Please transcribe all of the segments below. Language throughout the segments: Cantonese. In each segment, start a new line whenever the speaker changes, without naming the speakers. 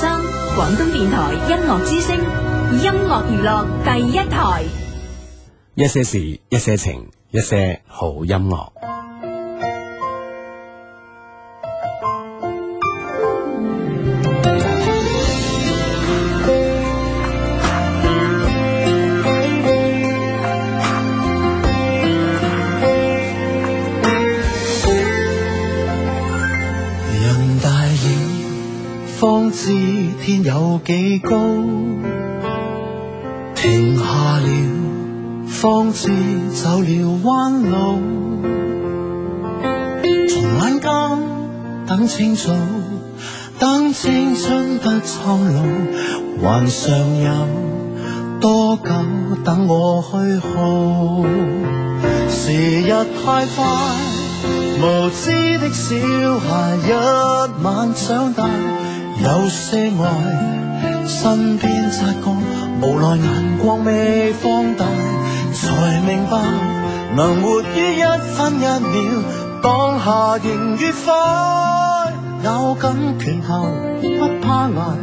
廣東電台音樂之聲，音樂娛樂第一台。
一些事，一些情，一些好音樂。
人大了，方知天有幾高；停下了，方知走了彎路。從晚間等清早，等青春不蒼老，還尚有多久等我去耗？時日太快。無知的小孩一晚長大，有些愛身邊擦過，無奈眼光未放大，才明白能活於一分一秒，當下仍愉快。咬緊拳頭，不怕捱，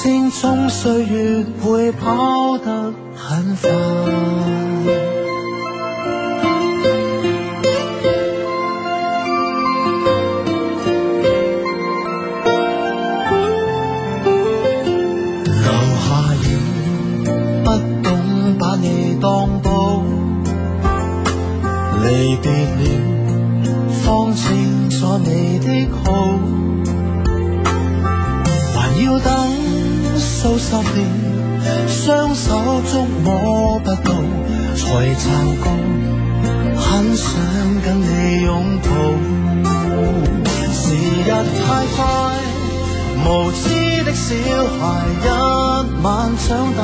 青蔥歲月會跑得很快。留下了，不懂把你當寶。離別了，方清楚你的好。還要等數十年，雙手觸摸不到，才察覺很想跟你擁抱。時日太快。無知的小孩一晚長大，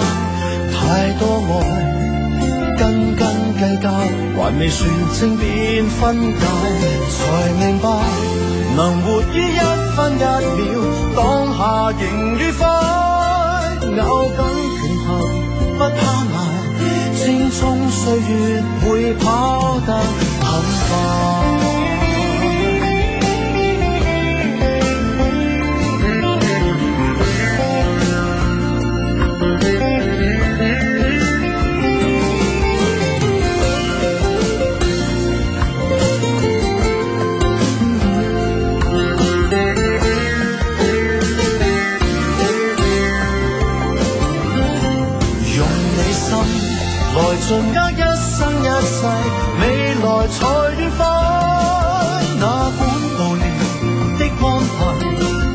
太多愛斤斤計較，還未算清便分解，才明白能活於一分一秒，當下仍愉快。咬緊拳頭不怕捱，青蔥歲月會跑得很快。用你心來盡握一生一世，未來才愉快。哪管無聊的安排，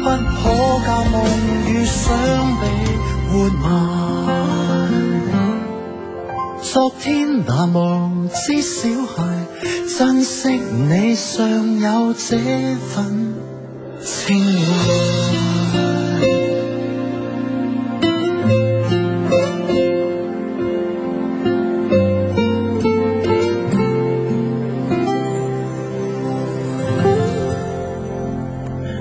不可教夢與想比活埋。昨天那無知小孩，珍惜你尚有這份情懷。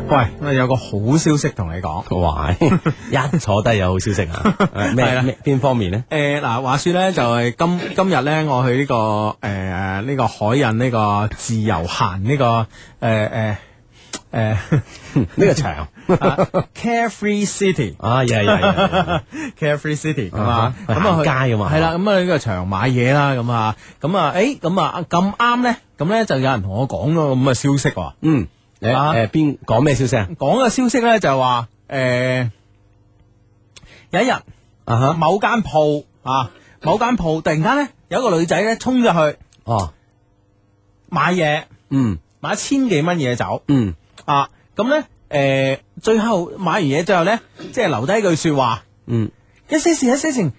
喂，我有個好消息同你講。
哇！一坐低有好消息啊！誒
係
咩
啦
咩邊方面呢？
诶，嗱、話说咧，就係今今日咧，我去呢、個个诶呢、個海印呢個自由行呢、個个诶诶
呢個場
诶啊 Carefree City。
啊，呀呀呀！
Carefree City 咁啊，
啊
咁
哈
啊
行街㗎嘛
系啦，咁啊呢個場買嘢啦，咁啊，咁啊，诶，咁啊咁啱咧，咁咧就有人同我講咗個咁嘅消息喎。
嗯，誒
啊
誒邊講咩消息啊？
講嘅消息咧就話诶、有一日
啊哈！
某間鋪啊，某間鋪突然間咧有一個女仔咧衝咗去
哦，
買嘢，
嗯
買千幾蚊嘢走
嗯，
啊，咁咧诶，最後買完嘢之後咧，即係留低句说話。
嗯，
一些事一些情，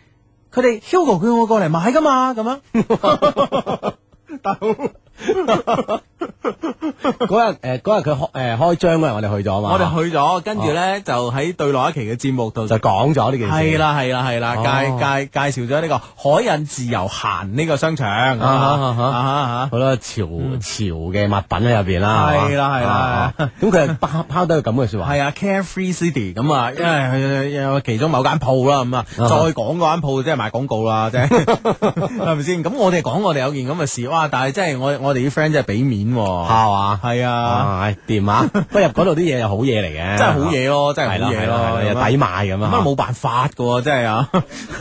佢哋 Hugo 叫我過嚟買噶嘛，咁樣大佬，
嗰日誒嗰日佢開誒開張嗰日我哋去咗嘛，
我哋去咗，跟住咧就喺對落一期嘅節目度
就講咗呢件事，哦
係，啦係啦係啦，介介介紹咗呢個海印自由行呢個商場啊
啊哈
啊
好多潮潮嘅物品喺入邊啦，嘛
係啦係啦
啊啊咁 佢係拋拋低個咁嘅説話，
系啊，Carefree City 咁啊，因為有其中某間鋪啦，咁啊，
啊哈
再講嗰間鋪即係賣廣告啦，即係係咪先？咁我哋講我哋有件咁嘅事，哇！但係真係我我哋啲 friend 真係俾面喎，
係嘛嘛，
系啊，
哦啊，唉掂啊！不過入嗰度啲嘢又好嘢嚟嘅，
真系好嘢咯，真
係
系
啦，
好
係
嘢
啦，
咯，
係啦又抵買咁
咁
啊
啊！冇辦法噶喎，真係啊！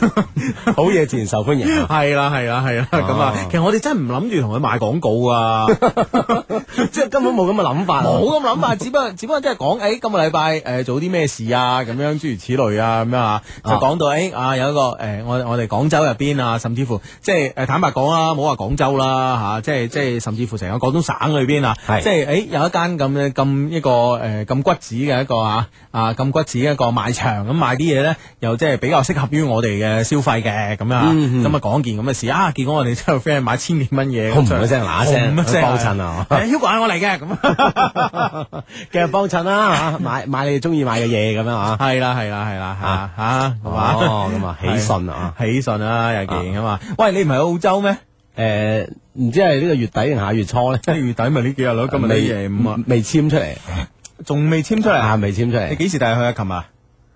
好嘢自然受歡迎啊。
係啦，係啦，係啦，咁
哦！
啊其實我哋真係唔諗住同佢賣廣告啊，
即係根本冇咁嘅諗法。
冇咁諗法，只不過只不過即係講，誒今個禮拜誒做啲咩事啊，咁樣諸如此類啊，咁樣啊，就
啊
講到誒啊有一個誒我我哋廣州入邊啊，甚至乎即係誒坦白講啦，冇話廣州啦嚇，即係即係甚至乎成個廣東省裏邊啊，
係
即係誒有一間咁嘅咁一個誒咁骨子嘅一個啊啊咁骨子嘅一個賣場咁賣啲嘢咧，又即係比較適合於我哋嘅消費嘅咁樣啊，
嗯嗯
咁啊講件咁嘅事啊，結果我哋真係 friend 買千幾蚊嘢，
轟一聲嗱一聲
轟一聲
幫襯啊
係，Hugo 係我嚟嘅咁。 啊
繼續幫襯啦，嚇買買你哋中意買嘅嘢咁樣 啊。
系啦系啦系啦吓
啊
吓，係嘛
哦咁啊喜訊啊，
係喜訊啊又件啊嘛。喂，你唔係澳 洲咩？
誒，呃唔知係呢個月底定下月初咧？
一月底咪呢幾日咯，今日
未
呢夜五啊，
未簽出嚟
仲未簽出嚟
啊，
啊？
未簽出
你
嚟。
幾時帶去啊？琴日？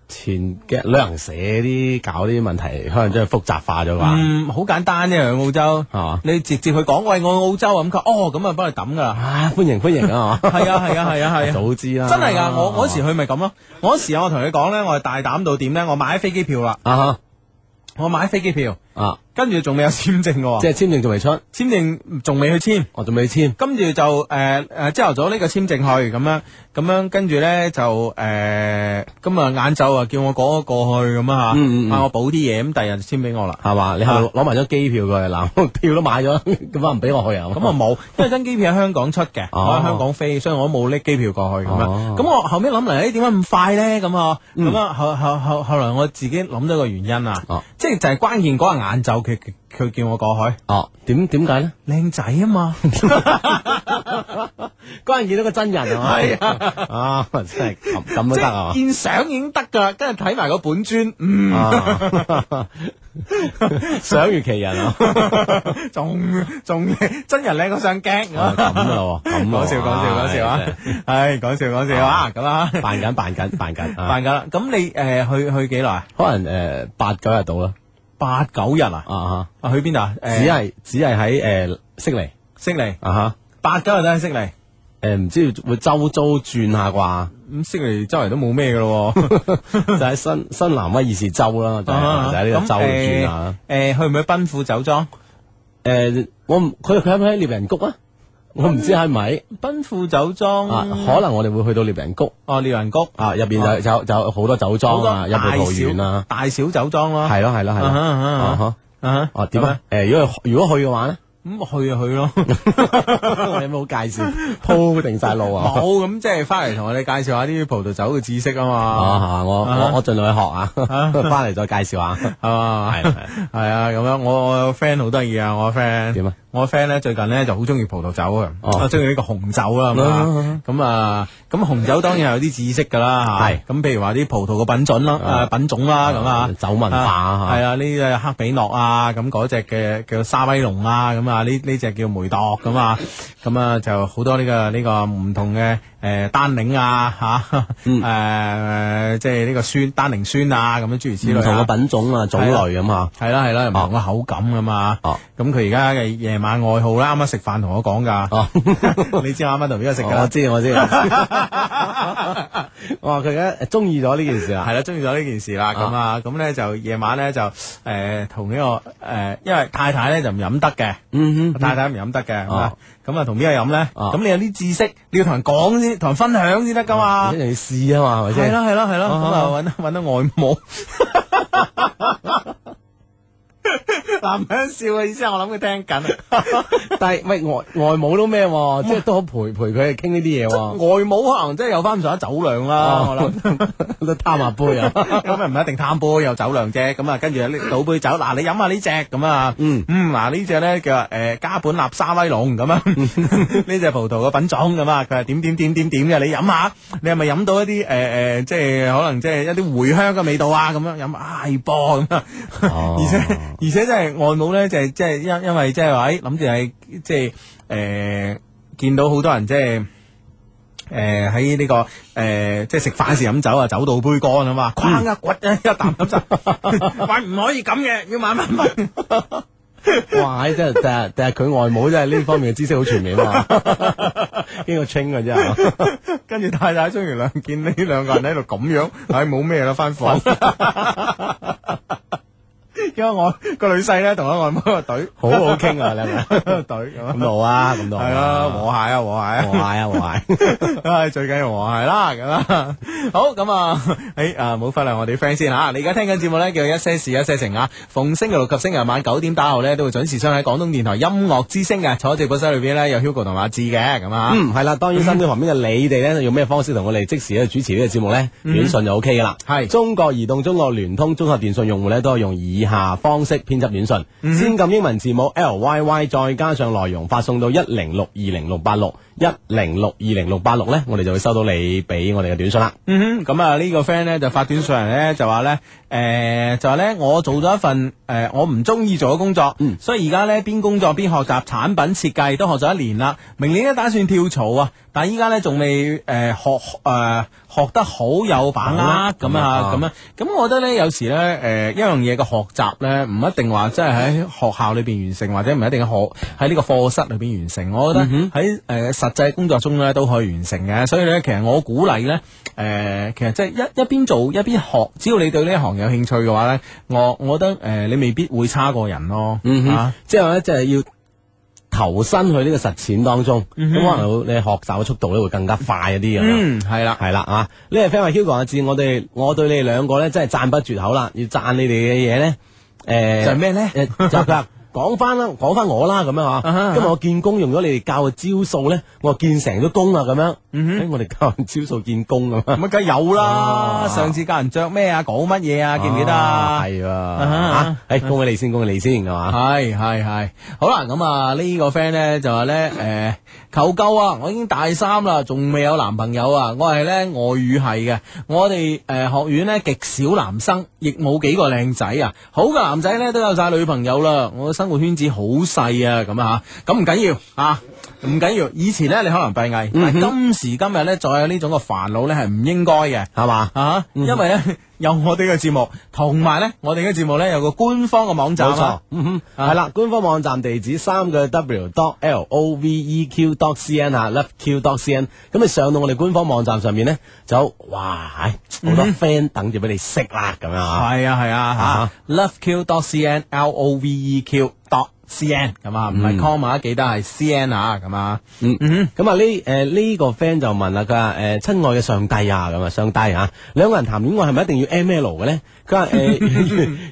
前嘅旅行社啲搞啲問題，可能真係複雜化咗啩，
嗯，好簡單啫，去澳洲
係嘛？
你直接去講，喂，我澳洲啊，咁佢哦，咁啊，幫你抌噶啦。
啊，歡迎歡迎 啊！嚇
係啊係啊係啊 係啊！
早知啦，啊
真係㗎，我我嗰時去咪咁咯。我嗰時啊我同你講咧，我係大膽到點咧？我買飛機票啦，
啊
我買飛機票，
嚇啊，
跟住仲未有簽證㗎
即
喎，
係簽證仲未出，
簽證仲未去簽。
我仲未簽。
跟住就诶诶朝頭早呢個簽證去咁樣咁樣，跟住咧就诶今日晏晝啊叫我嗰個過去咁啊吓，
嗯嗯嗯
嗌我補啲嘢，咁第二日就簽俾我啦。
係嘛？你
啊
係咪攞埋咗機票過去嗱，票都買咗， 咁啊唔俾我去啊？
咁啊冇，因為張機票喺香港出嘅，
哦
我喺香港飛，所以我都冇拎機票過去咁
哦嗯
樣。咁我後尾諗嚟，哎诶點解咁快咧？咁啊，咁啊後後後後來我自己諗到個原因啊
哦，
即係就係關鍵嗰日晏晝佢佢佢叫我過去，
哦，點點解咧？
靚仔啊嘛。
嗰陣見到個真人係 嘛？啊，真係咁咁都
即
得
係
啊！
見相已經得噶，跟住睇埋個本尊， 嗯，
啊 想如其人啊！
仲仲真人靚過相機，
啊咁
講
咯喎，咁咯喎
笑講笑講笑啊！唉，講笑講笑啊！咁啊，
真係扮緊扮緊扮緊 啊！
辦噶啦。咁你誒去去幾耐啊？
可能诶八九日到啦，
八九日啊？
啊哈，
啊，去邊度啊？
只
誒
係只係喺诶悉尼
悉尼，
啊哈，
八九日都喺悉尼。
诶唔知會周遭轉下 啩，
咁悉尼周圍都冇咩噶咯喎，
就喺新新南威爾士州啦，就
Ờ,
係就喺呢個州轉下
啊咁。誒誒去唔去奔富酒莊？
诶，我唔佢佢喺唔喺獵人谷啊？我唔知喺唔喺
奔富酒
啊，
莊
可能我哋會去到獵人谷
哦，獵人谷
啊，入边就就就有好多酒
好
莊啊，
多
有葡
大
萄園
小
啊，
大小酒莊咯，
係咯係咯係
啊哈
咯，
啊哈
啊哈
啊
哦，點啊？誒，如果如果去嘅話咧，
咁去就去 咯，
我有冇介紹鋪定晒路
冇
啊？
咁即係翻嚟同我哋介紹下啲葡萄酒嘅知識啊
啊，係
嘛，
嘛我我我盡量去學啊， 翻嚟再介紹下。
係嘛，
係係
係啊，咁樣我我有 friend 好得意啊，我 friend
點啊？
我 friend 咧最近咧就好中意葡萄酒啊，
哦
我中意呢個紅酒啦，係嘛
啊
咁啊，咁紅酒當然係有啲知識㗎啦，嚇
係
咁譬如話啲葡萄嘅品種啦，啊
啊
品種啦咁啊
啊，酒文化啊
係啊，呢只黑比諾啊，咁嗰只嘅叫沙威龍啊，咁啊呢呢只叫梅鐸咁啊，咁啊就好多呢個呢個唔同嘅誒單寧啊嚇， 誒即係呢個酸單寧酸啊咁樣諸如此
嗯唔
類
同
啊
嘅品種啊、種類咁啊。
係啦係啦，唔同嘅口感噶嘛。
哦
咁佢而家嘅夜晚愛好啦，啱啱食飯同我講噶。
哦，
你知我啱啱同邊個食
我
噶？
知我知。哇，佢而家呃中意咗呢件事
係
啊！
啦，中意咗呢件事啦，咁啊，咁咧就夜晚咧就诶同呢個诶，因為太太咧就唔飲得嘅，
嗯哼，
太太唔飲得嘅，咁啊
哦
咁啊同邊個飲咧？
哦
咁你有啲知識，你要同人講先，同人分享先得噶嘛
一。定要試啊嘛，係咪
係
先？
啦係啦係啦，咁啊
哦
揾揾到外 母。男人笑嘅意思係我諗佢聽緊。
但係喂外外母都咩喎？即係都好陪陪佢傾呢啲嘢喎，
外母可能真係有翻咁上下酒量
哦
啦，我諗
都貪下 杯啊！
咁咪唔一定貪杯有酒量啫。咁啊，跟住呢倒杯酒，嗱你飲下呢只咁啊，嗯嗯，嗱呢只咧叫誒加本納沙威龍咁啊， 呢只葡萄嘅品種咁啊，佢係點點點點點嘅，你飲下，你係咪飲到一啲誒誒，即係可能即係一啲回香嘅味道啊？咁樣飲啊係噃咁啊，
哦
而且而且真係外母咧，就係即係因因為即係話，誒諗住係即係誒見到好多人即係。誒喺呢個誒、即係食飯時飲酒啊，酒到杯乾啊嘛，哐一掘一 一啖 飲晒，喂唔可以咁嘅，要慢慢問。
哇！唉真係，但係但係佢外母真係呢方面嘅知識好全面啊！边个清嘅啫？
跟住太太沖完涼，見呢兩個人喺度咁樣，唉冇咩啦，翻房。 因為我個女婿咧同咗我個隊
好好倾啊，你係咪？
隊咁
咁
啊，
就好啊，咁就
係
好
啊，和諧啊，和諧啊
和。諧啊，和 諧。
唉，最紧要和谐啦，咁啦。好，咁啊， 诶、啊，冇忽略我哋 friend 先啊吓。你而家聽緊節目呢，叫一些事一些情啊。逢星期六及星期日晚九點打後呢，都會準時上喺廣東電台音樂之聲嘅。坐喺直播室裏邊呢，有 Hugo 同阿志嘅，咁啊。
嗯，系啦，當然身邊旁邊嘅你哋咧，用咩方式同我哋即時咧主持呢個節目咧？短信就 O K 噶啦。
嗯係
中國移動、中國聯通、中國電信用戶咧，都係用以下方式編輯短信：
嗯
先撳英文字母 L Y Y，再加上內容發送到一零六二零六八六一零六二零六八六咧，我哋就會收到你俾我哋嘅短信啦。
嗯哼，咁啊呢個 friend 咧就發短信嚟咧就話咧，诶、就話咧我做咗一份诶、誒我唔中意做嘅工作，所以而家咧邊工作邊學習產品設計都學咗一年啦，明年咧打算跳槽啊，但係依家咧仲未诶學诶、學得好有把握
把握
咁啊
嗯
咁啊， 咁我覺得咧有時咧诶、一樣嘢嘅學習咧唔一定話真係喺學校裏边完成，或者唔一定喺學喺呢個課室裏边完成，我覺得喺诶、誒實際工作中咧都可以完成嘅，所以咧其實我鼓勵咧。誒、其實即係一一邊做一邊學，只要你對呢一行有興趣嘅話咧，我我覺得誒、呃你未必會差過人咯。
嗯哼
啊
之後咧就係要投身去呢個實踐當中，咁、可能你學習嘅速度咧會更加快一啲咁樣。
嗯，係啦，
系啦啊！呢位 friend 话 Hugo 阿志，我哋我对你哋两个咧真系赞不绝口啦，要赞你哋嘅嘢咧，诶、
就係咩咧
誒就佢 話講翻啦，講翻我啦咁樣
啊哈啊
啊
哈，
因為我建工用咗你哋教嘅招數咧，我建成咗功啦咁樣。
嗯
誒我哋教人招數建工咁啊樣。
咁梗有啦。
啊
上次教人着咩啊，講乜嘢啊，記唔記得
啊
啊？
係喎
哈
啊，誒恭喜你先，恭喜你先，係嘛？
系系系，好啦，咁啊呢個 friend 咧就話咧，诶、求救啊！我已經大三啦，仲未有男朋友啊！我係咧外語系嘅，我哋诶、學院咧極少男生，亦冇幾個靚仔啊！好嘅男仔咧都有晒女朋友啦，我生活圈子好細啊，咁啊吓，咁唔緊要啊。唔緊要，以前咧你可能閉翳，
嗯
但係今時今日咧再有呢種嘅煩惱咧係唔應該嘅。
係嘛？嗯
啊，因為咧有我哋嘅節目，同埋咧我哋嘅節目咧有個官方嘅網站
冇
啊
錯，。嗯哼，係啦，官方網站地址三個 W dot L O V E Q dot C N 啊，Love Q dot C N，咁你上到我哋官方網站上面咧，就哇，唉好
嗯
多 friend 等住俾你識啦，咁樣啊，
系啊系啊
啊
吓，loveq dot cn l o v e q dot cn 咁啊，唔係 comma，記得係 cn 啊咁啊。
嗯咁啊呢诶呢個 friend 就問啦，佢話诶亲愛嘅上帝啊，咁啊上帝啊，兩個人談戀愛係咪一定要 M L 嘅咧？佢話诶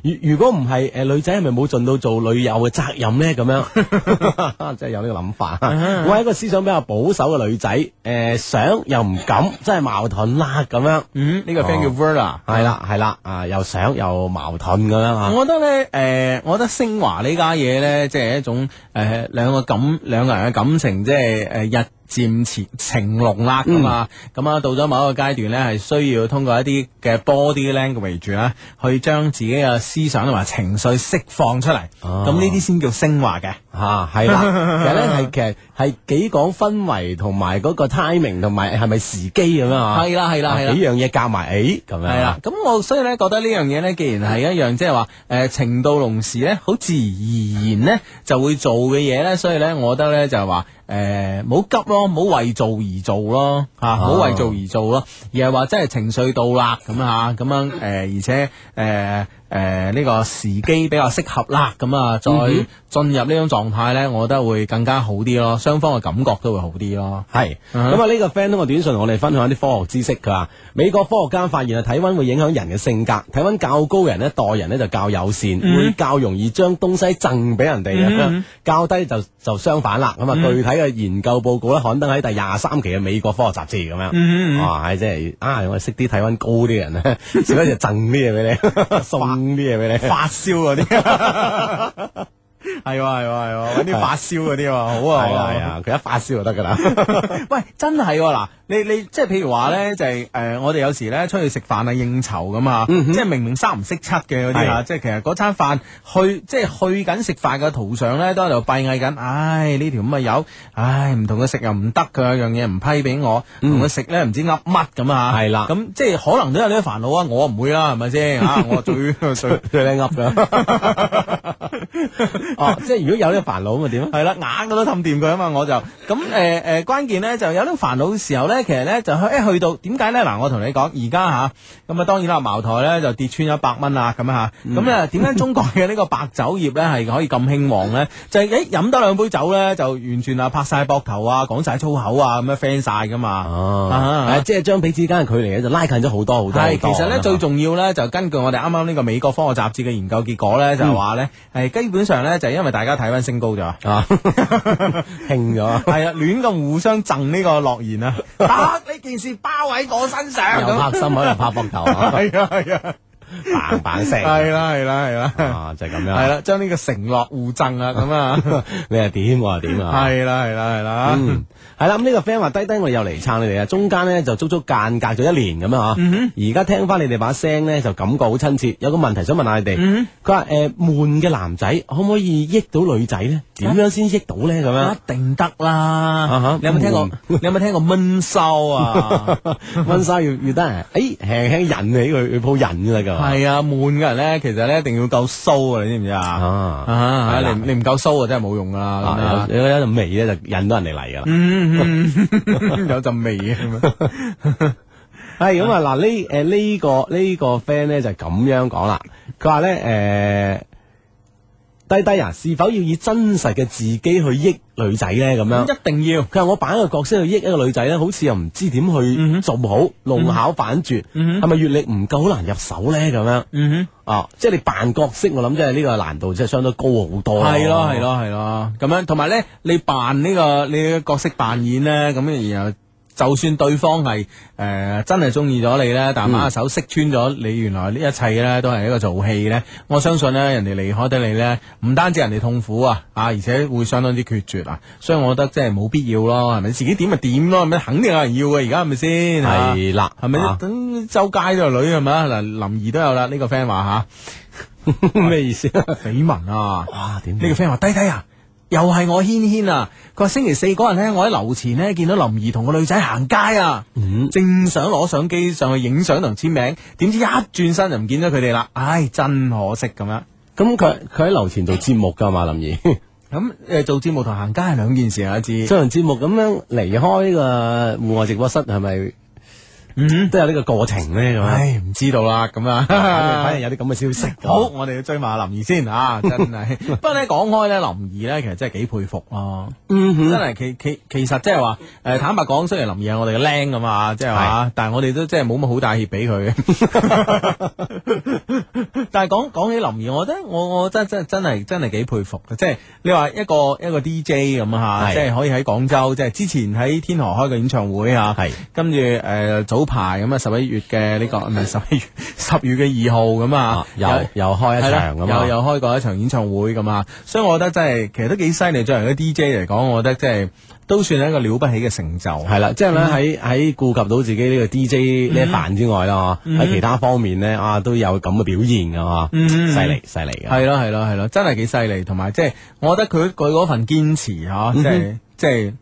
如 如果唔係诶女仔係咪冇盡到做女友嘅責任咧？咁樣 真係有呢個諗法。我係一個思想比較保守嘅女仔，诶想又唔敢，真係矛盾啦咁樣。
嗯，呢個 friend 叫 Vera。
係啦係啦，哦啊又想又矛盾咁樣啊。
我覺得咧，誒、我覺得升華呢家嘢咧，即係一種誒、兩個感兩個人嘅感情，即係誒、日漸前情濃啦
嗯
咁啊，咁啊、到咗某一個階段咧，係需要通過一啲嘅 body language 咧，去將自己嘅思想同埋情緒釋放出嚟，
哦
咁呢啲先叫升華嘅。
啊，系啦，其實咧係其實係幾講氛圍同埋嗰個 timing 同埋係咪時機咁樣啊？
係啦，係啦，係啦
幾。樣嘢夾埋，诶咁樣
系啦
啊，，
咁我所以咧覺得呢樣嘢咧，既然係一樣即係話诶情到濃時咧，好自然而然咧就會做嘅嘢咧，所以咧我覺得咧就係話诶唔好急咯，唔好為做而做咯
啊
吓，唔好、為做而做咯，而係話真係情緒到啦咁啊咁樣诶、呃而且诶诶呢個時機比較適合啦，咁啊
嗯
再進入呢種狀態咧，我覺得會更加好啲咯，雙方嘅感覺都會好啲咯。
係
嗯
咁啊！呢個 friend 通過短信同我哋分享一啲科學知識，佢話美國科學家發現啊，體温會影響人嘅性格，體温較高嘅人呢，待人呢就較友善，
嗯
會較容易將東西贈俾人哋嘅，較低就就相反啦。咁啊，
嗯
具體嘅研究報告呢，刊登喺第廿三期嘅美國科學雜誌咁
嗯
樣。哇！係真係啊！我哋識啲體温高啲嘅人呢， 少得就贈啲嘢俾你， 送啲嘢 俾你。
发烧嗰 啲，系喎系喎系喎，搵啲發燒嗰啲喎，好啊，
係
好
啊係啊，佢一發燒就得㗎啦。
喂，真係喎嗱，你你即係譬如話咧，就係誒，我哋有時咧出去食飯啊應酬咁啊，即係明明三唔識七嘅嗰啲啊，
係
即係其實嗰餐飯去即係去緊食飯嘅途上咧，都喺度閉翳緊。唉，呢條咁嘅友，唉，唔同佢食又唔得，佢有樣嘢唔批俾我，同佢食咧唔知噏乜咁啊，
係啦
咁即係可能都有呢啲煩惱啊，我唔會啦，係咪先啊？我最最
最叻噏㗎。 哦，即係如果有呢個煩惱咁啊點啊？
系啦，硬嘅都氹掂佢啊嘛，我就咁诶诶，關鍵咧就有呢個煩惱嘅時候咧，其實咧就去一去到點解咧？嗱，我同你講，而家吓咁啊，當然啦，茅台咧就跌穿一百蚊啦，咁啊吓，咁咧點解中國嘅呢個白酒業咧係可以咁興旺咧？就係诶飲多兩杯酒咧，就完全啊拍晒膊頭啊，講晒粗口啊，咁樣 friend 晒噶嘛。
哦，
啊
係即係將彼此間嘅距離咧就拉近咗好多好啊多。
係，其實咧最
重
重要咧，就根據我哋啱啱呢個美國科學雜誌嘅研究結果咧，就係話咧，係基本上咧就係因為大家體温升高咗。
啊， 興咗。
系啊，亂咁互相贈呢個諾言啊！得呢件事包喺我身上
又拍
咁。
心口又拍膊頭啊，
係啊係啊，
砰砰聲。
係啦係啦係啦，
啊，就係咁樣。
係啦，將呢個承諾互贈啊咁啊，
你又點我又點啊？
係啦係啦係啦，
嗯，系啦，咁呢個 friend 話低低我哋又嚟撐你哋啊，中間呢就足足間隔咗一年咁啊，
嗯
而家聽翻你哋把聲呢，就感覺好親切，有個問題想問下你
嗯
哋，佢話诶闷嘅男仔可唔可以益到女仔呢？
啊
點樣先益到呢？咁樣
一定得
哈
啦。你有冇聽過
悶？
你有冇聽過闷骚啊？
温莎要要得人，诶輕輕引起佢，佢鋪引㗎啦咁。
係啊，悶嘅人咧，其實咧一定要夠騷啊，你知唔知啊？
啊
啊，
係啦
你唔你唔夠騷啊，真係冇用噶啦。咁樣
啊，有有有陣味咧就引到人哋嚟㗎啦。
嗯，嗯嗯有陣味啊咁樣。
系咁啊！嗱呢诶呢個呢、個 friend 咧就咁樣講啦，佢話咧诶低低啊，是否要以真實嘅自己去益女仔咧？咁樣，
一定要。
佢話我扮一個角色去益一個女仔咧，好似又唔知點去做好，弄巧反拙，
嗯
係咪閱歷唔夠好難入手咧？咁樣
嗯哼。
哦，即係你扮角色，我諗即係呢個難度即係相對高好多。啊
系咯系，咯系咯，咁樣同埋咧，你扮呢、個你嘅角色扮演咧，咁然後就算對方係诶、呃真係中意咗你咧，但把手識穿咗你原來呢一切咧都係一個做戲咧，我相信咧人哋離開得你咧，唔單止人哋痛苦啊，啊而且會相當之決絕啊，所以我覺得真係冇必要咯，係咪？自己點咪點咯，係咪？肯定有人要嘅，而家係咪先？啊
係啦，
係咪
啊？
等周街都係女係咪啊？嗱，林怡都有啦，呢、個 friend 話
咩意思？
吓緋聞啊！
哇！點
呢個 friend 話：低低啊，又係我軒軒啊！佢話星期四嗰日咧，我喺樓前咧見到林怡同個女仔行街啊，
嗯
正想攞相機上去影相同簽名，點知一轉身就唔見咗佢哋啦！唉，真可惜咁樣。
咁佢佢喺樓前做節目㗎嘛，林 怡。
咁诶、呃做節目同行街係兩件事啊，知
做完節目咁樣離開呢個户外直播室，係咪
嗯，
都有呢個過程咧？咁樣
唉，唔知道啦，咁啊，
反正有啲咁嘅消息。
好，，我哋要追埋林怡 先啊，真係。不過咧講開咧，林怡咧其實真係幾佩服咯、
嗯
真
哼，
係其其其實即係話誒坦白講，雖然林怡係我哋嘅僆咁啊，即係話，但係我哋都即係冇乜好大協俾佢。 但係講講起林怡，我覺得我我真真真係真係幾佩服嘅，即係你話一個一個 DJ 咁啊
係
嚇，即係可以喺廣州，即係之前喺天河開個演唱會啊，
係
跟住誒早排咁啊十一月嘅呢個唔係十一月十月嘅二號咁啊
啊，又又開一
係啦
場咁啊
又
嘛。
又開過一場演唱會咁啊，所以我覺得真係其實都幾犀利。作為一個 DJ 嚟講，我覺得即係都算係一個了不起嘅成就。
係啦，即係咧喺喺顧及到自己呢個 DJ 呢一範之外啦，嗬喺其他方面咧啊都有咁嘅表現㗎嘛，
嗯嗯
犀利犀利嘅。
係咯係咯係咯，真係幾犀利，同埋即係我覺得佢佢嗰份堅持嚇，即係即係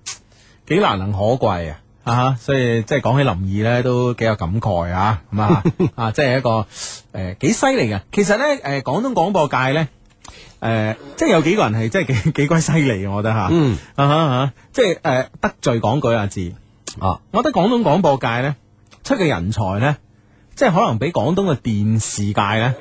幾難能可貴啊！啊，所以即係講起林怡咧，都幾有感慨啊！咁啊啊，即係一個誒幾犀利嘅。其實咧誒、廣東廣播界咧。誒、即係有幾個人係真係幾幾鬼犀利嘅，我覺得嚇，
嗯
啊哈啊，即係誒、得罪講句啊字，
啊，
我覺得廣東廣播界咧出嘅人才咧，即係可能比廣東嘅電視界咧，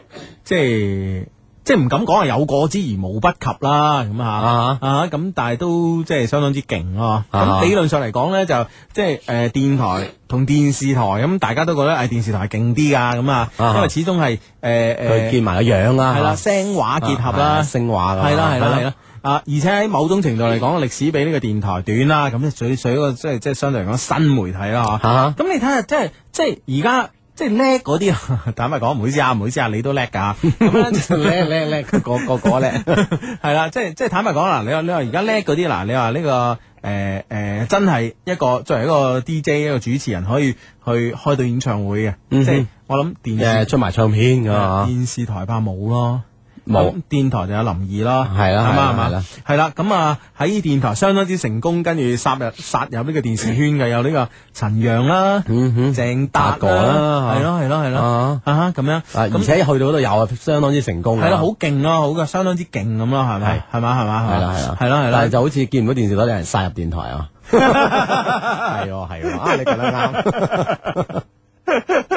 即係即係唔敢講係有過之而無不及啦，咁
啊
啊啊咁，但係都即係相當之勁咯。咁、
啊
理論上嚟講咧，就即係誒、呃、電台同電視台咁，大家都覺得誒、哎、電視台係勁啲㗎咁啊，
啊
因為始終係誒
佢
誒
見埋個樣啦，
係啦
啊
聲畫結合
啊
啦。
聲畫㗎嘛
系啦系啦系啦。啊！而且喺某種程度嚟講，歷史比呢個電台短啦，咁就最最一個即係即係相對嚟講新媒體啦嚇。
啊
咁你睇下，即係即係而家即係叻嗰啲 啊，坦白講，唔好意思啊，唔好意思啊，你都 叻㗎。咁咧
叻叻叻，個個個叻。
係啦，即係即係坦白講啦，你話你話而家叻嗰啲嗱，你話呢個。誒誒、真係一個作為一個 DJ 一個主持人，可以去開到演唱會嘅，
嗯哼
即係我諗電視呃
誒，出埋唱片㗎嘛
電視台怕冇咯，
啊冇
電台就有林怡咯，
係啦
係
係啦
嘛係
係啦
嘛，係啦，咁啊喺電台相當之成功，跟住殺入殺入呢個電視圈嘅有呢個陳陽啦、
嗯哼
鄭達
達哥啦
係咯係咯係咯，
啊
啊哈咁樣，
啊，而
咁
且去到嗰度又係相當之成功啊，
係啦，好勁咯，好嘅，相當之勁咁咯，係咪？係嘛係嘛
係
係
啦
嘛
係啦，
係啦係
但係
啦。
就好似見唔到電視台有人殺入電台啊，係喎係喎，啊你講得啱，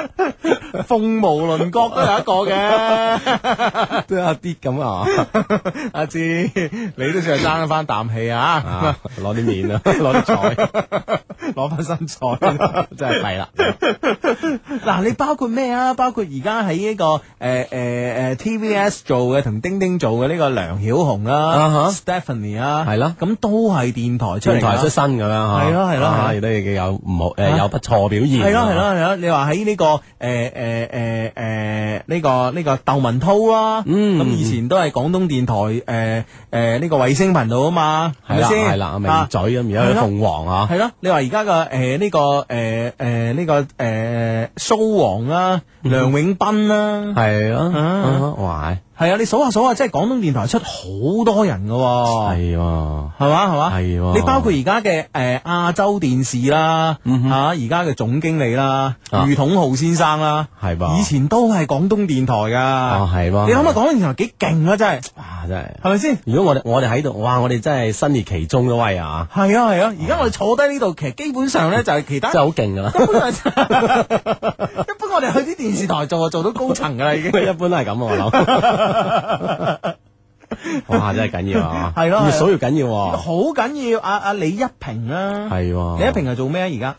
鳳毛麟角都有一個嘅，
都有啲咁啊，
阿志，你都算係爭翻啖氣啊！
啊攞啲面啊，攞啲菜，
攞翻身材。
真係弊啦，
嗱，你包括咩啊？包括而家喺呢個呃诶诶诶 TVS 做嘅同丁丁做嘅呢個梁曉紅
啊哈
啦、Stephanie 啊，
係啦
咁都係電台出嚟
全
㗎
台出身咁樣嚇，
係咯係咯係
啊
咯
亦都已有唔好誒
啊
有不錯表現，
係咯係咯係咯，你話喺呢個呃诶诶诶诶呃呢個呢個窦文涛啦，
嗯
咁以前都係廣東電台诶诶呢個衛星頻道啊嘛，
係
係咪
啦
先？
係啦，
啊
名嘴咁而家去
係咯
鳳凰啊。
系咯，你話而家個诶呢個诶诶呢個诶蘇王啦、
嗯
梁永斌啦，
系咯，
啊
啊哇，
係啊，你數下數下，即係廣東電台出好多人噶，係
系喎，
嘛係嘛，
係喎
你包括而家嘅诶亞洲電視啦，
嗯哼
吓而家嘅總經理啦，
啊
余統浩先生啦，
係噃
以前都係廣東電台
哦
噶，
係喎，
你諗下廣東電台幾勁啊，真係
哇真係，
係咪先？
如果我哋我哋喺度，哇我哋真係身列其中嘅威啊，
係啊係啊，而家我哋坐低呢度，其實基本上咧就係其他
真係好勁噶啦
一般我哋，一般我哋去啲電視台做就做到高層噶啦，已經
一般都係咁啊我諗， 哇真係緊要啊，
係咯係咯
越數越緊要喎，
好緊要。阿阿李一平啦，
係喎，
李一平係做咩啊？而家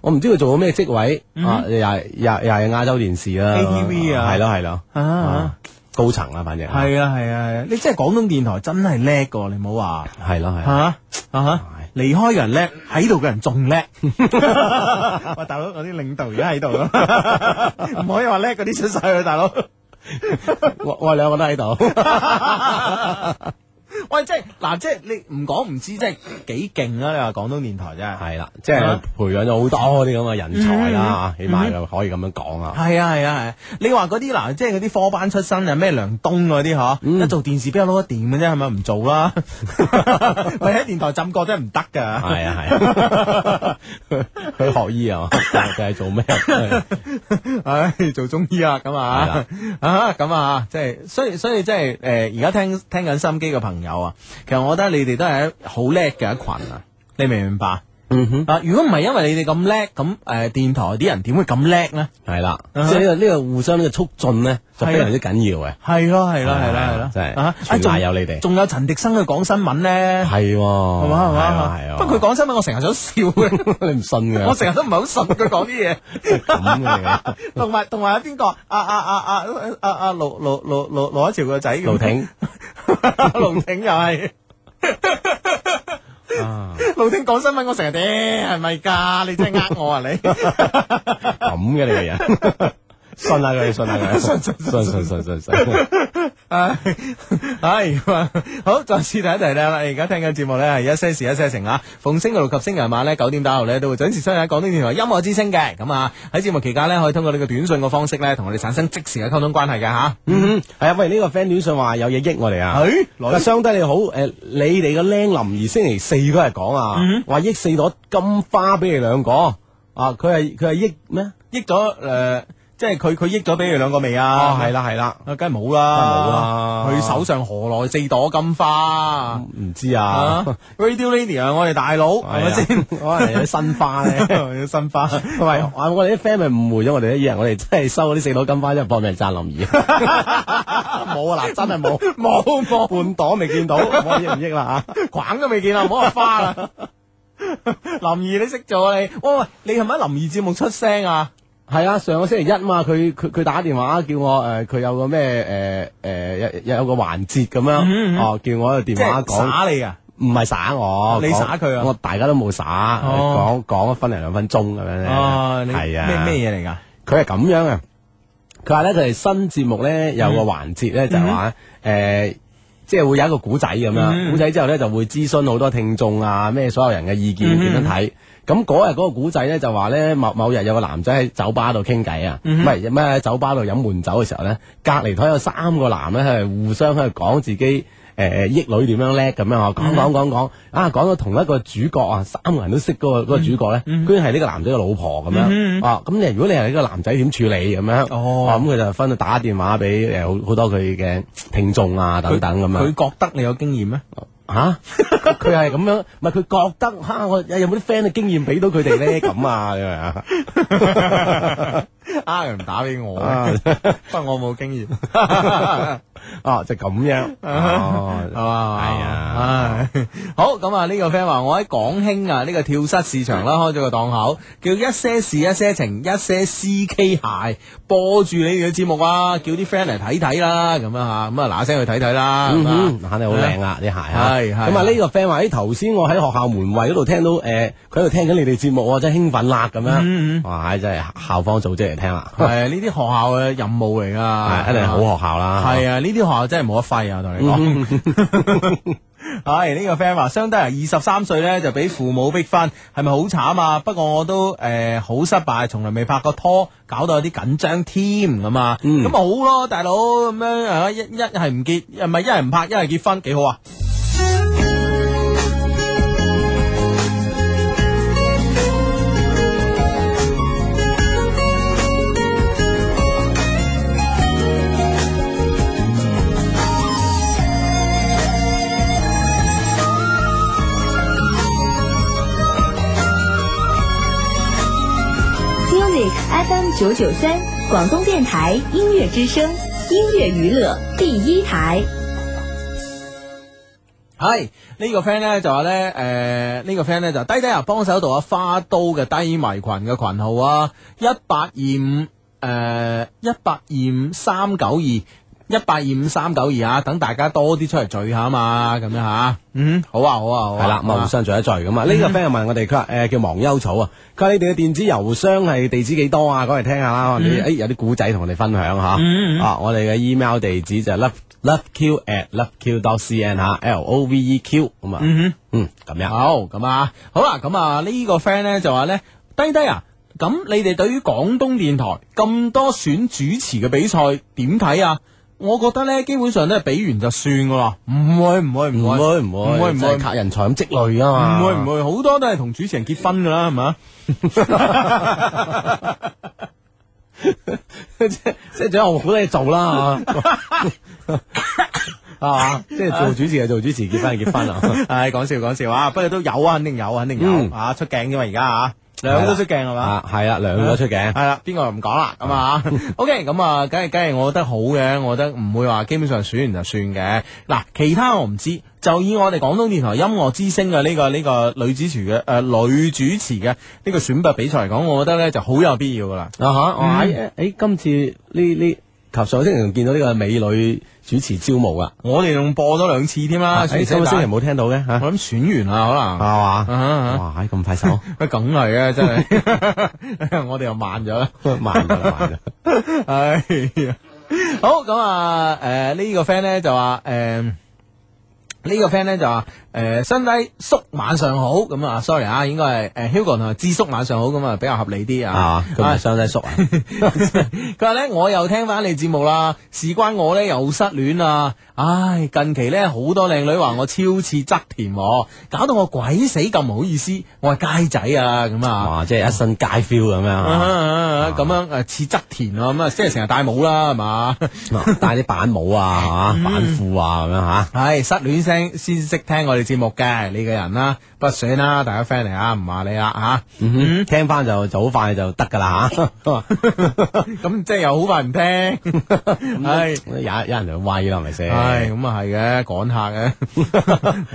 我唔知佢做過咩職位
嗯
啊，又係又係又係亞洲電視啦
KTV 啊
係咯係咯，
啊，
高層啦反正，
係啊係啊係啊，你真係廣東電台真係叻噶，你唔好話
係咯係
嚇
咯，
啊嚇。離開嘅人叻，喺度嘅人仲 叻。喂，大佬，我啲領導而家喺度咯， 唔可以話叻嗰啲出晒去，大佬。
我我哋兩個都喺度，
喂，即係嗱，即係你唔講唔知，即係幾勁啊啦！你話廣東電台真係。
係啦，即係培養咗好多啲咁嘅人才
嗯
啦，起碼就可以咁樣講啊。
系啊系啊系、你話嗰啲嗱，即係嗰啲科班出身啊，咩梁東嗰啲嗬，
嗯
一做電視邊有攞得掂嘅啫，係咪唔做 啦？喂，喺電台浸過真係唔得
系
㗎。
啊系 啊，佢學醫啊， 定係做咩？
唉、做中醫啊，咁啊， 啊咁啊，即係所以所以即係诶，而、家聽聽緊心機嘅朋友啊，其實我覺得你哋都係一好叻嘅一群啊，你明唔明白？
嗯哼，
啊，如果唔係因為你哋咁叻，咁诶、誒電台啲人點會咁叻呢？
係啦，
啊哈
即係呢個呢個互相呢個促進咧，就非常之緊要嘅。
係咯係咯係咯係咯，
真係
啊
全賴
仲
有你哋
仲有陳迪生去講新聞咧。
係喎，係
系嘛系嘛，
係啊，
不過佢講新聞，我成日想笑嘅，
你唔信嘅，
我成日都唔係好信佢講啲
日咁嘅啊
嘢，同埋同埋阿邊個啊啊啊啊啊啊盧盧盧盧盧一潮個仔
你，盧 挺
盧挺又係
啊，
盧挺講新聞，我成日嗲係咪㗎？你真係呃我啊你！
咁嘅你個人，信下佢， 信下佢，信信信信信，
唉，唉，咁啊好，再次提一提咧，你而家聽緊節目咧係一些事一些情啊，逢星期六及星期日晚咧九點打後咧都會準時收睇廣東電台音樂之聲嘅，咁啊喺節目期間咧可以通過呢個短信嘅方式咧同我哋產生即時嘅溝通關係嘅吓。
嗯哼，係啊，喂，呢個 friend 短信話有嘢益我哋啊。
係
嗱，相低你好，诶、你哋嘅僆林兒星期四嗰日講啊
嗯，哦
話益四朵金花俾你兩個，啊，佢係佢係益咩？
益咗诶，即係佢佢益咗俾你兩個未啊？
啊，係啦係啦，
啊，梗係冇啦，
梗係冇啦
佢手上何來四朵金花
唔知啊
啊，？Radio Lady 啊，我哋大佬係咪先？
先？ 可能有啲新花咧。
有新花，
喂，啊我哋啲 friend 咪誤會咗我哋，以為我哋真係收嗰啲四朵金花，真係搏命讚林 兒。 冇啊，嗱，真係冇，冇冇半朵未見到，唔可以益唔益 啦嚇。
逛都未見啊，唔好話花啦。林怡，你識做啊你？喂喂，你係咪喺林怡節目出聲啊？
係啊，上個星期一嘛，佢佢佢打電話叫我誒，佢、有個咩誒誒有有個環節咁樣，
嗯嗯
哦叫我喺度
即
電話
係
講，
耍你啊？
唔係耍我，
你
講
耍佢啊
我大家都冇耍，講
哦
講一分零兩分鐘咁樣咧，
哦，你
係啊，
咩咩嘢嚟㗎？
佢係咁樣啊嘅，佢話咧佢哋新節目咧有個環節咧就係話誒呃即係會有一個古仔咁樣，
嗯
古仔之後咧就會諮詢好多聽眾啊，咩所有人嘅意見點樣睇。咁嗰日嗰個古仔咧就話咧某某日有個男仔喺酒吧度傾偈啊，唔係咩喺酒吧度飲悶酒嘅時候咧，隔離台有三個男咧係互相喺度講自己。誒、呃、益女點樣叻咁樣啊？講講講講啊，講到同一個主角啊，三個人都識嗰、個嗰個主角咧，居然係呢個男仔嘅老婆咁樣、啊！咁你如果你係呢個男仔點處理咁樣？
哦
啊咁佢就分到打電話俾誒好好多佢嘅聽眾啊等等咁樣。
佢覺得你有經驗咩？
吓，佢係咁樣，唔係佢覺得吓，我有冇啲 friend 嘅經驗俾到佢哋 咧？咁啊，你明啊？
啊，又唔打俾我
啊，
不過我冇經驗，
哦，就咁樣，
係
哦，
嘛？
係啊
唉，好咁啊！呢個 friend 話我喺廣興啊，呢個跳蚤市場啦，開咗個檔口，叫一些事一些情一些 CK 鞋，播住你哋嘅節目啊，叫啲 friend 嚟睇睇啦，咁樣吓，咁啊嗱聲去睇睇啦，
嗯
咁啊
哼，肯定好靚啊啲鞋啊，
係係
咁啊呢個 friend 話：，誒頭先我喺學校門衞嗰度聽到，誒佢喺度聽緊你哋節目，我真係興奮啦咁
嗯
樣，哇！真係校方組織嚟聽啦，
係呢啲學校嘅任務嚟噶，
係一定係好學校啦，
係啊，呢啲學校真係冇得揮啊，同你講。 係呢、個 friend 話，相低啊，二十三歲咧就俾父母逼婚，係咪好慘啊？不過我都誒好、失敗，從來未拍過拖，搞到有啲緊張添咁啊。咁咪好咯，大佬咁樣啊，一一係唔結，唔係一係唔拍，一係結婚，幾好啊！
Music FM 九九三，广东电台音乐之声，音乐娱乐第一台。
系呢、個 friend 咧就話咧，诶、呢、個 friend 咧就低低啊，幫手讀下花都嘅低迷群嘅群號啊，一八二五诶一八二五三九二一八二五三九二啊，等大家多啲出嚟聚下嘛，咁樣吓，嗯，好啊好啊好啊，嗯
係啦，咁啊互相聚一聚咁啊。呢個 friend 又問我哋，佢話誒叫忘憂草啊，佢話你哋嘅電子郵箱係地址幾多啊？講嚟聽下
嗯
啦，可能你誒有啲古仔同我哋分享嚇。啊，我哋嘅 email 地址就係 love loveq at loveq dot cn 嚇，l o v e q 咁啊，
嗯哼。
嗯咁樣。
好咁啊，好啦，咁啊呢個 friend 咧就話咧，低低啊，咁你哋對於廣東電台咁多選主持嘅比賽點睇啊？我覺得咧，基本上都係比完就算噶啦，唔會唔會
唔
唔會
會唔會
唔會唔
真
會
係靠人才咁積累啊嘛，
唔會唔會，好多都係同主持人結婚噶啦，係啊 嘛？
會，即係即係仲有好多嘢做 啦嚇，啊嘛，即係做主持就做主持，結婚就結婚啊。
唉，講笑講笑啊，不過都有啊，肯定有，肯定有
嗯
啊，出鏡啫嘛，而家啊，兩個都出鏡係嘛？
啊，係啊，兩個出嘅
系。啦， 邊個又唔講啦？咁啊，OK，咁啊，梗係梗係，我覺得好嘅，我覺得唔會話基本上選完就算嘅。嗱，其他我唔知，就以我哋廣東電台音樂之星嘅呢、個呢、個女主持嘅誒、呃女主持嘅呢個選拔比賽嚟講，我覺得咧就好有必要噶啦。嗯
啊哈！我喺誒今次呢呢及上個星期仲見到呢個美女主持招募啊！
我哋仲播多兩次添啦，
誒今個星期冇聽到嘅嚇，係
我諗選完
啊
啦，可能。
嘛？
啊
哇！唉咁快 手，
啊梗係啊，真係， 我哋又慢咗啦。
慢咗啦慢咗。
唉呀，好咁啊！诶、呢、個 friend 咧就話诶。誒呢個 friend 咧就話誒新低叔晚上好咁啊，sorry 啊，應該係誒 Hugo 同埋智叔晚上好咁啊，比較合理啲啊
啊，。佢唔係雙低叔啊！
佢話咧，我又聽翻你節目啦，事關我咧又失戀啦，唉，近期咧好多靚女話我超似側田喎，搞到我鬼死咁唔好意思，我係街仔啊咁啊。
哇！即係一身街 feel 咁樣啊，
啊咁樣誒似側田啊，咁啊即係成日戴帽啦，係嘛？
戴啲板帽啊，係嘛板褲啊咁樣嚇。
係失戀聲先識聽我哋節目嘅，你嘅人啦，不算啦，大家 friend 嚟啊，唔 話你啦
嗯哼，聽翻就就好快就得㗎啦啊嚇。
吓，咁即係又好快唔聽， 係
有有人就威啦，係咪先？
係咁啊係嘅，趕客嘅，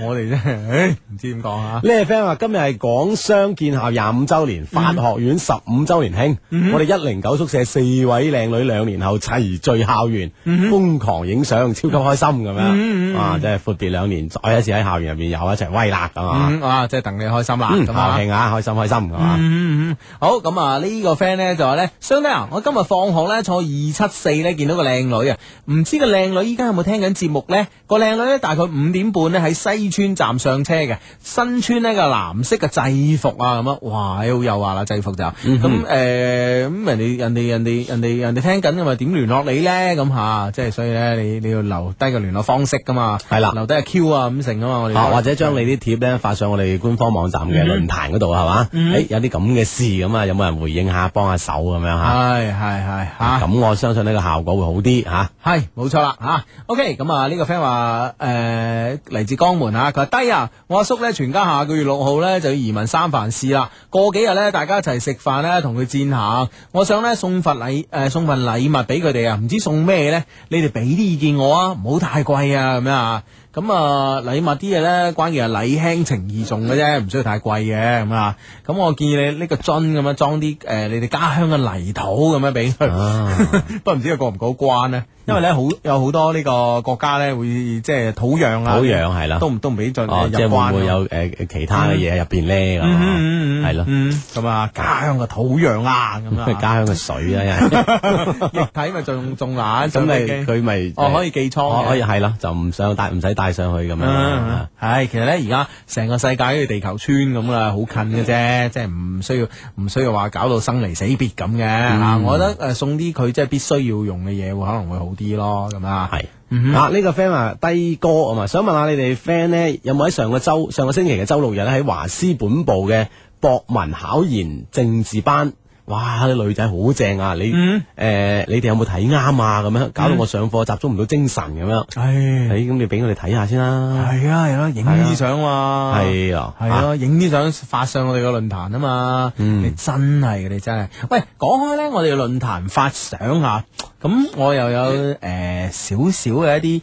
我哋真係唉唔知點講 啊。
呢個 friend 話今日係廣商建校廿五周年，法學
嗯
院十五周年慶，我哋一零九宿舍四位靚女兩年後齊聚
嗯
啊校園，瘋狂影相，超級開心咁樣。哇！真係闊別兩年，再一次喺校園入邊面友一齊威啦，咁啊，
嗯啊，即系等你开心啦，
嗯，
咁啊
校。慶啊，開心開心，係嘛，
嗯嗯嗯，好咁啊！呢個 friend 咧就話咧，相弟啊，我今日放學咧坐二七四咧見到個靚女啊，唔知個靚女依家有冇聽緊節目咧？個靚女咧大概五點半咧喺西村站上車嘅，身穿呢個藍色嘅制服啊咁啊，哇！好有話啦，制服就咁
嗯
誒咁人哋人哋人哋人哋人哋聽緊咁嘛，點聯絡你咧？咁吓，即係所以咧，你你要留低個聯絡方式噶嘛，
係啦
留低個 Q 啊咁成啊嘛，我哋
啊，或者將你啲貼咧發上我哋官方網站嘅論壇嗰度係
嗯
嘛？誒有啲咁嘅事咁啊，有冇人回應下、幫下手咁樣嚇？
係係係嚇。
咁我相信呢個效果會好啲嚇。
系冇错啦吓，OK 咁啊呢个 friend 话诶嚟自江門啊，佢話低啊，我阿叔咧全家下個月六號咧就要移民三藩市啦，過幾日咧大家一齊食飯咧同佢戰下，我想咧送份禮诶、送份禮物俾佢哋啊，唔知送咩咧？你哋俾啲意見我啊，唔好太貴啊咁樣啊。咁啊，禮物啲嘢咧，關鍵係禮輕情意重嘅啫，唔需要太貴嘅咁啊。咁我建議你呢個樽咁樣裝啲誒、呃你哋家鄉嘅泥土咁樣俾佢。 不過唔知佢過唔過關咧，因為咧好有好多呢個國家咧會即係土壤啊，
土壤係啦
都唔都唔俾進入
哦，即係會
關
唔會
啊
有誒其他嘅嘢入邊咧？咁
嗯
啊
嗯嗯嗯
係咯，
嗯咁啊家鄉嘅土壤啊咁
佢
啊，
家鄉嘅水啊，因為
液體咪仲仲難，啊
咁
上飛
咪
機
佢咪
哦可以寄倉
哦
嘅
可以係啦，就唔想帶唔使帶上去咁樣
嗯
啊。，
唉，其實咧而家成個世界好似地球村咁啦，好近嘅
嗯
啫，即係唔需要唔需要話搞到生離死別咁嘅
嗯
啊！我覺得誒送啲佢即係必須要用嘅嘢，會可能會好啲咯，咁啊，
系啊！呢個 friend 話低歌啊嘛，想問下你哋 friend 咧有冇喺上個周上個星期嘅周六日咧喺華師本部嘅博文考研政治班？哇！啲女仔好正啊！你
嗯
誒、你哋有冇睇啱啊？咁樣搞到我上課集中唔到精神咁樣。
嗯
誒
唉，
咁你俾我哋睇下先啦。
係啊係咯，影啲相嘛，
係啊嗯
係咯，影啲相發上我哋個論壇啊嘛，你真係嘅，你真係。喂，講開咧，我哋論壇發相啊，咁我又有誒少少嘅一啲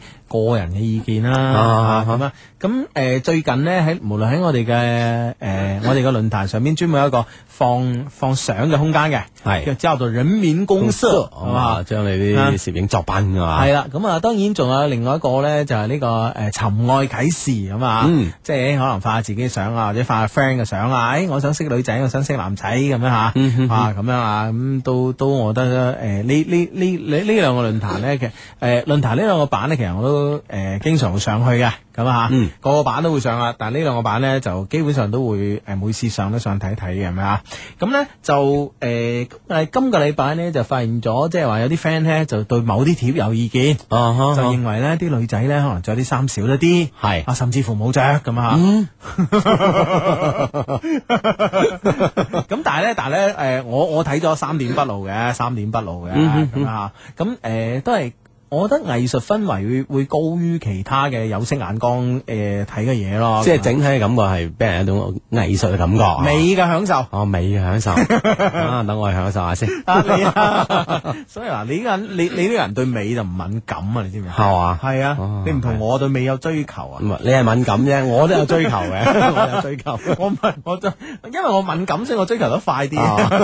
個人嘅意見啦，
啊
咁啊，咁誒最近咧喺無論喺我哋嘅誒我哋嘅論壇上面，專門有一個放放相嘅空間嘅，
係
叫叫做人民公社，係嘛
啊，？將你啲攝影作品啊嘛。
系啦，咁啊，當然仲有另外一個咧，就係呢、個个诶寻愛啟示咁啊，
嗯
即係可能發下自己嘅相啊，或者發下 friend 嘅相啊，诶、我想識女仔，我想識男仔咁樣吓，啊
嗯
咁樣啊，咁都都我覺得诶呢呢呢呢呢兩個論壇咧，其實诶论坛呢兩個版咧，其實我都诶、呃、经常會上去嘅，咁啊，
嗯
個個版都會上啊，但系呢兩個版咧就基本上都會诶每次上都上睇睇嘅，係咪啊？咁咧就诶诶今個禮拜咧就發現咗，即係話有啲 friend 咧就對某啲貼有意見。
啊哈
就
哈
認為咧啲女仔咧可能着啲衫少咗啲，
係嗯
啊，甚至乎冇着咁啊。 咁但係咧，但係咧，誒，我我睇咗三點不露嘅，三點不露嘅
嗯
咁啊，咁誒都係。我覺得藝術氛圍會會高於其他嘅有色眼光誒睇嘅嘢咯，啊
即係整體嘅感覺係俾人一種藝術嘅感覺啊。
美嘅享受。
哦，美嘅享受啊！等我去享受下先，
啊你啊，所以嗱，你呢個人你你呢個人對美就唔敏感啊，你知唔知？
係嘛？
係啊
哦，
你唔同我對美有追求啊。
唔係你係敏感啫，我都有追求 嘅，我有追求。
我唔係我就因為我敏感，所以我追求得快啲。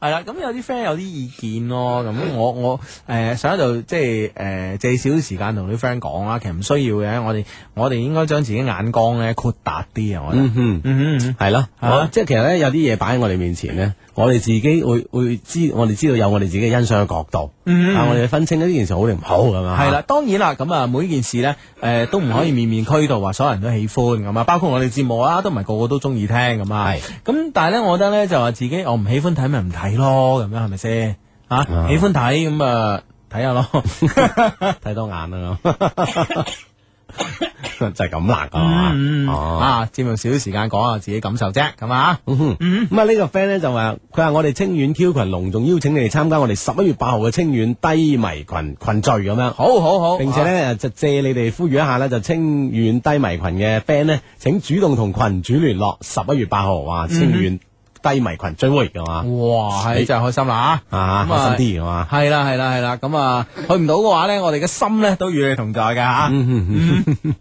係啦，咁有啲 friend 有啲意見咯，咁我我誒、呃想喺度即係誒、呃借少少時間同啲 friend 講啊啦，其實唔需要嘅，我哋我哋應該將自己眼光咧擴大啲啊，我覺得。
嗯哼，
嗯嗯
係咯，
係啊
我即係其實咧，有啲嘢擺喺我哋面前咧，我哋自己會會知，我哋知道有我哋自己嘅欣賞嘅角度，
嗯
啊，我哋分清呢件事好定唔好咁啊。
系啦，當然啦，咁啊，每件事呢，诶、都唔可以面面俱到，話所有人都喜歡咁啊，包括我哋節目啊，都唔係個個都中意聽咁啊。
係
咁，但係呢，我覺得呢，就話自己我唔喜歡睇咪唔睇咯，咁樣係咪先？啊，
啊
喜歡睇咁啊，睇 下咯。
睇多眼啦， 咁就係咁啦，係嘛
嗯
哦。
啊，節目少少時間講下自己感受啫，咁啊。
嗯哼，咁啊呢個 friend 咧就話，佢話我哋清遠 Q 群隆重邀請你哋參加我哋十一月八號嘅清遠低迷群群聚咁樣。
好好好，啊
並且咧就借你哋呼籲一下咧，就清遠低迷群嘅 friend 咧，請主動同群主聯絡。十一月八號，
嗯
哇，清遠低迷群聚會嘅嘛
啊，，哇，係真係開心啦啊！
啊，
咁啊
開心啲嘅嘛。
系啦系啦系啦，咁啊去唔到嘅話呢，我哋嘅心呢都與你同在嘅吓。
嗯嗯嗯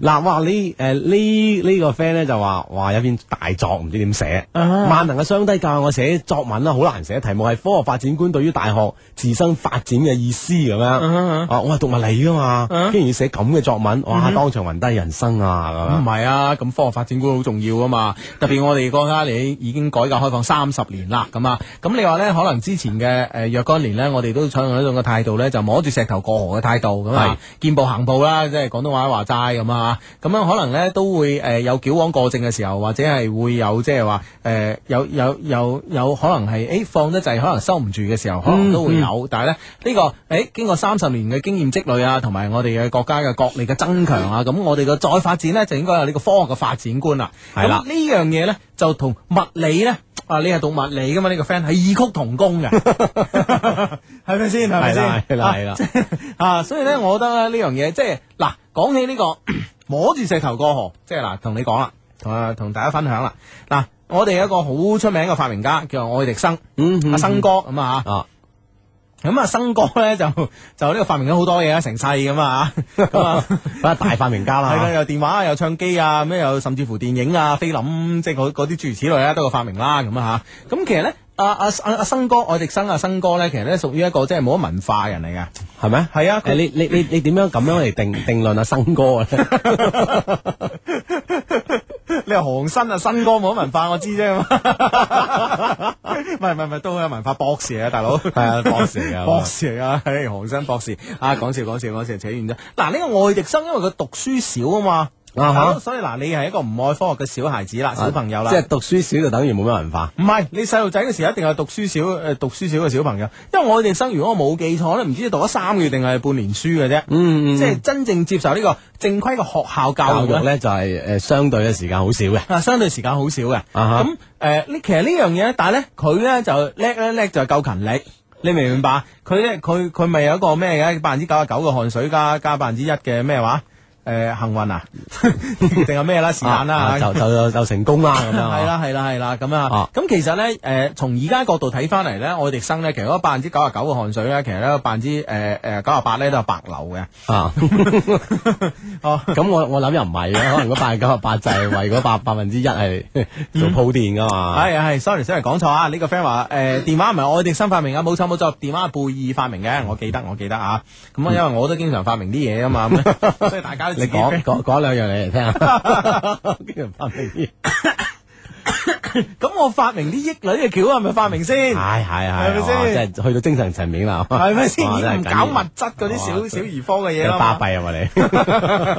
嗱，哇！呢诶呢呢個 friend 咧就話，哇有篇大作唔知點寫，
啊
萬能嘅雙低教我寫作文啦，好難寫。題目係科學發展觀對於大學自身發展嘅意思咁樣。
啊
啊，我係讀物理噶嘛，
啊嗯
竟然要寫咁嘅作文，哇！當場暈低人生啊咁樣。
唔係啊，咁科學發展觀好重要啊嘛，特別我哋國家你已經改革開放三十年啦，咁啊，咁你話咧，可能之前嘅誒若干年咧，我哋都採用一種嘅態度咧，就摸住石頭過河嘅態度咁啊，見步行步啦，即係廣東話話齋咁啊，咁樣可能咧都會誒、呃有矯枉過正嘅時候，或者係會有即係話誒有有有有可能係誒、欸放得滯，可能收唔住嘅時候，可
嗯
能都會有，但係咧呢、呢個誒、欸、經過三十年嘅經驗積累啊，同埋我哋嘅國家嘅國力嘅增強啊，咁我哋嘅再發展咧就應該有呢個科學嘅發展觀啦。
係啦
咁呢樣嘢咧就同物理咧。啊！你係讀物理噶嘛？呢、個 friend 係異曲同工嘅，係咪先？係
係
咪先
啦？係啦
啊
係啦。
啊，所以咧，我覺得咧呢樣嘢，即係嗱，講起呢、個摸住石頭過河，即係嗱，同你講啦，同啊同大家分享啦。嗱，我哋有一個好出名嘅發明家叫愛迪生，
嗯
阿生哥咁啊
啊，
咁啊生哥咧就就呢個發明咗好多嘢啊，成世咁啊，咁啊。
啊大發明家
係啦，
啦。
有電話啊，有唱機啊，咩有甚至乎電影啊、菲林，即係嗰嗰啲諸如此類啊，都有發明啦咁啊吓。咁其實咧，阿阿阿阿生哥，愛迪生啊，生哥咧，其實咧屬於一個即係冇乜文化人嚟嘅。
係咪？
係啊佢
誒你你你你點樣咁樣嚟定定論啊生哥啊？
你話韓新啊，新哥冇乜文化，我知啫 嘛。唔係唔係唔係，都好有文化博士啊，大佬。
係啊，博士 嚟㗎
博士嚟啊，唉，韓新博士啊，講笑講笑講笑，扯遠咗。嗱，呢個愛迪生因為佢讀書少啊啊嘛。
啊哈
大佬所以嗱，你係一個唔愛科學嘅小孩子啦，小朋友 啦，
即係讀書少就等於冇咩文化。
唔係，你細路仔嘅時候一定係讀書少，誒、讀書少嘅小朋友，因為我哋生如果我冇記錯咧，唔知讀咗三個月定係半年書嘅啫，
嗯
即係真正接受呢個正規嘅學校教
教
育
育
咧，
咧就係誒相對嘅時間好少嘅。
啊，相對時間好少嘅。
哈
咁誒、呢其實呢樣嘢咧，但係咧，佢咧就叻咧叻就係夠勤力。你明唔明白？佢咧，佢佢咪有一個咩嘅百分之九十九嘅汗水加加百分之一嘅咩話？誒、幸 運啊，定係咩啦？是但
啊
啦
啊，就就就就成功啦 咁樣啊。
系啦，系啦，系啦，咁
啊
啊，咁其實咧，诶，从而家角度睇翻嚟咧，愛迪生咧，其實嗰百分之九十九嘅汗水咧，其實咧百分之诶诶九十八咧都係白流嘅。
啊，
哦，
咁我我諗又唔係嘅，可能嗰百分之九十八就係為嗰百百分之一係做鋪墊噶嘛。
嗯係係 s o r r y sorry，講錯啊！呢個 friend 話 诶電話唔係愛迪生發明啊，冇錯冇錯，電話係貝爾發明
嗯
嘅，我記得我記得啊。咁啊，因為我都經常發明啲嘢啊嘛， 咁所以大家都
你
自己
講講講兩樣你嚟聽啊下，跟住發明 啲，
咁我發明啲益女嘅橋係咪發明先？
係係
係咪
係，哇
先
真係去到精神層面啦，
係咪先？
哇
已經唔
真係緊要
搞物質嗰啲
哇
小小兒科嘅嘢
你
啦嘛
巴。閉啊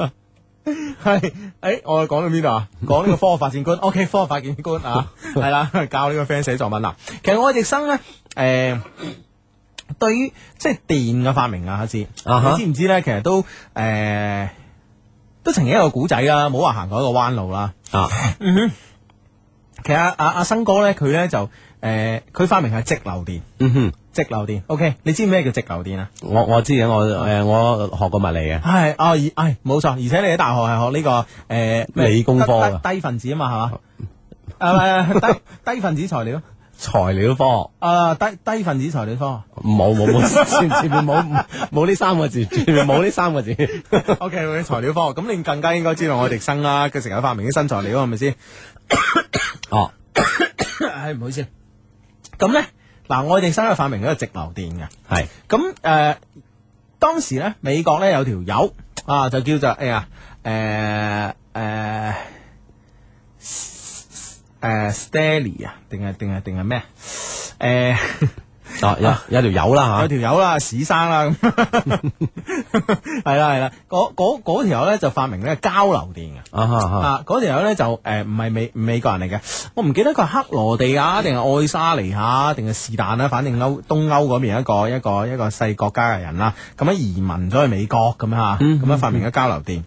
嘛你，
系，诶，哎我哋講到邊度啊？講呢個科學發展觀 o k 科學發展 觀啊，係啦，教呢個 friend 寫作文啦。其實愛迪生咧，诶、對於即係電嘅發明啊，知，
啊哈
你知唔知咧？其實都诶、誒都曾經有個古仔啦，冇話行過一個彎路啦。
啊
其實阿阿阿生哥咧，佢咧就诶，誒佢、發明係直流電，
嗯哼，
直流電。OK，你知唔知咩叫直流電啊？
我我知嘅，我誒我學過物理嘅，
系啊，而系冇錯，而且你喺大學係學呢、個个诶、咩
理工科㗎
低低分子啊嘛， 係嘛？诶、低 低分子材料，
材料科。
啊、低低分子材料科。
冇冇 冇，前前面冇冇呢三個字，前面冇呢三個字。
O K，材 料科，咁你更加應該知道愛迪生啦，佢成日發明啲新材料，係咪先？
哦，
唉，唔好意思。咁咧，嗱，愛迪生係發明咗個直流電嘅。
係
咁誒、呃，當時咧美國咧有條友啊，就叫做哎呀呃誒誒誒 Stanley 啊，定係定係定係咩啊？誒、
哦，有有條友啦
有
嚇，
條友啦，史生啦，咁係啦係啦，嗰嗰嗰條友咧就發明咧交流電嘅。
啊哈哈。
啊，嗰條友咧就誒唔係美美國人嚟嘅，我唔記得佢係克羅地亞定係愛沙尼亞定係是但啦，反正歐東歐嗰邊一個一個一個細國家嘅人啦，咁樣移民咗去美國咁樣嚇，
嗯
咁樣發明咗交流電。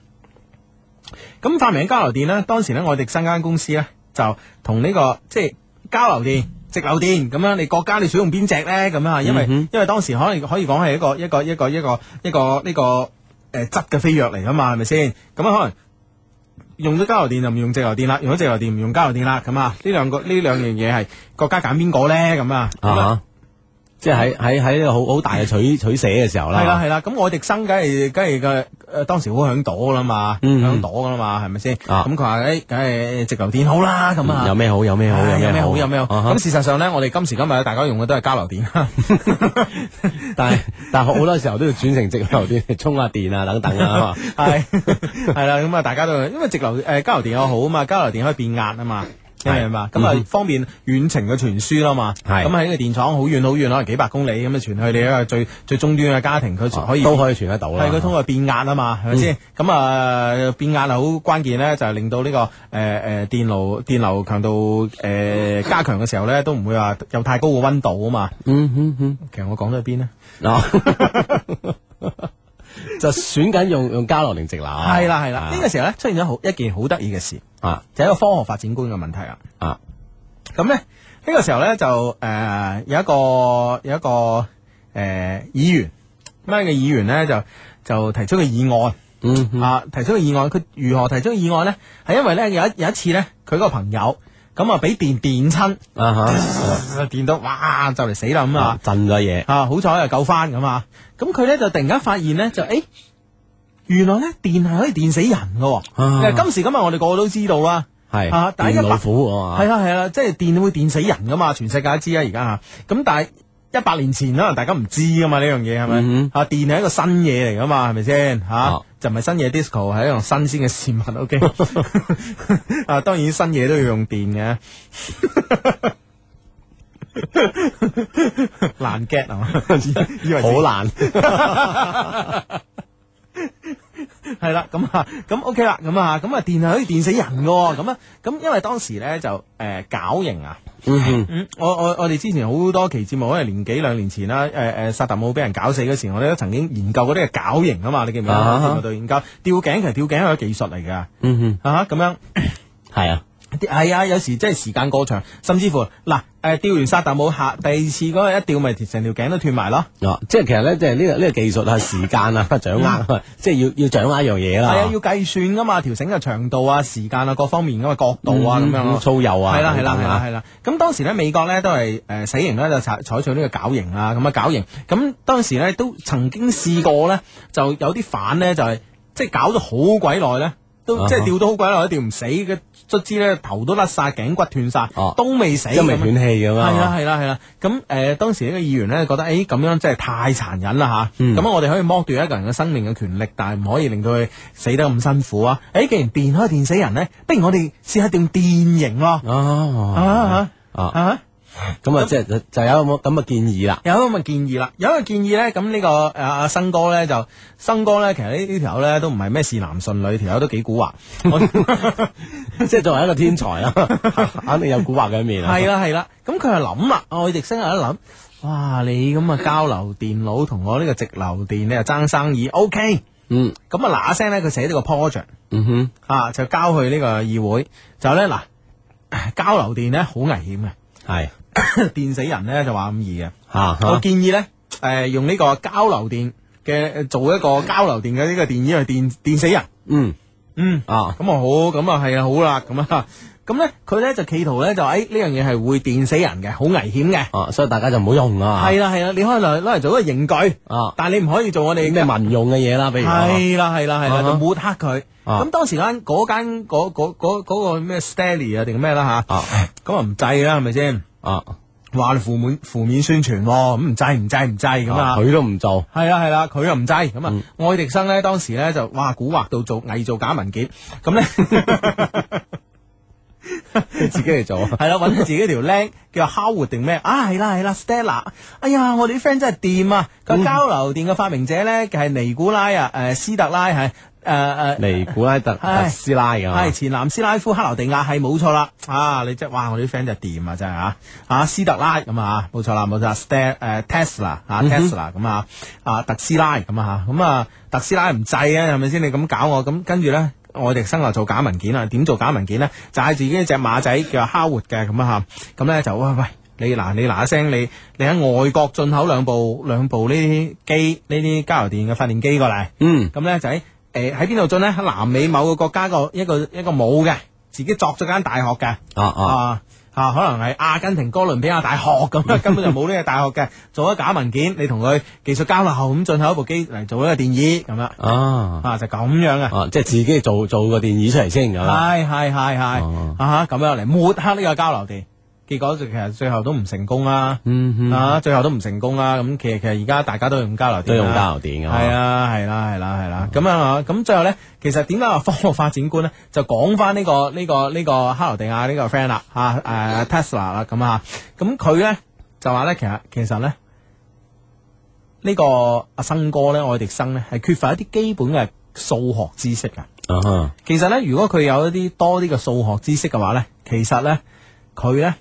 咁發明咗交流電咧，當時咧我哋新間公司咧就同呢、個即係交流電。直流電咁樣，你國家你想用邊只咧？咁啊，
嗯
因為、因為當時可能可以講係一個一個一個一個一個呢個誒呃質嘅飛躍嚟噶嘛，係咪先？咁啊，可能用咗交流電就唔用直流電啦，用咗直流電唔用交流電啦，咁啊，呢兩個呢兩樣嘢係國家揀邊個咧？咁啊，
啊哈！即係喺喺喺呢個好好大嘅取取捨嘅時候啦。
係啦係啦，咁愛迪生梗係梗係嘅誒當時好響朵啦嘛，
嗯
響朵噶啦嘛，係咪先？
啊
咁佢話誒，梗係直流電好啦，咁啊
有。咩好？有咩好？
唉
有咩
有咩
好？
好？有咩好？
啊哈
咁事實上咧，我哋今時今日大家用嘅都係交流電，
但系但系好多時候都要轉成直流電嚟充下電啊，等等啊。
係係啦。咁啊，大家都因為直流誒交流電又好啊嘛，交流電可以變壓啊嘛。明
係
唔明白？咁啊
嗯
方便遠程嘅傳輸啦嘛，
係
咁啊喺個電廠好遠好遠，可能幾百公里咁啊傳去你一個最最終端嘅家庭，佢可以
哦都可以傳得到啦。嗯
係佢通過變壓啊嘛，係咪先？咁啊變壓係好關鍵咧，就係令到呢個誒誒電流電流強度誒加強嘅時候咧，都唔會話有太高嘅温度啊嘛。
嗯嗯嗯，
其實我講咗喺邊呢？
嗱，就選緊用用交流定直流。
係啦係啦，
啊
呢個時候咧出現咗好一件好得意嘅事，
啊
就係一個科學發展觀嘅問題啦。
啊，
咁咧呢個時候咧就誒有一個有一個誒議員，咁樣嘅議員咧就就提出個議案。
嗯嗯
啊，提出個議案，佢如何提出個議案呢？係因為呢，有一有一次呢，佢個朋友咁啊俾電電親，
啊吓，
電到哇就嚟死啦咁啊！
震咗嘢。
啊，好彩又救翻咁啊！咁佢呢，就突然間發現呢，就誒、欸原來呢，電係可以電死人嘅喎、
啊
因為今時今日我哋個個都知道啦。
係
啊但係
電
一百
老虎啊嘛。
係啦係啦，即係電會電死人噶嘛，全世界都知啊而家吓。咁但係一百年前可啊能大家唔知噶嘛呢樣嘢係咪
嗯？
啊，電係一個新嘢嚟噶嘛，係咪先
啊
吓？就唔係新嘢 disco 係一樣新鮮嘅事物。O、k 啊，當然新嘢都要用電嘅。難 get 啊嘛，以為自己
好難。
系啦，咁啊，咁 OK 啦，咁啊，咁啊，電係可以電死人噶、喎。咁啊，咁因為當時咧就誒、呃、絞刑啊，
嗯
嗯，我我我哋之前好多期節目，可能年幾兩年前啦，誒、誒薩達姆俾人搞死嗰時，我哋都曾經研究嗰啲嘅絞刑啊嘛，你記唔記得？
啊哈
節目度研究吊頸，其實吊頸係一個技術嚟㗎，
嗯
啊咁樣。
嗯，係啊。
系啊，有時真係時間過長，甚至乎嗱，誒吊完薩達姆下第二次嗰個一吊，咪成條頸都斷埋咯。
啊，即係其實咧，即係呢個呢個技術啊、時間啊、 掌握啊，即係要要掌握一樣嘢
嗯
啦。
係啊，要計算噶嘛，條繩嘅長度啊、時間啊、各方面噶嘛、角度啊咁樣
嗯
咯。
粗幼啊，
係啦係
等
啦係
等
啦
啊
係啦。咁當時咧美國咧都係誒、呃死刑咧就採採取呢個絞刑啊，咁啊絞刑。咁當時咧都曾經試過咧，就有啲犯咧就係、即係搞咗好鬼耐咧。都
啊哈
即係吊到好鬼耐，都吊唔死嘅，卒之咧頭都甩晒，頸骨斷晒
哦，
都未死咁
因
樣。
為斷氣咁
係啦
啊，
係啦係啦，咁誒當時呢個議員咧覺得誒咁樣真係太殘忍啦吓，
嗯
咁我哋可以剝奪一個人嘅生命嘅權利，但係唔可以令到佢死得咁辛苦啊！誒，既然電可以電死人咧，不如我哋試下用電刑咯，
哦
啊
啊，
啊！
咁啊，即係就就有咁咁嘅建議 啦。
有咁嘅建議啦，有一個建議咧，咁呢、個阿阿、生哥咧就生哥咧，其實呢呢條友咧都唔係咩善男信女，條友都幾古惑。
即係作為一個天才啊， 肯定有蠱惑嘅一面啊。
係啦係啦，咁佢就諗啦，愛迪生又一諗，哇！你咁嘅交流電腦同我呢個直流電，你又爭生意，OK。
嗯
咁啊嗱一聲咧，佢寫咗個 project
嗯哼，
啊，就交去呢個議會，就咧嗱交流電咧好危險
係
嘅， 電死人咧就話咁易嘅。
啊
我
嚇
建議咧，誒、用呢個交流電嘅做一個交流電嘅呢個電椅去電電死人。
嗯
嗯，
啊
咁啊好，咁啊係啊好啦，咁啊。咁咧，佢咧就企圖咧就哎誒呢樣嘢係會電死人嘅，好危險嘅。
啊，所以大家就唔好用啊。
係啦係啦，你可以攞攞嚟做一個刑具，
啊，
但係你唔可以做我哋
咩民用嘅嘢啦，比如啊
系啦系啦系
啊哈
啦，就抹黑佢。
啊
咁當時間嗰間嗰嗰嗰嗰個咩 Stanley 啊定咩啦吓，
啊
咁啊唔制啦係咪先？
啊，
話你負面負面宣傳喎，咁唔制唔制唔制咁
啊
啊！
佢都唔做。
係啊啦係啦，佢又唔制咁啊
嗯！
愛迪生咧當時咧就哇古惑到做偽造假文件，咁咧
自己嚟做啊
係啦，揾自己條僆叫哈活定咩啊？係啦係啦，Stella，哎呀，我哋啲 friend 真係掂啊！
嗯
個交流電嘅發明者咧係尼古拉啊，誒斯特拉係誒誒。
尼古拉特
係
特斯拉啊㗎嘛
系前南斯拉夫克羅地亞係冇錯啦，啊你真係哇我啲 friend 就掂啊真係啊，啊斯特拉咁啊冇錯啦冇錯啦，Ste 誒 Tesla 啊 Tesla 咁啊啊特斯拉咁啊咁啊特斯拉唔制啊係咪先你咁搞我咁跟住咧。我哋生就做假文件啊，點做假文件咧？就係自己一隻馬仔叫哈活嘅咁啊嚇，咁咧就喂喂，你嗱你嗱一聲，你你喺外國進口兩部兩部呢啲機呢啲交流電嘅發電機過嚟，
嗯
咁咧就喺誒喺邊度進咧？喺南美某個國家個一個一個冇嘅，自己作咗間大學嘅
啊啊
啊嚇，啊，可能係阿根廷哥倫比亞大學咁， 根本就冇呢個大學嘅，做咗假文件，你同佢技術交流咁進口一部機嚟做呢個電椅咁樣
啊
啊，就咁樣嘅。
啊，即係自己做做個電椅出嚟先咁啊。
係係係係
哦
啊咁樣嚟抹黑呢個交流地，結果就其實最後都唔成功啦。
嗯哼，
啊，最後都唔成功啦。咁其實其實而家大家都用交流電，
都用交流電㗎
係啊，係啦，係啦，係啦。咁啊，咁最後咧，其實點解話科學發展觀咧，就講翻呢個呢個呢個克羅地亞呢個 friend 啦，嚇誒 Tesla 啦，咁啊，咁佢咧就話咧，其實其實咧呢個阿生哥咧，愛迪生咧係缺乏一啲基本嘅數學知識啊。
啊哈，
其實咧，如果佢有一啲多啲嘅數學知識嘅話咧，其實咧佢咧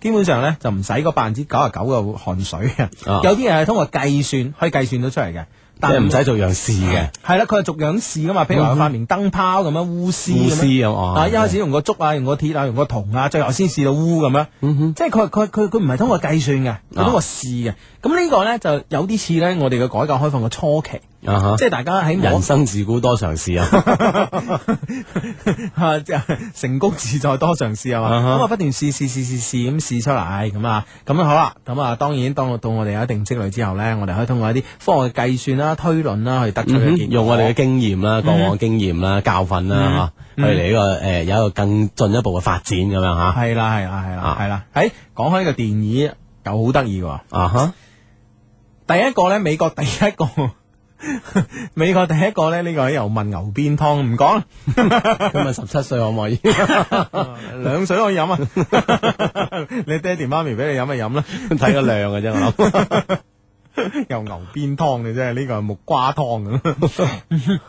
基本上咧就唔使嗰百分之九十九嘅汗水嘅，
啊
有啲人係通過計算可以計算到出嚟嘅，
即
但
係唔啊使做樣試嘅，
係啦，佢係逐樣試噶嘛，譬如話佢發明燈泡咁樣鎢絲
護
咁
師
樣。
咁啊。
啊！一開始用個竹啊，用個鐵啊，用個銅啊，最後先試到烏咁樣，
嗯
即係佢佢佢佢唔係通過計算嘅，
啊
佢通過試嘅。咁呢個咧就有啲似咧我哋嘅改革開放嘅初期，
啊哈
即係大家喺摸
人生自古多嘗試 啊，
啊，即係成功自在多嘗試係嘛，
啊哈
咁啊不斷試試試試試咁試出嚟，咁啊，咁好啦，咁啊當然當到我哋有一定積累之後咧，我哋可以通過一啲科學嘅計算啦、推論啦去得出嘅
嗯
結
哼用我哋嘅經驗啦、過往嘅經驗啦、教訓啦嚇，
嗯
去嚟呢個誒有一個更進一步嘅發展咁樣 嚇。
係啦係啦係啦
啊
係啦，喺講開呢個電椅又好得意喎，
啊哈，
第一個咧美國第一個。美國第一個咧，呢、個又問牛鞭湯唔講啦，
今啊日十七歲可唔可以？
兩水可以飲啊！你爹哋媽咪俾你飲咪飲啦。
睇個量嘅啫，我諗。
又牛鞭湯嘅啫，呢個係木瓜 湯咁。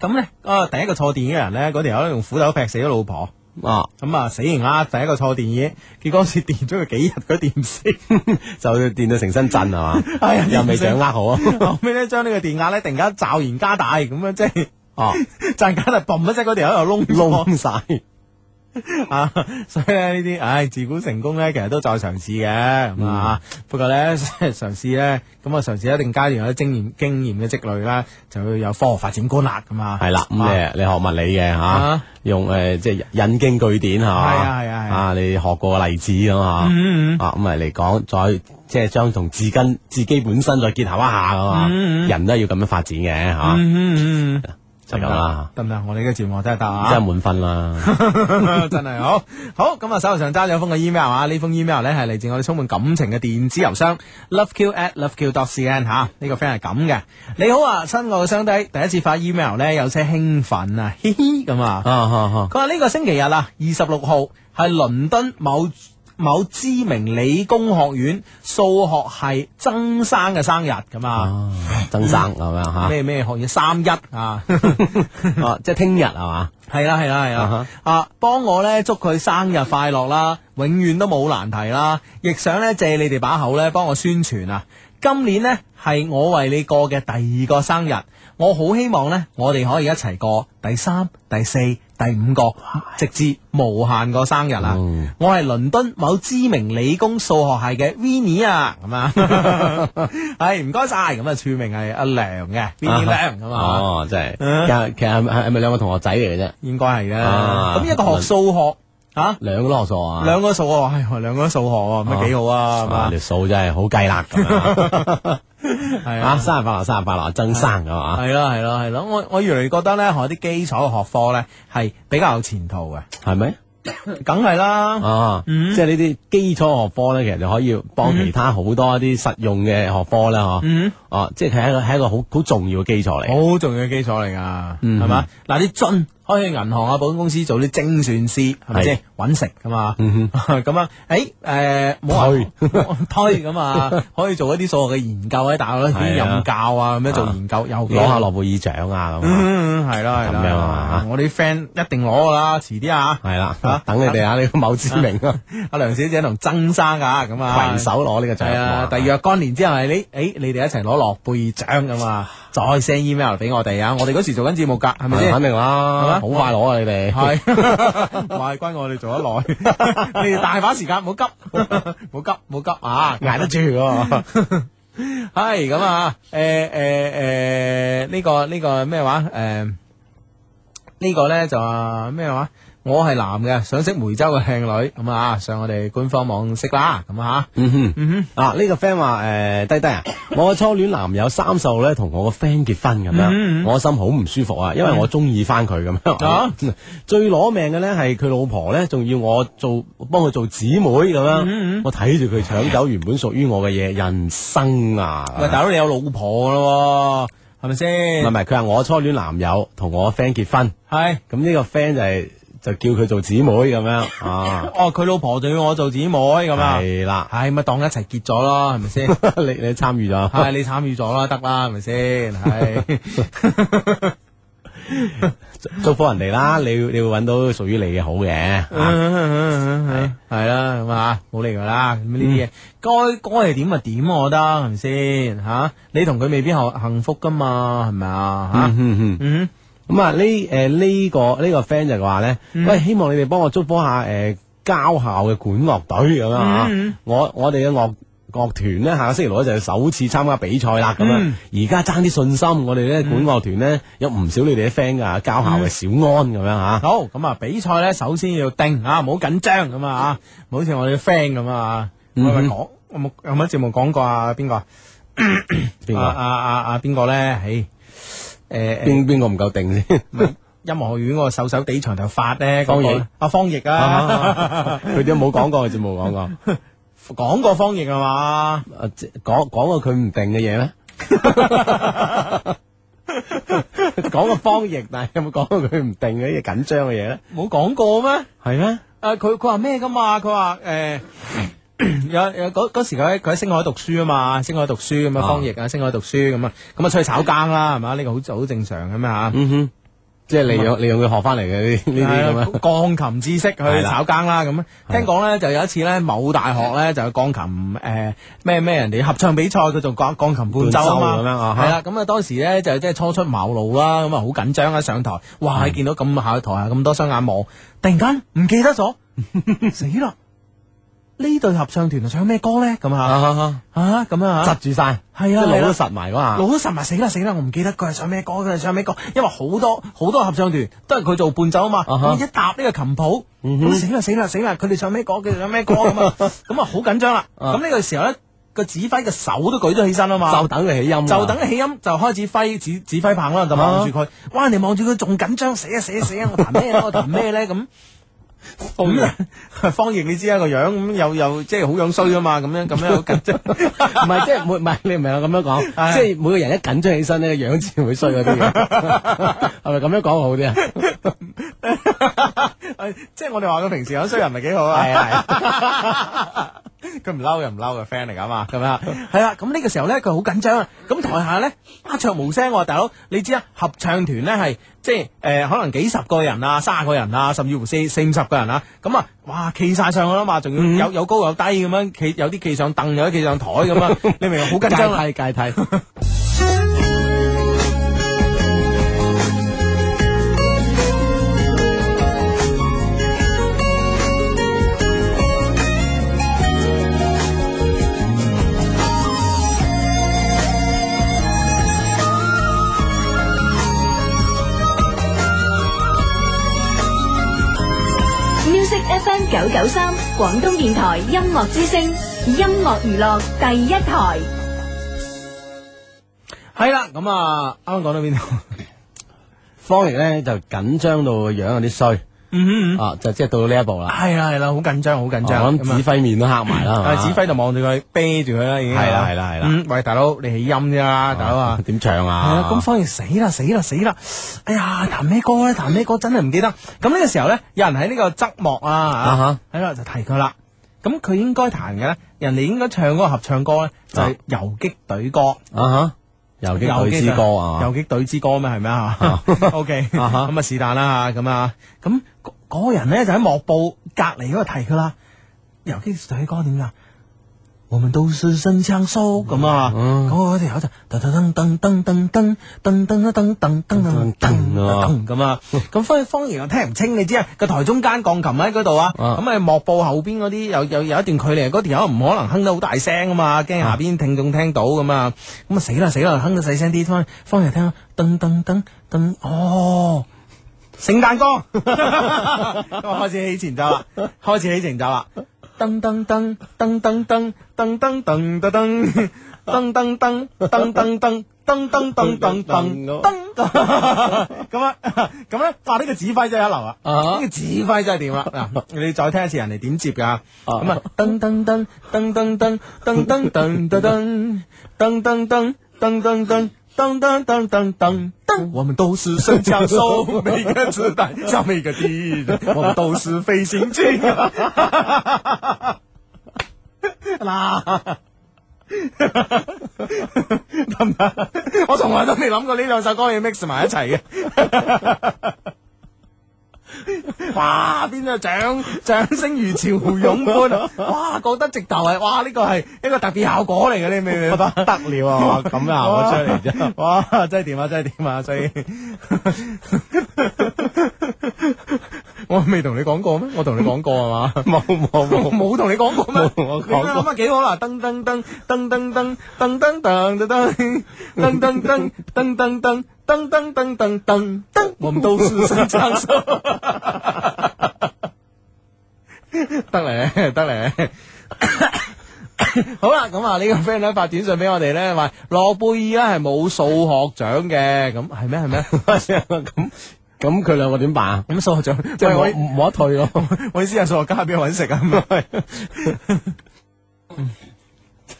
咁咧，啊，第一個坐電椅嘅人咧，嗰條友咧用斧頭劈死咗老婆，
啊，
咁啊死刑啦！第一個坐電椅，結果好似電咗佢幾日，佢 電唔死，
就電到成身震係嘛？
哎呀
又未掌握 好啊。
後尾咧將呢個電壓咧突然間驟然加大，咁樣即係
哦，
陣間就嘣一聲，嗰條友又窿咗
窿晒。
啊！ 所以咧呢啲，唉，自古成功咧，其實都在嘗試嘅，咁啊，
嗯
不過咧 嘗試咧，咁啊嘗試一定階段有啲經驗經驗嘅積累啦，就會有科學發展觀啦，咁啊，
係啦，咁
啊
你你學物理嘅吓
啊，
用誒即係引經據典係嘛？
係啊係啊係啊
啊，你學過例子咁啊
嗯嗯嗯
啊咁咪嚟講，再即係將同自根自己本身再結合一下噶嘛，
嗯嗯
人都係要咁樣發展嘅吓，
嗯嗯嗯，
啊就係咁啦，
得唔啊得？我哋嘅節目真係得
真係
啊，
滿分啦，
真係好好咁啊！手頭上揸咗封嘅 email 啊，呢封 email 咧係嚟自我哋充滿感情嘅電子郵箱 loveq at loveq dot cn 吓，呢個 friend 係咁嘅。你好啊，親愛嘅雙低，第一次發 email 咧有些興奮啊，嘻嘻咁啊。
啊啊啊
佢話呢個星期日啊，二十六號係倫敦某某知名理工學院數學系曾生嘅生日咁啊，
啊，曾生咁樣吓
咩咩學院三一啊。，
啊即係聽日係嘛？
系啦系啦系啦，啊，幫我咧祝佢生日快樂啦，永遠都冇難題啦，亦想咧借你哋把口咧幫我宣傳啊！今年呢，係我為你過嘅第二個生日，我好希望呢，我哋可以一齊過第三、第四、第五個，直至無限個生日啦！
嗯
我係倫敦某知名理工數學系嘅 Vinny 啊，咁啊， 係唔該晒，咁啊，署名係阿梁嘅 Vinny 梁咁啊。
哦，真係，
嗯
其實其實係咪係咪兩個同學仔嚟嘅啫？
應該係嘅。
啊
咁一個學數學啊，
兩個都學數啊？
兩個數學係兩個數學喎，咁啊幾好啊，
啊
係嘛
條？數真係好計啦咁樣。
係
啊，
啊。
生日快樂，生日快樂，曾生噶嘛？
係啦，係啦，係啦，我我越嚟越覺得咧，學啲基礎嘅學科咧係比較有前途嘅，
係咪？
梗係啦，
啊，
嗯
即係呢啲基礎學科咧，其實就可以幫其他好多一啲實用嘅學科啦，嗬。
嗯，
哦，即係佢係一個係一個好好重要嘅基礎嚟。
好重要嘅基礎嚟㗎，
嗯
係嘛？嗱，你進可以去銀行啊、保險公司做啲精算師，係咪
係
先揾食㗎嘛？
嗯
咁啊，誒誒冇人 推咁啊，可以做一啲數學嘅研究喺大學咧，啲
係啊
任教啊咁樣做研究，又
哼，攞下諾貝爾獎啊咁啊，
嗯，系啦，系
咁樣
啦
啊，
我啲 friend 一定攞噶啦，遲啲啊，
係
啊
啦，等你哋啊，呢個某知名啊，
阿梁小姐同曾生啊，咁啊，
攜手攞呢個
系
獎。
啊，
哇
第若干年之後係你，诶，你哋一齊攞諾貝爾獎咁啊，再 send email 俾我哋啊，我哋嗰時做緊節目㗎，係咪
係
先
啊肯？定啦，
係嘛
好快攞啊你哋。
系， 唔係關我哋做得耐， 你哋大把時間，唔好急，唔好急，唔好急啊！
捱得住喎，
系咁啊，诶诶诶，呢、個呢、個咩話？诶、呢、個咧就話咩話？我係男嘅，想識梅州嘅靚女，咁啊上我哋官方網識啦，咁啊
嗯哼，嗯哼，啊呢、個 friend 話誒低低 啊，我嘅初戀男友三十號咧同我個 friend 結婚咁
嗯
樣，我心好唔舒服啊，因為我中意翻佢咁樣。
啊
最攞命嘅咧係佢老婆咧，仲要我做幫佢做姊妹咁樣，
嗯
我睇住佢搶走原本屬於我嘅嘢，人生啊！
喂大佬你有老婆咯喎，係咪
唔係唔
先？
係，佢話我初戀男友同我 friend 結婚，
係。
咁呢個 friend 就係、就叫佢做姊妹咁樣 啊，
哦，佢老婆仲要我做姊妹咁啊，
係啦，
係咪當一齊結咗咯？係咪先？
你你參與 咗。
係你參與咗啦，得啦，係咪先？係
祝福人哋啦，
嗯
你要你會揾到屬於你嘅好嘅。啊
係啦，咁啊，冇理佢啦。咁呢啲嘢，該該係點就點，我覺得係咪先？吓，你同佢未必幸幸福噶嘛，係咪啊？吓，
嗯嗯
嗯，
咁啊呢誒呢個呢個 friend 就話咧，
嗯
喂，希望你哋幫我祝福下誒交校嘅管樂隊咁樣啊
嗯。
我我哋嘅樂樂團咧，下個星期六咧就首次參加比賽啦，咁
嗯
樣而家爭啲信心，我哋咧管樂團咧有唔少你哋啲 friend 噶，交校嘅小安咁樣嚇。
好，咁啊，比賽咧，首先要定啊，唔好緊張咁啊，唔好似我哋啲 friend 咁啊。我咪講，我冇有冇節目講過啊？邊個啊？
邊個
啊啊啊啊！邊個咧？唉，誒誒
邊邊個唔夠定先？
音樂學院嗰個手手地長頭髮咧，
方
嗰個
奕
啊方奕啊，
佢都冇講過，佢節目冇講過。
講過方奕啊嘛，
啊即講講過佢唔定嘅嘢咩？講個方譯，但係有冇講過佢唔定嘅嘢緊張嘅嘢咧？
冇講過咩？
係咩？
啊，佢佢話咩噶嘛？佢話誒。 有有嗰嗰時佢喺佢喺星海讀書啊嘛，星海讀書咁啊，
啊
方奕啊，星海讀書咁啊，咁啊出去炒更啦，係嘛？呢個好好正常咁啊
嗯哼，即係利用利用佢學翻嚟嘅呢
嚇，
呢啲咁
係
樣。
啊鋼琴知識去
係啦
炒更啦咁啊。聽講咧就有一次咧，某大學咧就有鋼琴誒咩咩人哋合唱比賽，佢仲講鋼琴伴奏啊嘛
伴奏咁樣啊哈
係啦，咁啊當時咧就即係初出茅廬啦，咁啊好緊張啊上台，
嗯
哇！見到咁下台下咁多雙眼望，突然間唔記 得咗，死啦！呢隊合唱團係唱咩歌咧？咁啊
啊，
啊咁啊
窒住晒，
係
即
啊
係腦
係啦
都實埋嗰下。
老神埋死啦死啦！我唔記得佢係唱咩歌，佢係唱咩歌，因為好多好多合唱團都係佢做伴奏啊嘛。
啊哈嗯
我一搭呢個琴譜，咁死啦死啦死啦！佢哋唱咩歌，佢哋唱咩歌 咁啊，咁啊好緊張啦。
啊
咁呢個時候咧，個指揮嘅手都舉咗起身啊嘛
就。等佢起音啊，啊
就等起音就開始揮指指揮棒啦，就啊望住佢，哇！人哋望住佢仲緊張，死啊死啊死啊！我彈 咩咧？我彈咩咧？咁咁啊， 方盈你知啊個樣咁又又即係好樣衰啊嘛，咁樣咁樣好緊張。
唔係即係每唔 係你唔係我咁樣講，
係
即係每個人一緊張起身咧，樣子會衰嗰 啲嘅，係咪咁樣講好啲啊？
誒哎即係我哋話佢平時有衰人唔係幾好啊，
係啊
佢唔嬲又唔嬲嘅 friend 嚟噶嘛，咁樣係啦。咁呢個時候咧，佢好緊張啊。咁台下咧鴉雀無聲喎，大佬你知啊，合唱團咧係即係誒、呃可能幾十個人啊、卅個人啊，甚至乎四四五十個人啊。咁啊，哇，企晒上去啦嘛，仲
嗯
要有有高有低咁樣，企有啲企上凳，有啲企上台咁樣， 你明唔明？好緊張啊啦。
戒替戒替。
Music FM 九九三，廣東電台音樂之聲，音樂娛樂第一台。
係啦，咁啊，啱啱講到邊度？
方亦咧就緊張到個樣有啲衰，
嗯
啊，就即係到呢一步啦。
係啦係啦，好緊張，好緊張。
我諗
咁啊
指揮面都黑埋啦，係嘛
啊！指揮就望住佢，啤住佢啦，已經
係啦係啦係啦
嗯喂，大佬，你起音啫啦，大佬啊！
點唱
係啊
啊？，
咁方然死啦死啦死啦！哎呀，彈咩歌咧？彈咩歌真係唔記得。咁呢個時候咧，有人喺呢個側幕啊
啊
啊
哈，
喺度就提佢啦。咁佢應該彈嘅咧，人哋應該唱嗰個合唱歌咧，就係遊擊隊歌。
啊吓，游擊隊之歌啊
游
嘛，
擊隊之歌咩係咩啊？OK，
啊哈
咁啊是但啦嚇，咁啊，咁嗰嗰個人咧就喺幕布隔離嗰個提佢啦。游擊隊歌點噶？我們都是神槍手咁啊，嗰條友就噔噔噔噔噔噔噔噔噔噔噔噔噔噔咁 啊，咁方方言又聽唔清，你知啊個台中間鋼琴喺嗰度啊，咁啊幕布後邊嗰啲有有有一段距離，嗰條友唔可能哼得好大聲啊嘛，驚下邊聽眾聽到咁啊，咁啊啊死啦死啦，哼得細聲啲，方方言聽噔噔噔噔，哦。聖誕歌， 我開始起前奏啦，開始起前奏啦，噔噔噔噔噔噔噔噔噔噔噔噔噔噔噔噔噔。噔噔噔噔噔噔，咁啊咁咧，哇！呢個指揮真係一流啊！呢個指揮真係掂啦！嗱，你再聽一次人哋點接㗎？咁啊，噔噔噔噔噔噔噔噔噔噔噔噔噔噔噔噔噔。噔噔噔噔噔噔，我们都是神枪手，每个子弹消灭一个敌人，我们都是飞行器。嗱，得唔得？我從來都未諗過呢兩首歌要 mix 埋一齊嘅。 哇！邊個掌掌聲如潮湧般啊！哇，覺得直頭係哇，呢個係一個特別效果嚟嘅，你明唔明 白？
得了啊！咁啊，我出嚟啫。
啫！ 哇，真係掂啊，真係掂啊！所以 我未同你講過咩？我同你講過係嘛？
冇冇
我 冇同你講過咩？
冇我講過
你諗下幾好啦！噔噔噔噔噔噔噔噔噔噔噔噔噔噔噔噔噔噔噔噔噔噔噔，我們都是神槍手。 得嚟，得嚟。 好啦，咁啊，呢個 friend 咧發短信俾我哋咧，話諾貝爾咧係冇數學獎嘅，咁係咩係咩？
咁 咁佢兩個點辦啊？
咁數學獎
即
即
係
係
冇
我
冇得退咯。
我意思係數學家喺邊度揾食啊？唔係。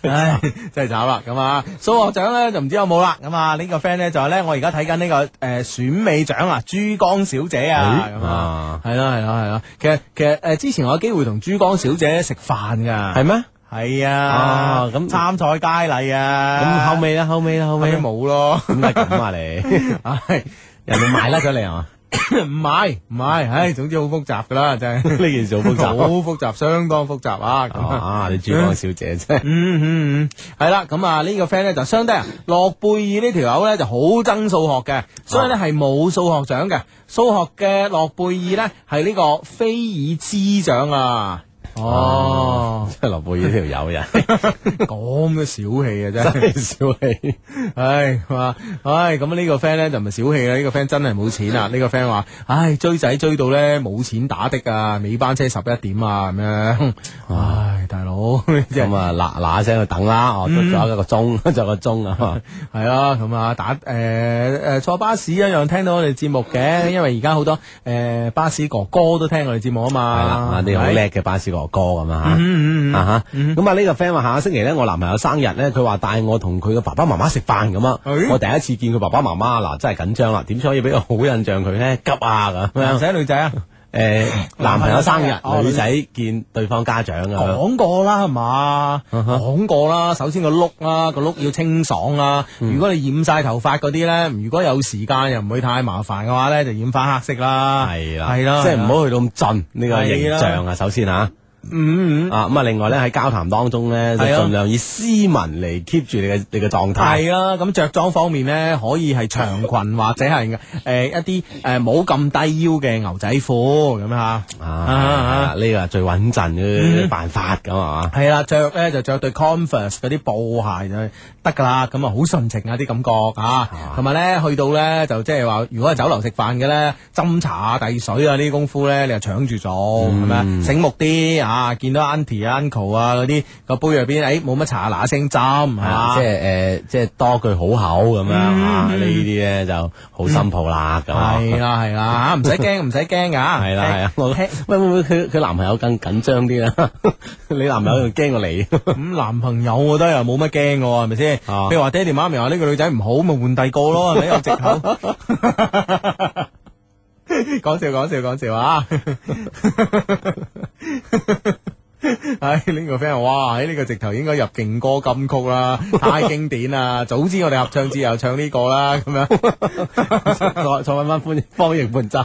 唉，真系慘啦！咁啊，數學獎咧就唔知有冇啦。咁啊，呢個 friend 咧就係咧，我而家睇緊呢個诶選美獎啊，珠江小姐啊，
咦
咁啊，係啦係啦係啦。其實其實诶，之前我有機會同珠江小姐食飯㗎，
係咩？
系
啊
啊，
咁
咁參賽佳麗啊，
咁後尾啦，後尾啦，後
後
尾
尾 冇咯，
咁係咁 啊你，
唉，
人哋賣甩咗你啊？
唔買唔買，唉，總之好複雜噶啦，真係
嗯 呢件事好複
好
雜。
複雜，相當複雜啊！咁啊
啊！你珠江小姐啫，
嗯嗯嗯，系啦，咁啊呢個 friend 咧就相低啊，諾貝爾呢條友咧就好憎數學嘅，所以
啊
咧係冇數學獎嘅，數學嘅諾貝爾咧係呢個菲爾茲獎啊。哦，
即係羅貝爾呢條 友人
咁嘅小氣啊，真係。
真係小氣。
唉，哇！唉，咁呢個 friend 咧就唔係小氣啦，呢、個 friend 真係冇錢 啊！呢、個 friend 話：，唉，追仔追到咧冇錢打的啊，尾班車十一點 啊，咁樣。唉，大佬，即係
咁啊嗱嗱聲去等啦，哦，
嗯
都仲有一個鐘， 仲有個鐘啊。
係啊，咁啊打誒誒、呃坐巴士一樣聽到我哋節目嘅，因為而家好多誒、呃巴士哥哥都聽我哋節目啊
係啦，
嘛。
啊啲好叻嘅巴士哥哥咁啊嚇。
嗯。嗯嗯嗯
啊哈，咁啊呢個 friend 話下個星期咧，我男朋友生日咧，佢話帶我同佢嘅爸爸媽媽食飯咁啊
哎。
我第一次見佢爸爸媽媽，嗱真係緊張啦，點先可以俾個好印象佢咧？急啊咁
男
樣。
仔女仔啊，
誒，男朋友生日，
哦
女仔見對方家長啊。
講過啦係嘛，
嗯
講過啦。首先個碌啦，個碌要清爽啦。
嗯
如果你染晒頭髮嗰啲咧，如果有時間又唔會太麻煩嘅話咧，就染翻黑色啦。
係啦，
係啦，
即係唔
係啦。
好去到咁盡呢個形象啊。首先嚇，啊
嗯嗯，
咁啊，另外咧喺交談當中咧，就
係啊
盡量以斯文嚟 keep 住你嘅你嘅狀態。
係啦。咁着裝方面咧，可以係長裙或者係誒一啲誒冇咁低腰嘅牛仔褲咁嚇。
啊，呢個係最穩陣嘅
嗯
辦法咁啊。
係啦，着咧就着對 Converse 嗰啲布鞋就得㗎啦，咁啊好純情啊啲感覺啊，同埋咧去到咧就即係話，如果係酒樓食飯嘅咧，斟茶啊、遞水啊呢啲功夫咧，你就搶住做，
嗯
係咪、醒目啲啊，見到 auntie 啊 uncle 啊嗰啲個杯入邊，哎誒冇乜茶嗱嗱聲斟，係
啊
嘛
即？係誒，即係多句好口咁樣啊，
嗯
呢啲咧就好心抱啦咁啊。
係啦係啦嚇，唔使驚唔使驚 㗎，
係
係
啦係啊，我
聽
喂會唔會佢佢男朋友更 緊張啲啊？你男朋友仲驚過你？
咁男朋友我覺得又冇乜驚嘅喎，係咪先？
啊
譬如話爹哋媽咪話呢個女仔唔好，咪換第個咯，係咪有藉口？ 講笑講笑講笑啊！ 唉，呢、個 friend 話哇，喺呢個直頭應該入勁歌金曲啦，太經典啦！早知我哋合唱節又唱呢個啦，咁樣。
再 再揾翻歡方形伴奏。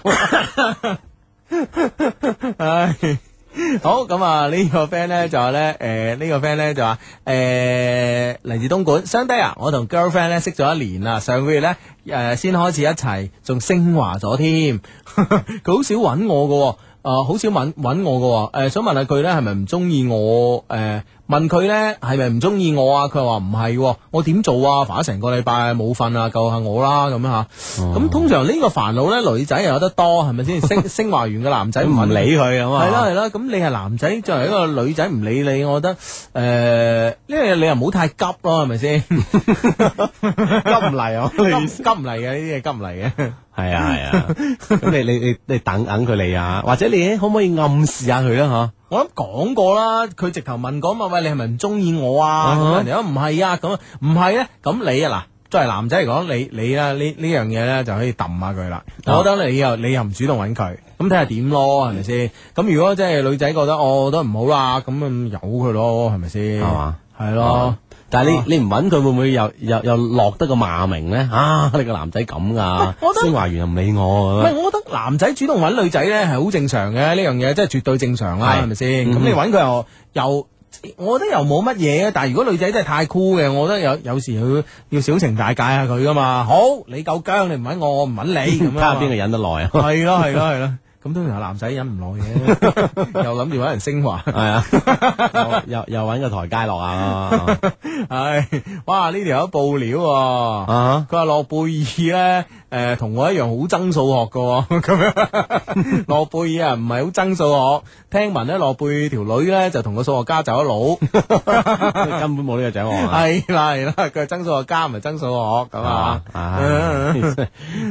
唉，好咁啊！呢個 friend 咧就話咧，誒呢個 friend 咧就話，誒嚟自東莞，相低啊！我同 girlfriend 咧識咗一年啦，上個月咧誒先開始一齊，仲升華咗添。 佢好少揾我嘅喎，啊好少揾揾我嘅喎，誒想問下佢咧係咪唔中意我誒？問佢咧係咪唔中意我啊？佢話唔係喎，我點做啊？煩咗成個禮拜冇瞓啊，救下我啦咁吓。咁通常呢個煩惱咧，女仔又有得多，係咪先？升 升華完嘅男仔
唔
搵
理佢咁啊
係啦係啦，咁你係男仔作為一個女仔唔理你，我覺得诶，呢樣嘢你又唔好太急咯，係 咪先？急唔嚟啊！急急唔嚟嘅呢啲嘢，急唔嚟嘅。
系啊系啊，咁你你你你等等佢嚟啊，或者你可唔可以暗示下佢啦
我諗講過啦，佢直頭問講嘛，喂，你係咪唔中意我啊？
啊哈
咁人哋話唔係啊，咁啊唔係咧，咁你啊嗱，作為男仔嚟講，你你啊呢呢樣嘢咧就可以揼下佢啦。
啊
我覺得你又你又唔主動揾佢，咁睇下點咯，係咪先？咁如果即係女仔覺得哦我覺得唔好啦，咁咪由佢咯，係咪先？
係嘛？
係
吓？
咯，，
但系
啊
你你唔揾佢會唔會又又又落得個罵名咧？啊，你個男仔咁噶
喂我覺，得
升華完又唔理
唔
我咁
係
樣。
我覺得男仔主動揾女仔咧係好正常嘅呢樣嘢，真係絕對正常啦，
係
係咪先？咁
嗯
你揾佢又又。我覺得又冇乜嘢，但係如果女仔真係太酷嘅，我覺得有有時佢要小懲大戒下佢噶嘛。好，你夠僵，你唔揾我，我 唔揾你咁樣
睇
嘛。
下邊個忍得耐 啊？
係咯係咯係咯，咁當然係男仔忍唔耐 嘅，又諗住揾人升華。
係啊，又又又揾個台階落啊！
唉，哇！呢條友報料喎，
啊
佢話諾貝爾咧，诶、同我一樣好憎數學噶， 咁樣諾貝爾啊，唔係好憎數學。聽聞咧，諾貝爾條女咧就同個數學家走咗佬，
Ờ. 根本冇呢個獎項啊！
係啦係啦，佢係憎數學家，唔係憎數學咁
Ờ.
啊。
啊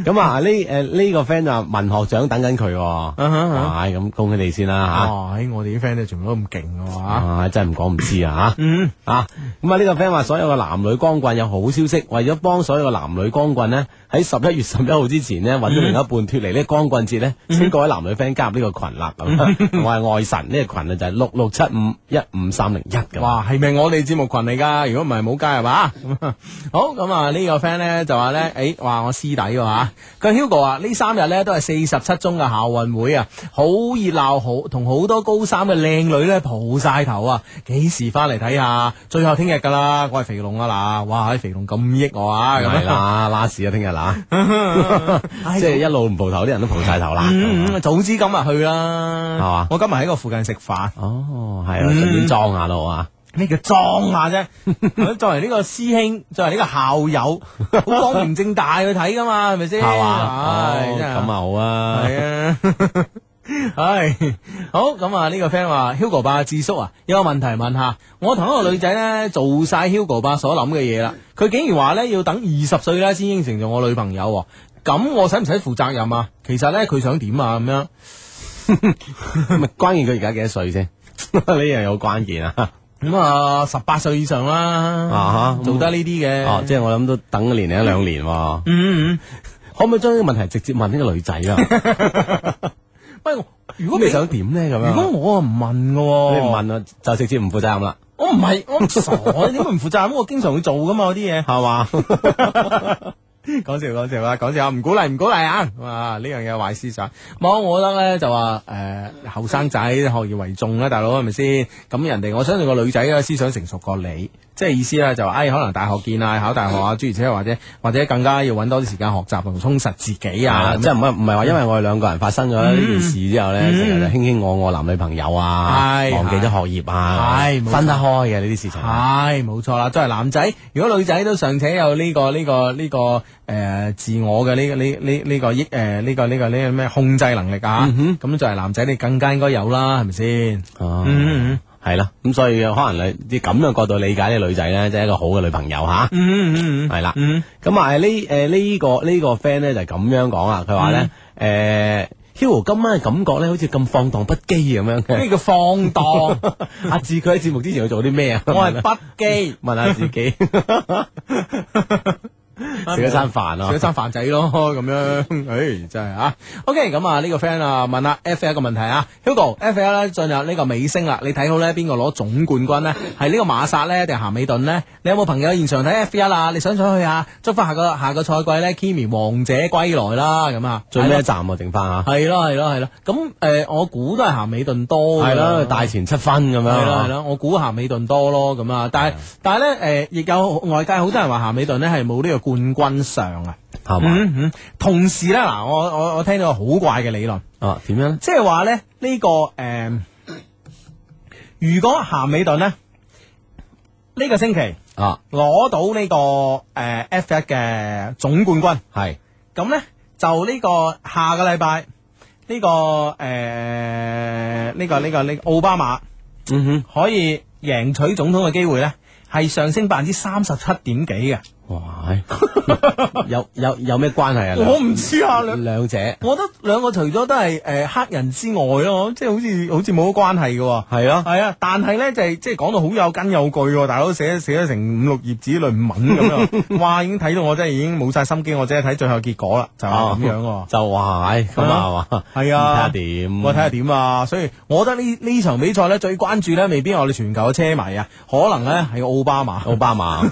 咁啊呢诶呢個 friend 就話文學獎等緊佢喎，
嗯哼嗯
唉咁恭喜你先啦
哇！唉哦哎我哋啲 friend 都全部都咁勁嘅
吓，
話，
啊真係唔講唔知啊吓。
嗯，
啊，咁啊呢個 friend 話所有嘅男女光棍有好消息，為咗幫所有嘅男女光棍呢，喺十一月 十一號之前呢，揾咗另一半脱離呢個光棍節呢，
嗯
請各位男女 friend 加入呢個群 啦。咁我係愛神呢個群啊，就係六六七五一五三零一咁。啊
哇！係咪我哋節目群嚟㗎？如果唔係冇加入啊！ 咁啊好咁啊，呢個 friend 咧就話咧，誒話我師弟喎嚇，佢 Hugo 啊，呢三日咧都係四十七中嘅校運會啊，好熱鬧，好同好多高三嘅靚女咧蒲晒頭啊，幾時翻嚟睇下？最後聽日㗎啦，我係肥龍啊嗱，哇！啲肥龍咁益我啊，咁
係
樣
啦，拉屎啊，聽日 啦，
唉
即係一路唔蒲頭，啲人都蒲晒頭啦。啊
嗯嗯早知今日去啦，
係嘛
我今日喺個附近食飯。
哦，係啊，
嗯
順便裝下咯啊！
咩叫啊裝下 啫？作為呢個師兄，作為呢個校友，好光明正大去睇噶嘛，係咪先？
係嘛？
唉
哦
真哎係
咁啊好啊。
系啊。 唉，好咁啊！呢個 friend 話 Hugo 爸智叔啊，有個問題問下，我同一個女仔呢，做晒 Hugo 爸所諗嘅嘢啦，佢竟然話呢，要等二十歲呢先應承做我女朋友喎，咁我使唔使負責任啊？其實呢，佢想點啊？咁樣。
咪啊關鍵佢而家幾多歲先？ 呢樣嘢好關鍵啊！
咁啊，十八歲以上啦，
啊哈
做得呢啲嘅，
哦，即係我諗都等一年零一兩年喎。
嗯嗯嗯。
可唔可以將呢個問題直接問呢個女仔啊？
喂，我如
如
果
果
啊你
你想點咧咁樣？
如果我啊唔問嘅喎，
你唔，問啊，就直接唔負責任啦，
我唔係我唔傻， 你點會唔負責任？我經常會做噶嘛，我啲嘢。
係嘛？
講笑講笑啊，講笑啊，唔鼓勵唔鼓勵啊！哇，呢樣嘢壞思想。冇，我覺得咧就話誒後生仔學業為重啦，大佬係咪先？咁人哋我相信個女仔嘅思想成熟過你，即係意思咧就話，哎，可能大學見啊，考大學啊，諸如此類，或者或者更加要揾多啲時間學習同充實自己啊嗯
啊，。即係唔係唔係話因為我哋兩個人發生咗呢件事之後咧，成日就卿卿我我男女朋友啊，
係
忘記咗學業啊，
係冇錯
分得開嘅呢啲事情。
系冇錯啦，作為男仔，如果女仔都尚且有呢、個呢、個呢、個个呃自我嘅呢、個呢呢呢个抑诶呢個呢、個呢、個咩控制能力啊，
嗯
咁、作為男仔你更加應該有啦，係咪先？
哦
嗯嗯
係啦，咁所以可能你啲咁嘅角度理解呢個女仔咧，即係一個好嘅女朋友吓。
嗯嗯
係啦
嗯
咁啊，呢誒呢個呢個 friend 咧就係咁樣講啊，佢話咧誒 Hugo 今晚嘅感覺咧好似咁放蕩不羈咁樣
嗯，
嘅。
咩叫放蕩？
阿志佢喺節目之前要做啲咩啊？
我係不羈，
問下自 己，食咗餐飯
食咗
啊。
餐飯仔咯，咁樣， 唉，真係啊。OK，咁啊呢個 friend 啊問啦 F L 一個問題啊，Hugo，F L 咧進入呢個尾聲啦，你睇好咧邊個攞總冠軍呢？係呢個馬薩咧定係咸美頓呢？你有冇朋友喺現場睇 F 一啊？你想唔想去啊？祝福下個下個賽季咧 Kimi 王者歸來啦，咁啊，
最尾一站啊，剩翻啊，
係咯係咯係咯，咁誒我估都係咸美頓多㗎
係啦，大前七分咁樣
系啦系
啊，
啦，我估咸美頓多咯咁啊，但係但係咧诶，亦有外界好多人話咸美頓咧係冇呢個冠軍相啊。
係嘛？
嗯嗯，同時咧嗱，我我我聽到個好怪嘅理論，
啊，點樣咧？
即係話咧呢、呢個诶、呃如果咸美頓咧呢個星期
啊，
攞到呢、個诶 F 一嘅總冠軍。
系
咁咧就呢個下個禮拜呢個诶呢個呢個呢個奧巴馬
嗯哼，
可以贏取總統嘅機會咧，係上升百分之三十七點幾嘅。
哇， 有有有咩关系啊？
我唔知啊，兩
两两者系
我覺得兩個除咗都係诶黑人之外咯，即係好似好似冇乜關係嘅喎。
咯，
系啊，但系咧就系即系讲到好有根有據喎，大佬寫寫咗成五六頁紙論文咁 樣，哇！已經睇到我真係已經冇晒心機，我真係睇最後結果啦，就係
啊
咁樣喎。
就哇，唉咁啊係嘛，
係
睇下
啊，
点，
我睇下點啊！所以我覺得呢呢場比賽咧最關注咧，未必係我哋全球嘅車迷啊，可能咧係奧巴馬。
奧巴 馬，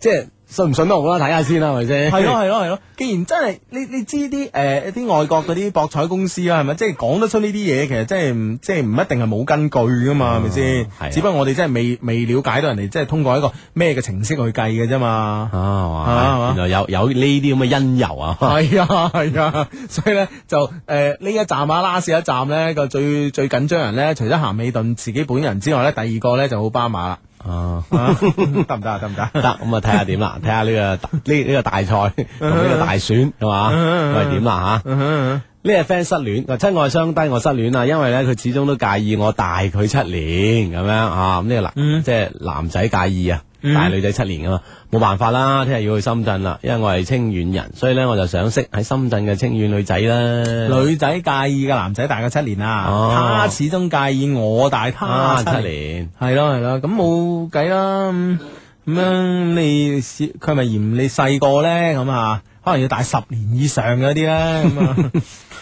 即係信唔信都好啦，睇下先啦，係咪先？
係咯係咯係咯，既然真係你你知啲誒啲外國嗰啲博彩公司啦，啊係咪？即係講得出呢啲嘢，其實真係唔即係唔一定係冇根據噶嘛，係咪
嗯係啊
先？只不過我哋真係未未了解到人哋即係通過一個咩嘅程式去計嘅啫嘛。
啊，
啊
哇
嘛
原來有有呢啲咁嘅因由啊，
系啊系啊，所以咧就诶呢、一站啊拉士一站咧個最最緊張人咧，除咗咸美頓自己本人之外咧，第二個咧就奧巴馬啦，
啊。
啊得唔得啊？得唔得？
得咁啊，睇下點 啦，睇下呢個大呢呢个大賽同呢個大選係 嘛，
嗯
係點啦吓。呢個 friend 失戀，佢親愛相低我失戀啊啦，因為咧佢始終都介意我大佢七年咁樣啊，咁呢個男、
嗯
即係男仔介意啊，大女仔七年啊嘛，冇辦法啦，聽日要去深圳啦，因為我係清遠人，所以咧我就想識喺深圳嘅清遠女仔啦。
女仔介意嘅男仔大佢七年啦，
嗯哦
他始終介意我大他
啊，
七
七
年，
年，
係咯係咯，咁冇計啦。咁咁樣你是佢咪嫌你細個咧咁啊？可能要大十年以上嗰啲咧，咁啊，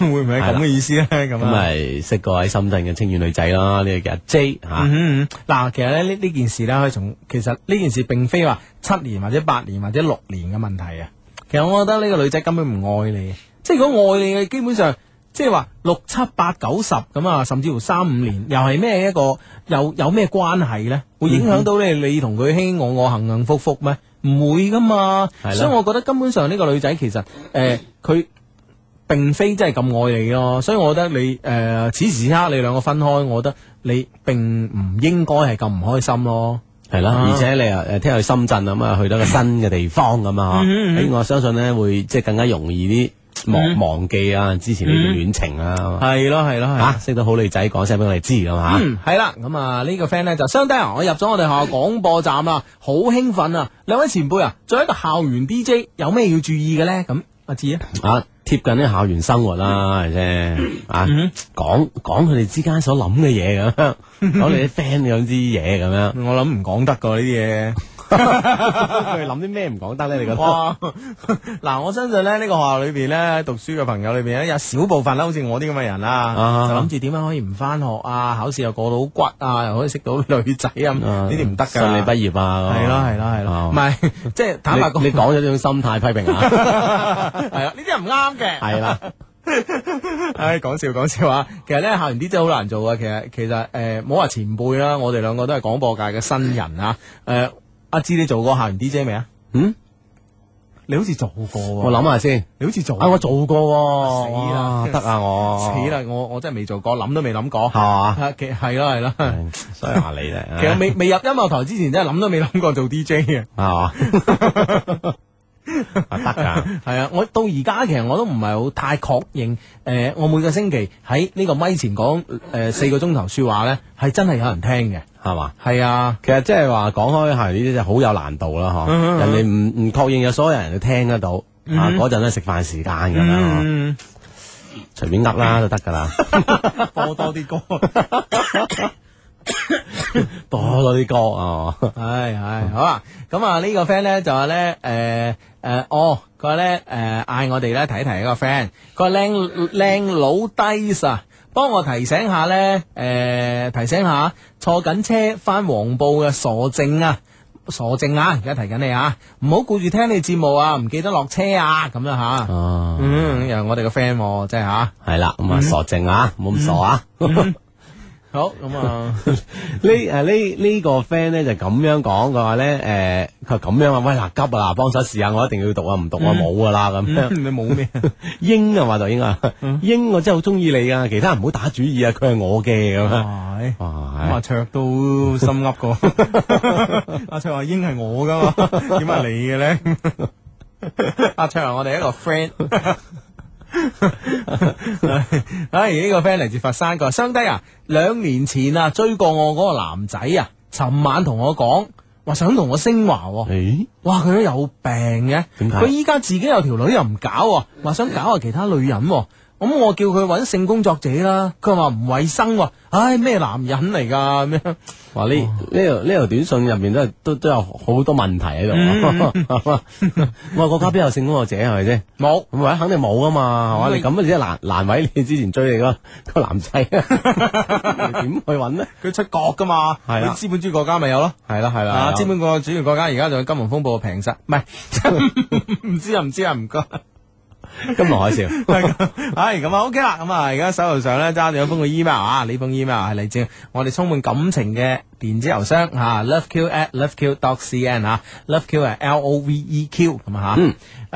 會唔會係咁嘅意思咧？咁
咁
啊？
咪識過喺深圳嘅清遠女仔啦，呢個叫阿 J 啊吓、
嗯哼嗯嗱，其實咧呢呢件事咧，可以從其實呢件事並非話七年或者八年或者六年嘅問題啊。其實我覺得呢個女仔根本唔愛你，即係如果愛你嘅，基本上即係話六七八九十咁啊，甚至乎三五年，又係咩一個有有咩關係呢？會影響到你你同佢卿我我幸幸福福咩？唔會噶嘛，
係啦
所以我覺得根本上呢個女仔其實誒佢。並非真係咁愛你咯，所以我覺得你誒、呃此時此刻你兩個分開，我覺得你並唔應該係咁唔開心咯。
系啦，
啊
而且你又诶聽日去深圳咁啊，去到一個新嘅地方咁啊，
嗯嗯
誒
嗯
我相信咧會即係更加容易啲忘忘記啊之前呢段戀情啊，
係咯係咯嗯係
吓識到好女仔講聲俾我哋知咁啊，
嗯，係啦，咁啊呢個 friend 咧就相低啊，我入咗我哋學校廣播站啦，好興奮啊！兩位前輩啊，作為一個校園 DJ，有咩要注意嘅咧？咁阿志啊，
啊貼近啲校園生活啦，係啫啊
嗯
講講佢哋之間所諗嘅嘢咁樣，講你啲 friend 嗰啲嘢咁樣，
我諗唔講得㗎呢啲嘢。
佢哋諗啲咩唔講得咧？你覺得？
哇！ 嗱，我相信咧，呢、個學校裏邊咧，讀書嘅朋友裏邊咧，有少部分啦，好似我啲咁嘅人啦，
啊
就諗住點樣可以唔翻學啊，考試又過到骨啊，又可以識到女仔啊，
啊
呢啲唔得㗎。
順利畢業啊，
係咯係咯係
啊
咯，唔係即係坦白講，
你你講咗呢種心態批評啊，
係啊，呢啲係唔啱嘅。
係啦。
唉，講笑講笑啊！其實咧校園啲真係好難做啊！其實其實誒，冇、話前輩啦，我哋兩個都係廣播界嘅新人啊！誒、阿芝你做過校園 DJ 未啊？
嗯，
你好似做過喎，
我諗下先。
你好似做
啊，我做過喎，
死啦
哇得啊我，
死，啦！我我真係未做過，諗都未諗過。
係嘛，
啊，其係啦係啦，
啊所以話你咧，
其實未未入音樂台之前，真係諗都未諗過做 DJ 嘅。
係嘛，啊得噶，
係啊，我到而家其實我都唔係好太確認。誒，我每個星期喺呢個咪前講誒四個鐘頭説話咧，係真係有人聽嘅。
係嘛。
係啊。
其實即係話講開係呢啲就好有難度啦，嗬、
嗯
人哋唔唔確認有所有人都聽得到，啊嗰陣咧食飯時間咁樣，嗬
嗯，
隨便噏啦都得㗎啦，
播多啲歌，
多咗啲歌啊，
唉唉，好啊！咁啊呢個 friend 咧就話咧，誒誒，哦，佢話咧誒嗌我哋咧睇睇一個 friend，佢話靚靚佬低啊，幫我提醒下咧，誒提醒下坐緊車翻黃埔嘅傻正啊！傻正啊！而家提緊你啊，唔好顧住聽你節目啊，唔記得落車啊，咁樣吓。
哦、
嗯，又係我哋個嗯 friend 喎，真係吓。
係啦，咁啊傻靜啊，冇咁傻啊，
好咁啊，
呢诶呢呢個 friend 咧就咁樣講，佢話咧誒佢話咁樣啊，喂嗱急啊嗱，幫手試下，我一定要讀啊，唔讀
嗯
我冇噶啦咁樣。
你冇咩？
英啊嘛就英啊，英我真係好中意你啊，其他人唔好打主意啊，佢係我嘅咁啊哦樣。
唉咁阿
哇！
卓都心噏過， 阿卓話英係我噶嘛，點解你嘅咧？阿卓話我哋一個 friend。唉，呢、個 friend 嚟自佛山，佢話相低啊，兩年前啊追過我嗰個男仔啊，尋晚同我講話想同我升華、喎。
誒
哇！佢都有病嘅，
點解
佢依家自己有條女又唔搞、喎，話想搞下其他女人、喎。咁我叫佢揾性工作者啦，佢話唔衞生、喎。唉咩男人嚟㗎咁樣？
話呢呢條呢條短信入面都係都都有好多問題喺度啊。 我話國家邊有性工作者係咪先？
冇
咁咪肯定冇啊嘛，係嘛？
咁
你咁你真係難難為你之前追你嗰個 男仔啊，你點去揾呢？
佢出國㗎嘛，
係啦
啲資本主義國家咪有咯。
係啦係
啊！
啦，
資本個主要國家而家仲有金融風暴平實，唔係 唔知啊唔知啊唔該。
金融海嘯。
系咁啊，OK 啦，咁啊，而家手頭上咧揸住一封嘅 email 啊，呢封 email 係嚟自我哋充滿感情嘅電子郵箱啊，loveq at loveq dot cn 啊，loveq 係 L O V E Q 咁啊吓，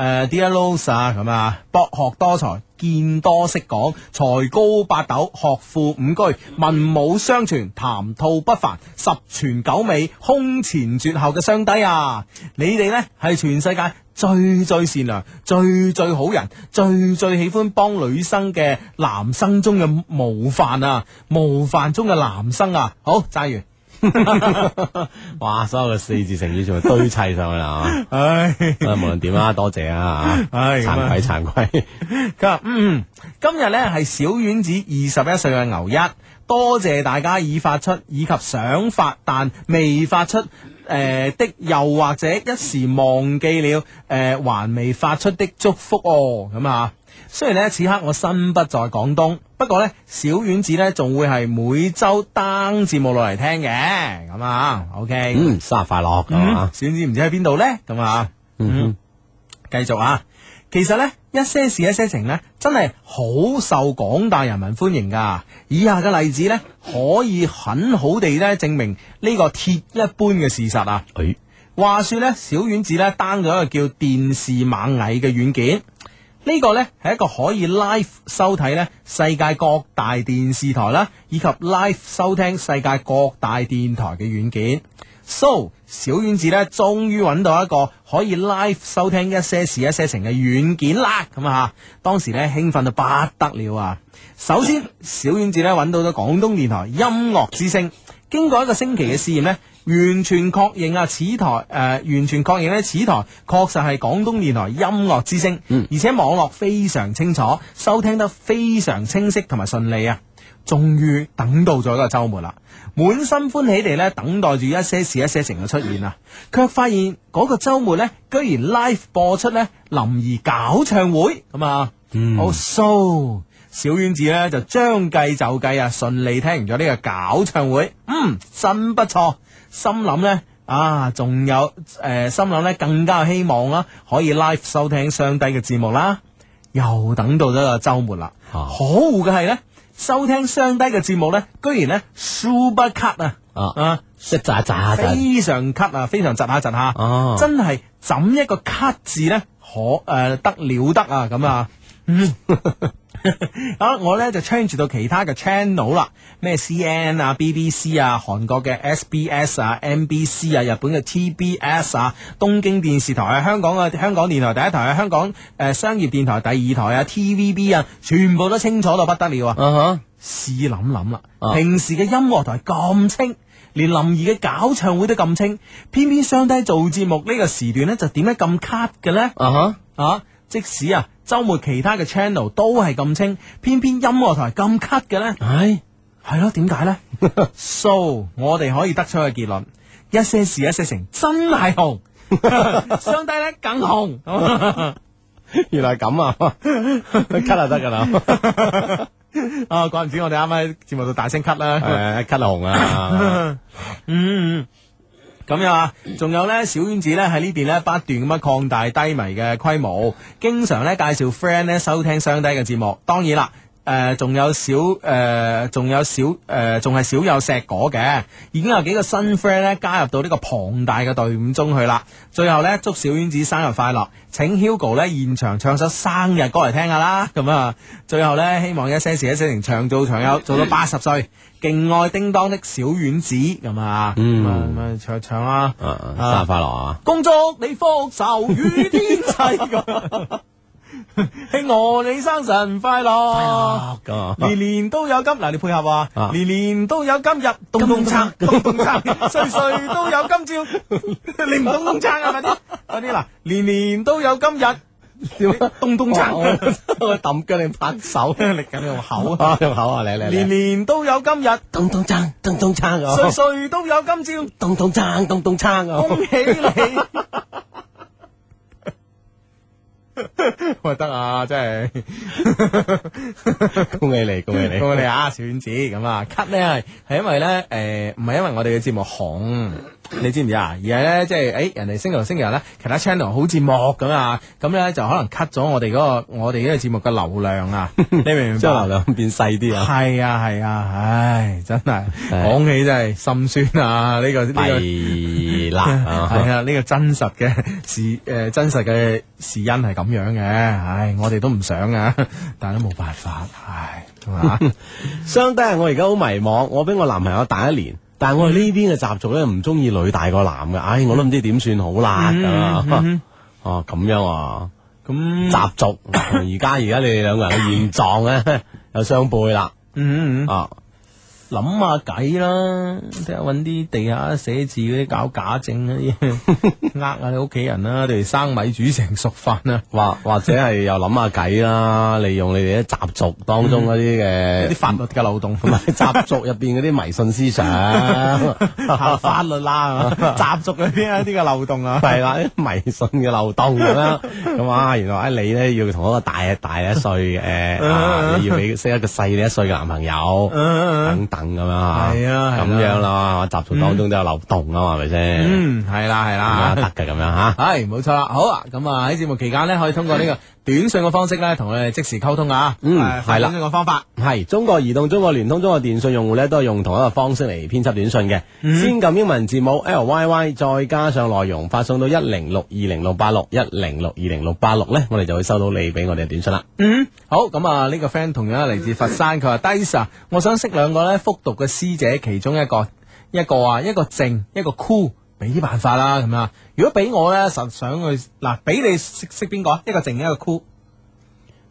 誒、Dear Rose 啊，咁啊，博學多才。見多識講，才高八斗，學富五車，文武雙全，談吐不凡，十全九美，空前絕後嘅雙低啊！你哋呢係全世界最最善良、最最好人、最最喜歡幫女生嘅男生中嘅模範啊，模範中嘅男生啊！好，揸完。
哇！所有嘅四字成語全部堆砌上去啦，
唉，
啊！ 無論點啊，多謝啊，啊
唉咁啊
慚愧慚愧，
佢話：嗯，今日呢係小丸子二十一歲嘅牛一，多謝大家已發出以及想發但未發出。誒、的，又或者一時忘記了誒、呃還未發出的祝福哦，咁啊。雖然呢，此刻我身不在廣東，不過呢，小丸子呢仲會係每週單節目落嚟聽嘅，咁啊，OK。
嗯，生日快樂咁
嗯
啊，
小丸子唔知喺邊度呢？咁啊。
嗯
繼續啊！其實呢，一些事一些情呢，真係好受廣大人民歡迎噶。以下嘅例子呢，可以很好地呢證明呢個鐵一般嘅事實啊！
哼，誒
話說呢，小丸子呢 down 咗一個叫電視螞蟻嘅軟件，呢、個呢係一個可以 live 收睇呢世界各大電視台啦，以及 live 收聽世界各大電台嘅軟件。So 小丸子呢，終於揾到一個可以 live 收聽一些事一些情嘅軟件啦，咁啊，當時呢興奮到不得了啊！首先，小丸子呢揾到咗廣東電台音樂之聲。經過一個星期嘅試驗呢，完全確認啊，此台誒、呃完全確認呢，此台確實係廣東電台音樂之聲，而且網絡非常清楚，收聽得非常清晰同埋順利啊！終於等到咗一個週末啦，滿心歡喜地咧等待住一些事一些情嘅出現啊，卻發現嗰個週末呢，居然 live 播出呢林兒搞唱會咁啊！好 so 小丸子呢就將計就計啊，順利聽完咗呢個搞唱會，嗯，真不錯。心諗呢，啊，仲有誒、呃心諗呢更加有希望啦，可以 live 收聽上帝嘅節目啦。又等到咗個週末啦，
啊
可惡嘅係呢，收聽上帝嘅節目呢，居然呢 super cut 啊！
啊，
啊，
一扎扎扎，
非常 cut 啊，非常窒下窒下，
哦
真係怎一個 cut 字呢？可誒、呃得了得啊咁啊！ 啊！我咧就 change 到其他嘅 channel 啦，咩 CN 啊、BBC 啊、韓國嘅 SBS 啊、MBC 啊、日本嘅 TBS 啊、東京電視台啊、香港嘅香港電台第一台啊、香港誒、呃商業電台第二台啊、TVB 啊，全部都清楚到不得了啊！
啊哈，
試諗諗啦，
啊
平時嘅音樂台咁清，連林兒嘅搞唱會都咁清，偏偏雙低做節目呢個時段呢，就點解咁 cut 嘅呢？
啊哈，
啊，即使啊週末其他嘅 channel 都係咁清，偏偏音樂台咁 cut 嘅呢？
唉，
係咯，點 解呢？So 我哋可以得出嘅結論，一些事一些情真 係紅，雙低呢更紅。
原來咁啊， 咳就得㗎 啦，
啊，怪唔知我哋啱啱喺節目度大聲 cut 啦。
誒咳就紅啊，
嗯，咁樣啊，仲有呢，小丸子呢喺呢邊呢不斷咁啊樣擴大低迷嘅規模，經常呢介紹 friend 呢收聽雙低嘅節目。當然啦，诶，仲、有少诶，仲、有少诶，仲、係系少有石果嘅，已經有幾個新 friend 咧加入到呢個龐大嘅隊伍中去啦。最後咧，祝小丸子生日快樂！請 Hugo 咧現場唱首生日歌嚟聽下啦。咁啊，最後咧希望一些事一些情長做長有，做到八十歲，勁愛叮當的小丸子咁啊，咁啊咁啊唱唱啦。
啊啊生日快樂啊！
工作你福壽與天齊 咁。希我你生辰快樂，
咁啊
年年都有今嗱，你配合啊
啊，
年年都有今日，咚咚撐，咚咚撐，歲歲都有今朝，你唔咚咚撐啊，快啲，快啲嗱，年年都有今日，
點啊？
咚咚撐，
我抌腳你拍手，
力緊用口啊，
哦啊用口啊，嚟嚟
年
嚟，
年都有今日，
咚咚撐，咚咚撐
歲
啊，
歲都有今朝。
咚咚撐，咚咚撐啊！
恭喜你！喂，得啊，真系
恭喜你，恭喜你！
恭喜你啊，小丸子咁啊，cut 咧系因為咧，诶、唔係因為我哋嘅節目紅，你知唔知啊？而係咧，即係诶、人哋星期六、星期日咧，其他 channel 好節目咁啊，咁咧就可能 cut 咗我哋嗰、個我哋呢個節目嘅流量啊，你明唔明白？
將流量變細啲 啊！
係啊係啊，唉，真係
係
講起真係心酸啊！呢、個呢、個。
弊 啦
系
啊！
啊，呢个真实嘅 事诶、呃真实嘅事因系咁样嘅，唉，我哋都唔想啊， 但都冇办法，唉，係嘛？
相低啊，我而家好迷茫，我比我男朋友大一年。但系我哋呢邊嘅習俗咧，唔中意女大過男嘅，唉，我都唔知點算好啦咁啊！哦，咁樣啊，
咁
習俗，而家而家你哋兩個人嘅現狀咧， 有相背啦，
嗯，
啊，
谂下计啦，睇下搵啲地下写字嗰啲搞假證 嗰啲，呃下你屋企人啦，例如生米煮成熟飯啊，
或或者係又諗下計啦，利用你哋啲習俗當中嗰啲嘅
嗯啲法律嘅漏洞，
同埋 習俗入邊嗰啲迷信思想，
行法律 啦，習俗嗰啲一啲嘅漏洞啊，
係啦，啲迷信嘅漏洞咁 樣，咁啊，原來啊你咧要同一個大大一歲嘅， 啊你要俾識一個細你一歲嘅男朋友。
嗯
等等咁樣啊，
係啊係啊
咁樣啦，習俗當中都有漏洞啊嘛，係咪先？
嗯，系啦系
咁
啦
啊，得嘅咁樣嚇。
系冇錯啦，好啊！咁啊喺節目期間呢，可以通過呢個短信嘅方式咧，同我哋即時溝通啊。
嗯
誒
係啦
短信嘅方法
係中國移動、中國聯通、中國電信用戶咧，都係用同一個方式嚟編輯短信嘅。先撳英文字母 L Y Y，再加上內容，發送到一零六二零六八六一零六二零六八六咧，我哋就會收到你俾我哋嘅短信啦。
嗯，好咁啊！呢個 friend 同樣係嚟自佛山，佢話 d i s a 我想識兩個咧復讀嘅師姐，其中一個一個啊，一個靜，一個 cool，俾啲辦法啦咁啊！如果俾我咧，實想去嗱，俾你識識邊個啊？一個靜，一個 cool，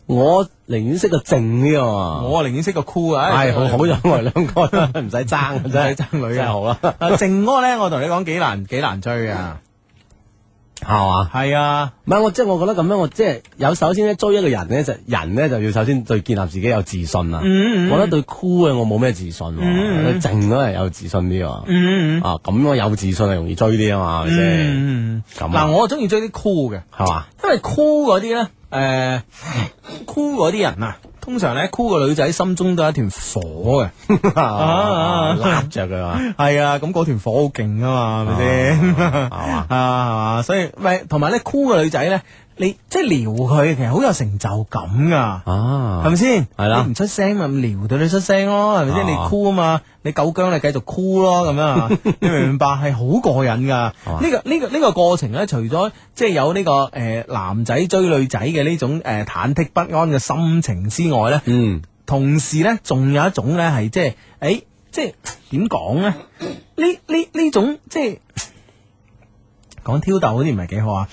我寧願識個靜啲啊，
我啊寧願識個 cool 啊！
係好好咗我哋兩個都唔使爭啊，真係
唔使爭女啊
真係好啦，
啊 靜嗰個咧，我同你講幾難幾難追啊！
係嘛？
係啊。
唔係我即係我覺得咁樣，我即係有首先咧追一個人咧，就人咧就要首先對建立自己有自信啦。
嗯嗯
我覺得對 cool 嘅我冇咩自信喎，
嗯
對
嗯
靜都係有自信啲喎。
嗯
啊，咁我有自信係容易追啲啊嘛，係咪先？
嗯，
咁
嗱，我中意追啲 cool 嘅。
係嘛？
因为 cool 嗰啲咧，诶、cool 嗰啲人啊，通常咧 cool 個女仔心中都有一團火嘅。啊
揦着佢嘛，
系啊，咁嗰團火好勁啊嘛，係咪先？
係嘛？
啊，係嘛所以咪同埋咧 cool 嘅女仔咧，你即係撩佢，其實好有成就感噶。
啊，
係咪先？
係啦
你唔出聲咪撩到你出聲咯，係咪先？
啊
你 cool 啊嘛，你夠姜你繼續 cool 咯，咁樣 啊，你明唔明白？係好過癮噶。
係嘛
呢個呢個呢個過程咧，除咗即係有呢個誒男仔追女仔嘅呢種誒忐忑不安嘅心情之外咧，
嗯，
同時咧仲有一種咧係即係誒，即係點講咧？呢呢呢種即係講挑逗嗰啲唔係幾好啊。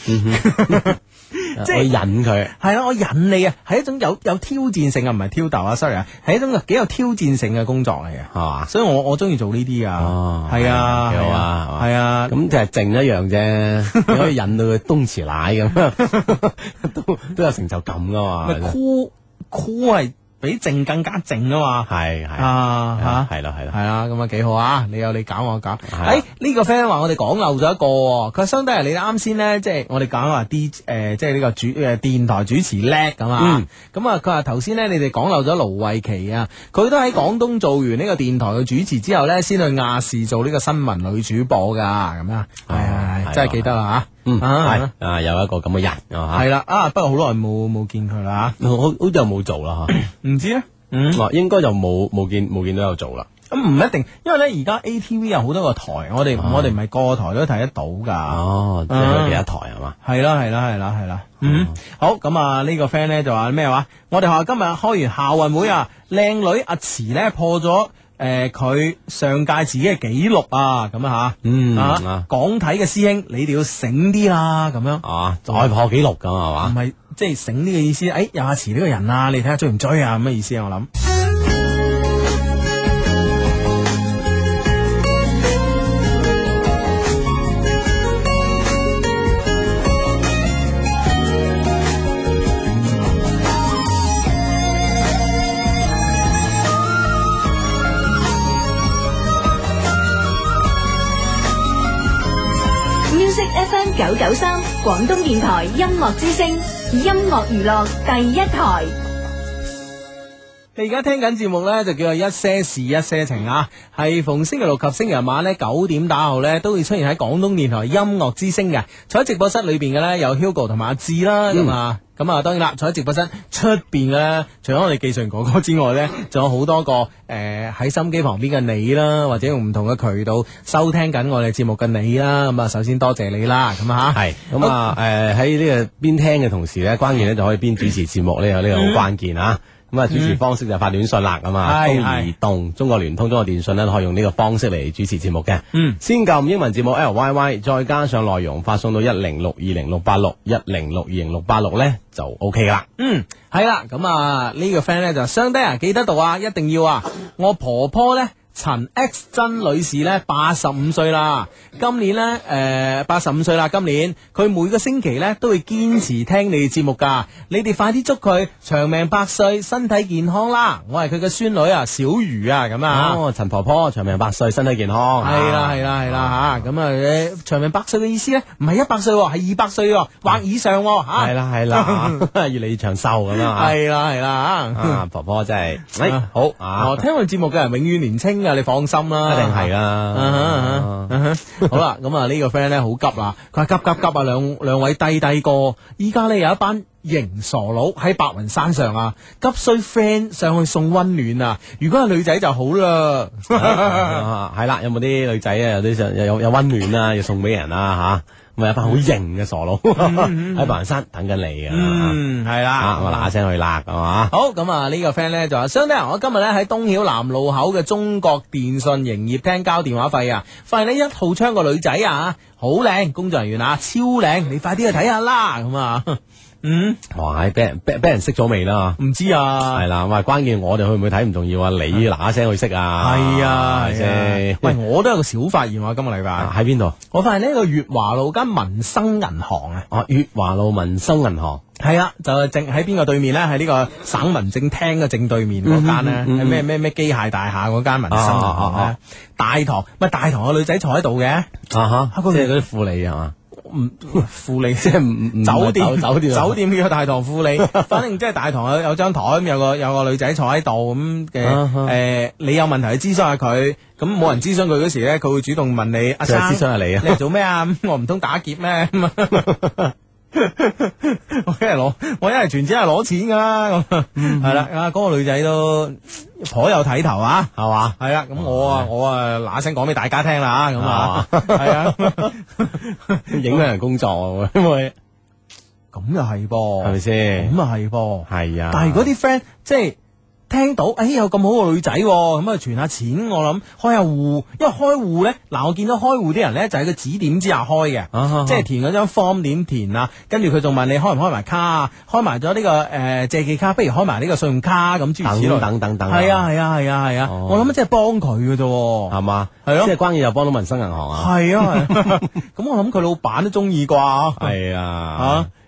即係引佢，
系啦，我引你啊，係一種有有挑戰性啊，唔係挑逗啊，sorry 啊，係一種幾有挑戰性嘅工作嚟嘅，
係嘛？
所以我我中意做呢啲
哦
啊，係啊，
幾好啊係嘛
係啊，
咁就係靜一樣 啫，你可以引到佢東池奶咁， 都都有成就感噶嘛
咪。酷酷係比靜更加靜啊嘛，
係係
啊吓。
係咯係 咯
系。啦，咁啊幾好啊！你有你搞我搞。
啊
诶，呢個 friend 話我哋講漏咗一個喎，佢話相對係你啱先咧，即係我哋講話 D 诶，即係呢個主诶电台主持叻咁啊
嗯。
咁啊，佢話頭先咧，你哋講漏咗盧慧琪啊，佢都喺廣東做完呢個電台嘅主持之後咧，先去亞視做呢個新聞女主播噶，咁啊，係係
係啊
係真係記得啦吓。
嗯，
啊
係啊，有一個咁嘅人啊，
係啦，啊，不過好耐冇冇見佢啦
我好好似又冇做啦
吓，唔知咧，嗯
哦，應該就冇冇見冇見到有做啦。
咁唔一定，因為咧而家 A T V 有好多個台，我哋我哋唔係個個台都睇得到㗎。
哦，即係有其他台係嘛？
係啦，係啦，係啦，係啦。嗯，好咁啊！呢個 friend 咧就話咩話？我哋學校今日開完校運會啊，靚女阿慈咧破咗誒佢上屆自己嘅紀錄啊！咁啊
嗯
嚇
啊
啊，港體嘅師兄，你哋要醒啲啦，咁樣
啊，再破紀錄咁係
唔
嘛？
係即係醒啲嘅意思。誒，有阿慈呢個人啊，你睇下追唔追啊？咁嘅意思啊，我諗。
Music FM 九九三，廣東電台音樂之聲，音樂娛樂第一台。
你而家聽緊節目呢，就叫做一些事一些情啊，係逢星期六及星期日晚呢，九點打後呢，都會出現喺廣東電台音樂之聲嘅。坐喺直播室裏邊嘅呢，有 Hugo 同埋阿志啦，
嗯
咁啊、咁啊，當然啦，坐喺直播室出邊嘅呢，除咗我哋技術員哥哥之外呢，仲有好多個誒喺、心機旁邊嘅你啦，或者用唔同嘅渠道收聽緊我哋節目嘅你啦，咁啊，首先多謝你啦，咁啊
係咁啊，誒喺呢個邊聽嘅同時咧，關鍵咧就可以邊主持節目呢個呢個好關鍵啊！咁啊，主持方式就發短信啦，咁啊，
嗯係
中
係
移動、中國聯通、中國電信咧都可以用呢個方式嚟主持節目嘅。
嗯，
先撳英文字母 L Y Y，再加上內容發送到一零六二零六八六一零六二零六八六咧就 O K 啦。
嗯，系啦，咁啊呢個 friend 咧就相低啊，記得到啊，一定要啊！我婆婆咧陳 X 真女士咧八十五歲啦，今年咧诶八十五歲啦，今年佢每個星期咧都會堅持聽你哋節目噶，你哋快啲祝佢長命百歲，身體健康啦！我係佢嘅孫女啊，小瑜啊，咁啊。
哦，陳婆婆長命百歲，身體健康。
係啦係啦係啦吓，咁啊誒長命百歲嘅意思咧，唔係一百歲喎，係二百歲喎或以上喎吓。
係啦係啦， 嚇越嚟越長壽咁啊！
係啦係啦吓。
啊，婆婆真係，誒好啊
哦，，聽我哋節目嘅人永遠年青噶，你放心啦，
一定係
啊
啦
哈。啊。哈啊 哈好啦，咁啊呢個 friend 咧好急啦，佢話急急急啊！兩兩位低低哥，依家咧有一班型傻佬喺白雲山上啊，急需 friend 上去送温暖啊！如果係女仔就好 啦。
啊係啦，有冇啲女仔啊？有啲想有有有温暖啊，要送俾人啊吓，咁啊有一班好型嘅傻佬喺白雲山等緊你啊！
嗯，係
啊，
啦
我。嗱嗱聲去啦，係嘛？
好咁啊！呢個 friend 咧就話：相弟，我今日咧喺東曉南路口嘅中國電信營業廳交電話費啊，發現呢一號窗個女仔啊，好靚，工作人員啊，超靚，你快啲去睇下啦！咁啊，嗯，
哇！俾人俾俾人識咗未啦？
唔知啊，
係啦，喂，關鍵我哋去唔去睇唔重要啊，你嗱嗱聲去識啊，
係啊，
係咪
係
先
啊，喂，我都有個小發現喎，今個禮
啊
拜，
喺邊度？
我發現呢個月華路間民生銀行啊，
哦，粵華路民生銀行，
係啊，就係正喺邊個對面咧？喺呢個省民政廳嘅正對面嗰間
嗯嗯嗯
咧，係咩咩咩機械大廈嗰間民生銀
啊
行
啊啊
咧，大堂咪大堂個女仔坐喺度嘅。
啊哈，
啊嗰
即係
個
嗰啲副理係嘛？
唔副理即
係唔唔
酒
唔
店
係酒酒店啊
酒店叫大 堂副理，反正即係大堂有有張台咁，有個有個女仔坐喺度咁
啊哈
嘅誒，你有問題去諮詢下佢，咁冇人諮詢佢嗰時咧，佢會主動問你阿
就
生，
係諮詢下你啊
你係做咩啊？咁 我唔通打劫咩？咁啊我一係攞，我一係存錢，一係攞錢噶啦，咁係啦，啊嗰個女仔都頗有睇頭啊！
係嘛？
系啦，咁我啊，我啊嗱嗱聲講俾大家聽啦，咁啊，係啊，
影響人工作啊，因為
咁又係
係咪
噃，
先？
咁啊係噃。
係啊，
但係嗰啲 friend 即係聽到，哎有咁好個女仔喎，咁啊存下錢，我諗開下户，因為開户咧，嗱我見到開户啲人咧就喺個指點之下開嘅。
啊哈哈
即係填嗰張 form 點填啊，跟住佢仲問你開唔開埋卡啊，開埋咗呢個誒、呃借記卡，不如開埋呢個信用卡咁諸如此類。
等等等等啊
係啊係啊係啊係啊！
哦啊
我諗即係幫佢嘅啫喎。
係嘛？
係咯
即係關鍵就幫到民生銀行啊，
係 啊，係啊咁我諗佢老闆都中意啩。
係啊，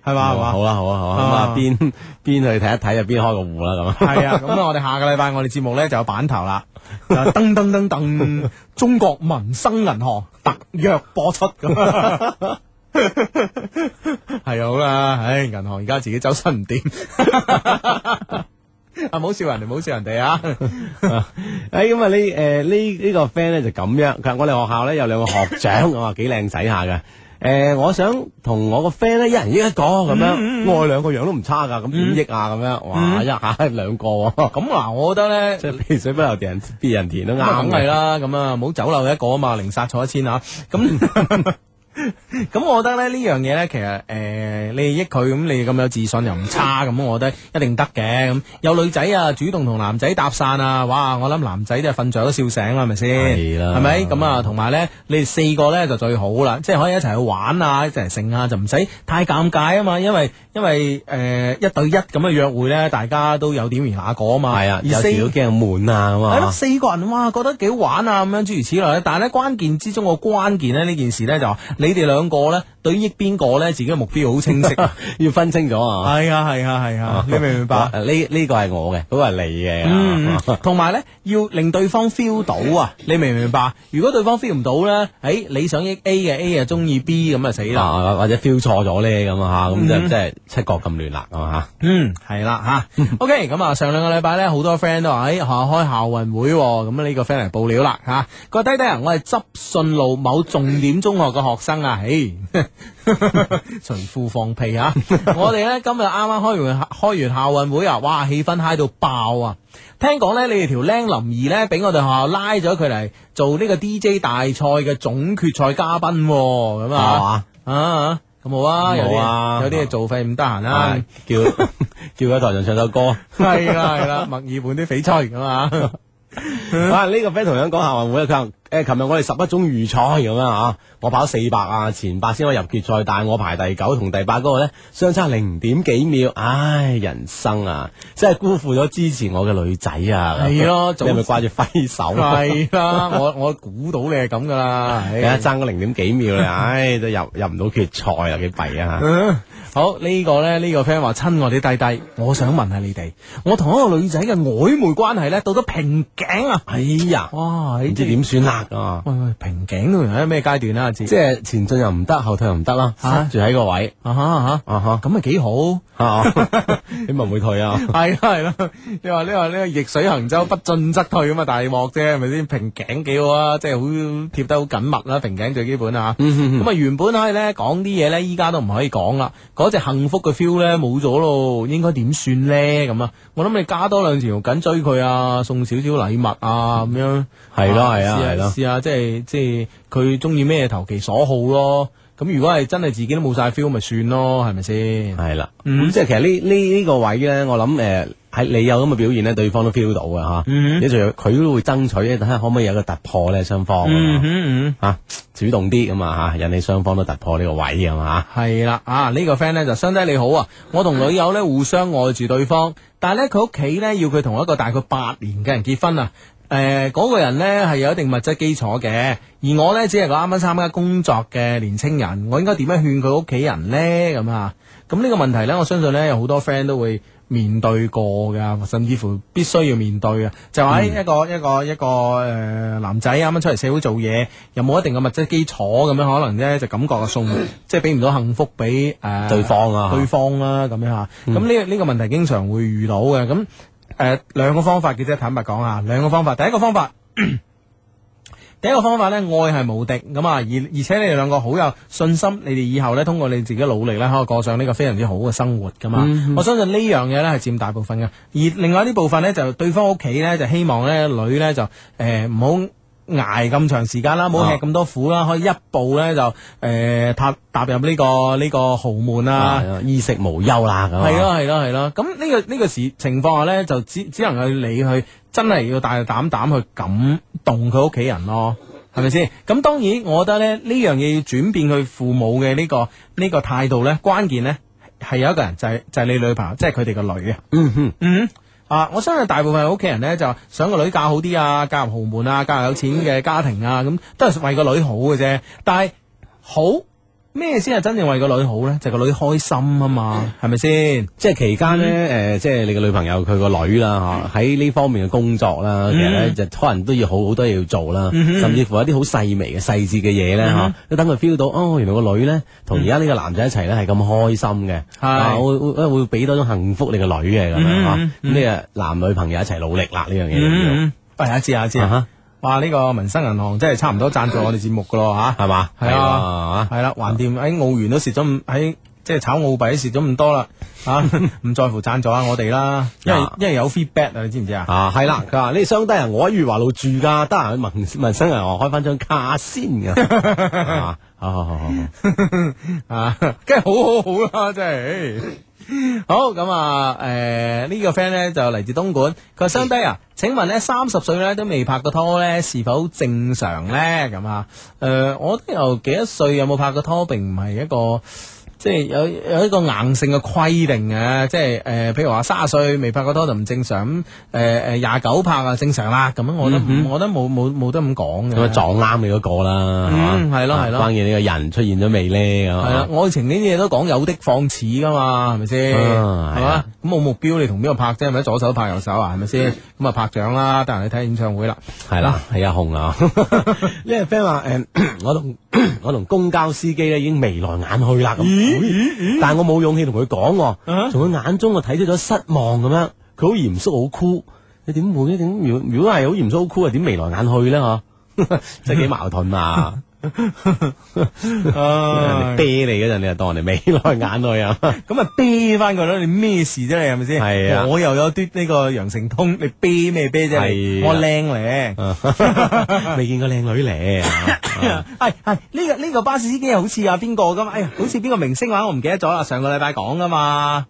嚇係嘛係嘛
好啦好啦好啦，咁啊
啊
邊邊去睇一睇就邊開個户啦 咁。
系啊，咁啊，我哋下個禮拜我哋節目咧就有版 頭啦，就噔噔噔噔，中國民生銀行特約播出咁。 係好啦，唉，銀行而家自己走身唔 掂。啊！唔好笑人哋，唔好笑人哋啊！
誒咁啊呢誒呢呢個 friend 啊咧就咁樣，佢話我哋學校咧有兩個學長，我話幾靚仔下嘅。誒、诶、我想同我個 friend 咧，一人益一個咁樣，
嗯
我哋兩個樣都唔差㗎，咁點益啊咁樣，哇，一下兩個喎，
哦咁嗱，我覺得 咧
即。係肥水不流別人別人田都
咁
啱
啊梗
嘅
係。啦，咁啊，唔好走漏一個啊嘛，零殺錯一千啊，咁 咁，我覺得咧呢樣嘢咧，其實诶、誒你益佢咁，你咁有自信又唔差，咁我覺得一定得嘅。咁有女仔啊，主動同男仔搭讪啊，哇！我諗男仔都係瞓着都笑醒啦，係咪先？
係啦
係咪？咁啊，同埋咧，你哋四個咧就最好啦，即係可以一齊去玩啊，一齊剩啊，就唔使太尷尬啊嘛，因為因為诶、誒一對一咁嘅約會咧，大家都有點而那個啊嘛，
係啊，
而
有
四
時都驚悶啊咁
系咯，
啊。
四個人哇，覺得幾好玩啊，咁樣諸如此類。但係咧，關鍵之中個關鍵咧呢件事咧就話你哋兩個咧對益邊個咧，自己嘅目標好清晰。係
要分清楚啊！
啊，係啊，係啊，你明唔明
哇
白？
呢呢個係我嘅，嗰個係你嘅。啊
嗯，同埋咧，要令對方 feel 到啊，你明唔明白？如果對方 feel 唔到咧，诶、你想益 A 嘅，A 啊中意 B 咁啊死啦！
啊，或者 feel 錯咗咧咁啊，咁就即係七國咁啊亂啦，係嘛？
嗯，系啦吓。OK，咁啊，上兩個禮拜咧，好多 friend 都話：，诶、學校開校運會喎，咁啊呢個 friend 嚟報料啦吓。佢、話低低人，啊我係執信路某重點中學嘅學生啊， 唉，隨褲放屁 啊！我哋咧今日啱啱開完開完校運會啊，哇，氣氛嗨到爆啊！聽講咧，你哋條僆林兒咧，俾我哋學校拉咗佢嚟做呢個 DJ 大賽嘅總決賽嘉賓喎，咁
係
啊
嘛？
啊，咁好啊，有
好啊
啲有啲係做廢唔得閒啦
啊。叫 叫佢喺台上唱首歌。
系啦系啦，墨爾本啲翡翠咁啊，
啊！呢、個 friend 同樣講校運會啊，佢話誒，琴日我哋十一種預賽咁樣啊，我跑四百啊，前八先可以入決賽，但係我排第九同第八嗰個咧相差零點幾秒，唉，人生啊，真係辜負咗支持我嘅女仔啊！
係咯
你係咪掛住揮手啊？
系啦，我我估到你係咁噶啦，
而
唉
家啊爭嗰零點幾秒咧，唉，都入入唔到決賽啊，幾弊啊！
嗯好呢個咧，呢個 friend 話親我哋弟弟，我想問下你哋，我同一個女仔嘅曖昧關係咧，到咗瓶頸啊！
哎呀，
哇，
唔知點算啦啊！
喂喂，瓶頸到底喺咩階段啊？阿志
即係前進又唔得，後退又唔得啦，
啊
塞住喺個位
啊哈啊
啊哈
哈，咁咪幾好？
啊！ 你咪唔會退啊？
系啦系啦，你話你話呢個逆水行舟，不進則退咁啊，大鑊啫，係咪先？瓶頸幾好啊，即係好貼得好緊密啦，瓶頸最基本
嗯
啊。咁啊，原本可以咧講啲嘢咧，依家都唔可以講啦。嗰隻幸福嘅 feel 咧冇咗咯，應該點算咧？咁啊，我諗你加多兩條緊追佢啊，送少少禮物啊，咁樣
係咯係啊
試下
係咯
試下即係即係佢中意咩投其所好咯。咁如果係真係自己都冇晒 feel，咪算咯，係咪先？
系啦，
嗯
咁即係其實呢呢呢个位咧，我諗诶喺你有咁嘅表現咧，對方都 feel 到嘅吓，
嗯
你仲要佢都會爭取睇下可唔可以有個突破咧，雙方
嗯
啊
嗯嗯。
吓主動啲咁啊吓，引起雙方都突破呢個位咁啊
系啦，啊呢、個 friend 咧就相低你好啊，我同女友咧互相愛住對方，但係咧佢屋企咧要佢同一個大概八年嘅人結婚啊。誒嗰、個人呢係有一定物質基礎嘅，而我呢只係個啱啱參加工作嘅年青人，我應該點樣勸佢屋企人呢？咁啊，咁呢個問題呢，我相信呢有好多 friend 都會面對過㗎，甚至乎必須要面對嘅，就
嗯
係、一個一個一個誒、呃男仔啱啱出嚟社會做嘢，又冇一定嘅物質基礎咁樣，可能呢就感覺就送即係俾唔到幸福俾誒、
吓，
呃
嗯對方啊，嗯
對方啦咁樣嚇。咁呢呢個問題經常會遇到嘅。咁誒兩個方法嘅啫，坦白講啊，兩個方法。第一個方法。第一個方法呢，愛係無敵咁啊，而而且你哋兩個好有信心，你哋以後呢，通過你自己努力呢，可以過上呢個非常之好嘅生活噶嘛。我相信呢樣嘢呢係佔大部分嘅，而另外啲部分呢，就對方屋企呢，就希望呢女呢，就誒唔好。捱咁長時間啦，唔好吃咁多苦啦，可以一步呢，就誒、呃踏踏入呢、個呢、個豪門啦
啊，衣食無憂啦咁啊，
系咯系咯系咯，咁呢、個呢、個時情況下咧，就只只能夠你去真係要大膽膽去感動佢屋企人咯，係咪先？咁當然，我覺得咧呢樣嘢要轉變佢父母嘅呢、個呢、個態度咧，關鍵咧係有一個人就係、就係你女朋友，即係佢哋個女啊。
嗯哼，
嗯。啊！我相信大部分屋企人咧就想個女嫁好啲啊，嫁入豪門啊，嫁入有錢嘅
嗯
家庭啊，咁都係為個女好嘅啫。但係好咩先係真正為個女好咧？就係個女開心啊
嗯
嘛，係咪先？
即係期間咧，诶，呃即係你嘅女朋友佢個女
嗯
啦吓，喺呢方面嘅工作啦，其實咧就可能都要好好多嘢要做啦，
嗯
甚至乎一啲好細微嘅細節嘅嘢咧吓，都等佢 feel 到哦，原來個女咧
嗯
同而家呢個男仔一齊咧係咁開心嘅，
係
啊會會會俾多種幸福你個女嘅咁樣吓，咁
嗯嗯
呢個男女朋友一齊努力啦呢樣嘢就要。
喂，阿志阿志，
嗯啊哈
哇！呢個民生銀行真係差唔多贊助我哋節目噶咯吓，
係嘛？
係啊，係啦，橫掂喺澳元都蝕咗咁喺。即係炒澳幣蝕咗咁多啦，啊， 唔在乎贊助下我哋啦，因為
啊
因為有 feedback 啊，你知唔知啊？
啊，系啦，佢話呢啲雙低人，我喺裕華路住㗎，得閒去民民生銀行開翻張卡先 㗎。啊好好好好，
啊，梗係好好好啦，真係。好咁啊，诶、呢、個 friend 咧就嚟自東莞，佢話相低啊，請問咧三十歲咧都未拍過拖咧，是否正常咧？咁啊，诶、我覺得由幾多歲有冇拍過拖，並唔係一個。即係有有一個硬性嘅規定嘅，即係誒、呃譬如話卅歲未拍過拖就唔正常，咁誒誒廿九拍啊正常啦，咁樣我覺得、我覺得冇冇冇得咁講
嗯
嘅。
咁啊撞啱你嗰個啦，
嗯
嘛
係咯
啊
係咯
關鍵呢個人出現咗未咧咁
系啦
啊，，
愛情呢啲嘢都講有的放矢噶嘛，係咪先？
啊
係
係啊嗯
嘛？咁冇目標，你同邊個拍啫？係咪左手拍右手啊？係咪先？咁啊拍掌啦，得閒去睇演唱會 啦。
係啦，
嗯
係啊紅 啊，呢個 friend 話誒， 我同我同公交司機咧已經眉來眼去啦咁，哎但我冇勇氣同佢講
啊
喎，從佢眼中我睇出咗失望咁樣，佢好嚴肅好酷，你點會咧？點如果如果係好嚴肅好酷，係點眉來眼去咧？嗬， 真係幾矛盾 啊！人哋啤你嗰陣，你就當人哋眉來眼去 啊！
咁啊啤翻佢咯，你咩事啫？你係咪先？
係啊
我又有啲呢個羊城通，你啤咩啤啫？
係啊
我靚咧。
未見過靚女嚟， 啊
系系哎呢個呢個巴士司機好似啊邊個噶嘛？哎呀，好似邊個明星話我唔記得咗啦。上個禮拜講噶嘛，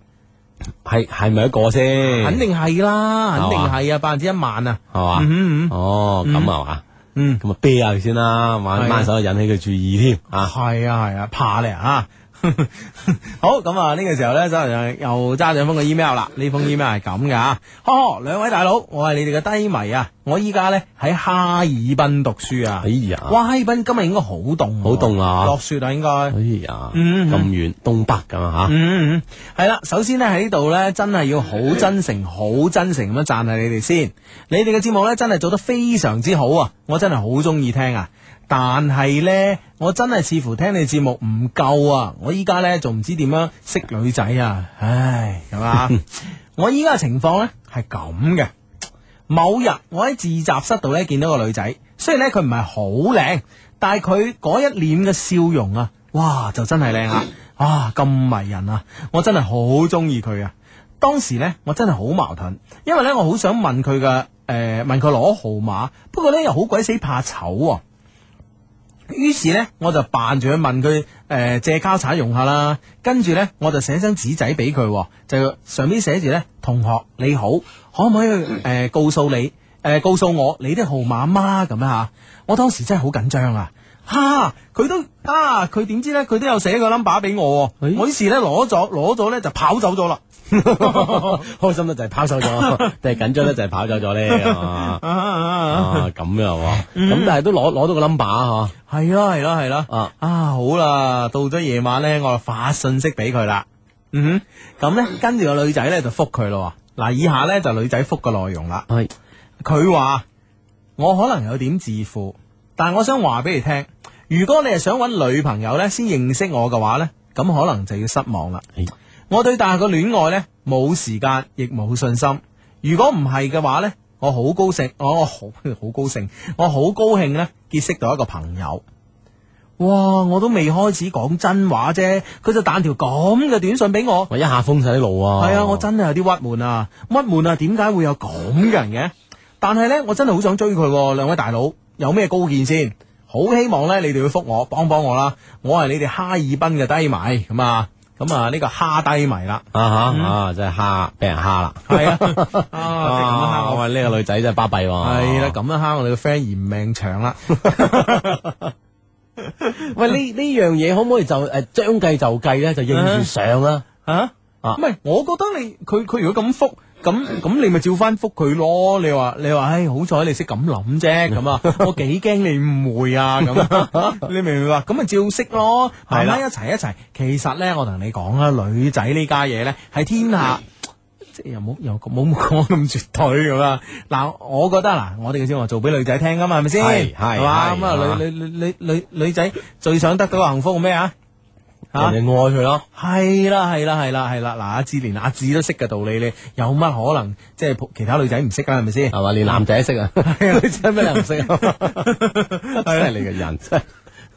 係係咪一個先？
肯定係啦，肯定係啊，百分之一萬啊。
係嘛？
嗯嗯嗯
哦，咁啊嘛，
嗯。
咁啊啤下佢先啦，
係
挽
啊
挽手引起佢注意添
啊，
啊！
系啊系啊，怕你啊！ 好咁啊！呢個時候咧，就又揸上封個 email 啦。呢封 email 係咁嘅啊，呵呵，兩位大佬，我係你哋嘅低迷啊！我依家咧喺哈爾濱讀書啊
哎。呀，
哇，哈爾濱今日應該好凍喎，
好凍啊
落雪啦應該。
哎呀，
嗯嗯
咁遠東北咁啊吓，
嗯，系啦，首先呢，喺呢度呢，真係要好真誠、好真誠咁樣讚下你哋先。你哋嘅節目呢，真係做得非常之好啊！我真係好中意聽啊！但係呢，我真係似乎聽你節目唔夠啊！我依家呢，仲唔知點樣識女仔啊！唉，咁啊，我依家嘅情況呢，係咁嘅。某日我喺自習室度咧見到個女仔，雖然咧佢唔係好靚，但係佢嗰一臉嘅笑容啊，哇就真係靚啦，啊咁迷人啊，我真係好中意佢啊！當時咧我真係好矛盾，因為咧我好想問佢嘅誒問佢攞號碼，不過咧又好鬼死怕醜喎、於是呢，我就扮住去問佢誒、呃借交叉用下啦，跟住呢，我就寫張紙仔俾佢喎，就上面寫住呢：「同學你好，可唔可以誒、呃告訴你誒、呃告訴我你的號碼嗎？」咁樣嚇，我當時真係好緊張啊！哈！佢都啊，佢點知呢？佢都有寫個 number 俾我喎，
咦
我於是呢，攞咗攞咗呢，就跑走咗啦。
開心得就係跑走 咗，定係緊張得就係跑走咗咧？啊
啊啊啊啊
啊咁樣喎，
嗯
咁但係都攞攞到個 number 嗬，
系啦系啦系啦，
啊
好啦，到咗夜晚咧，我就發信息俾佢啦。嗯哼，咁咧跟住個女仔咧就覆佢咯喎。嗱，以下咧就女仔覆嘅內容啦。
係
佢話：我可能有點自負，但我想話俾你聽，如果你係想揾女朋友咧先認識我嘅話咧，咁可能就要失望啦。
係
我對大學嘅戀愛呢，冇時間，亦冇信心。如果唔係嘅話呢，我好高興，我我好 好高興，我好高興呢，結識到一個朋友。哇！我都未開始講真話啫，佢就彈條咁嘅短信俾我。
我一下封晒啲路啊！
係啊，我真係有啲鬱悶啊，鬱悶啊！點解會有咁嘅人嘅？但係呢，我真係好想追佢、喎。兩位大佬有咩高見先？好希望呢，你哋會覆我，幫幫我啦！我係你哋哈爾濱嘅低迷咁啊，咁啊呢個蝦低迷啦。
啊吓啊，真係蝦俾人蝦啦！
系 啊，啊，
啊，
嗯我啊
我呢個女仔真係巴閉喎！
系啦，咁樣蝦我哋個 friend 嫌命長啦，
喂，呢呢樣嘢可唔可以就誒將計就計咧，就應付上啦？
啊，
啊
唔係，我覺得你佢佢如果咁覆，咁咁你咪照翻覆佢咯。你話你話，唉，好彩你識咁諗啫，咁啊，我幾驚你誤會啊，咁啊你明唔明白？咁咪照識咯，慢慢一齊一齊。其實咧，我同你講啦，女仔呢家嘢咧，係天下。即係又冇又冇冇講咁絕對咁啊！嗱，我覺得嗱，我哋嘅節目做俾女仔聽噶嘛，係咪先？
係係
係嘛
係
咁啊，女女女女女女仔最想得到嘅幸福係咩啊？嚇
人哋愛佢咯。
系啦系啦系啦系啦，嗱阿志連阿志都識嘅道理，你有乜可能即係其他女仔唔識啦？係咪先？
系嘛？連 男仔識啊，女仔咩人唔識啊？ 真係你嘅人真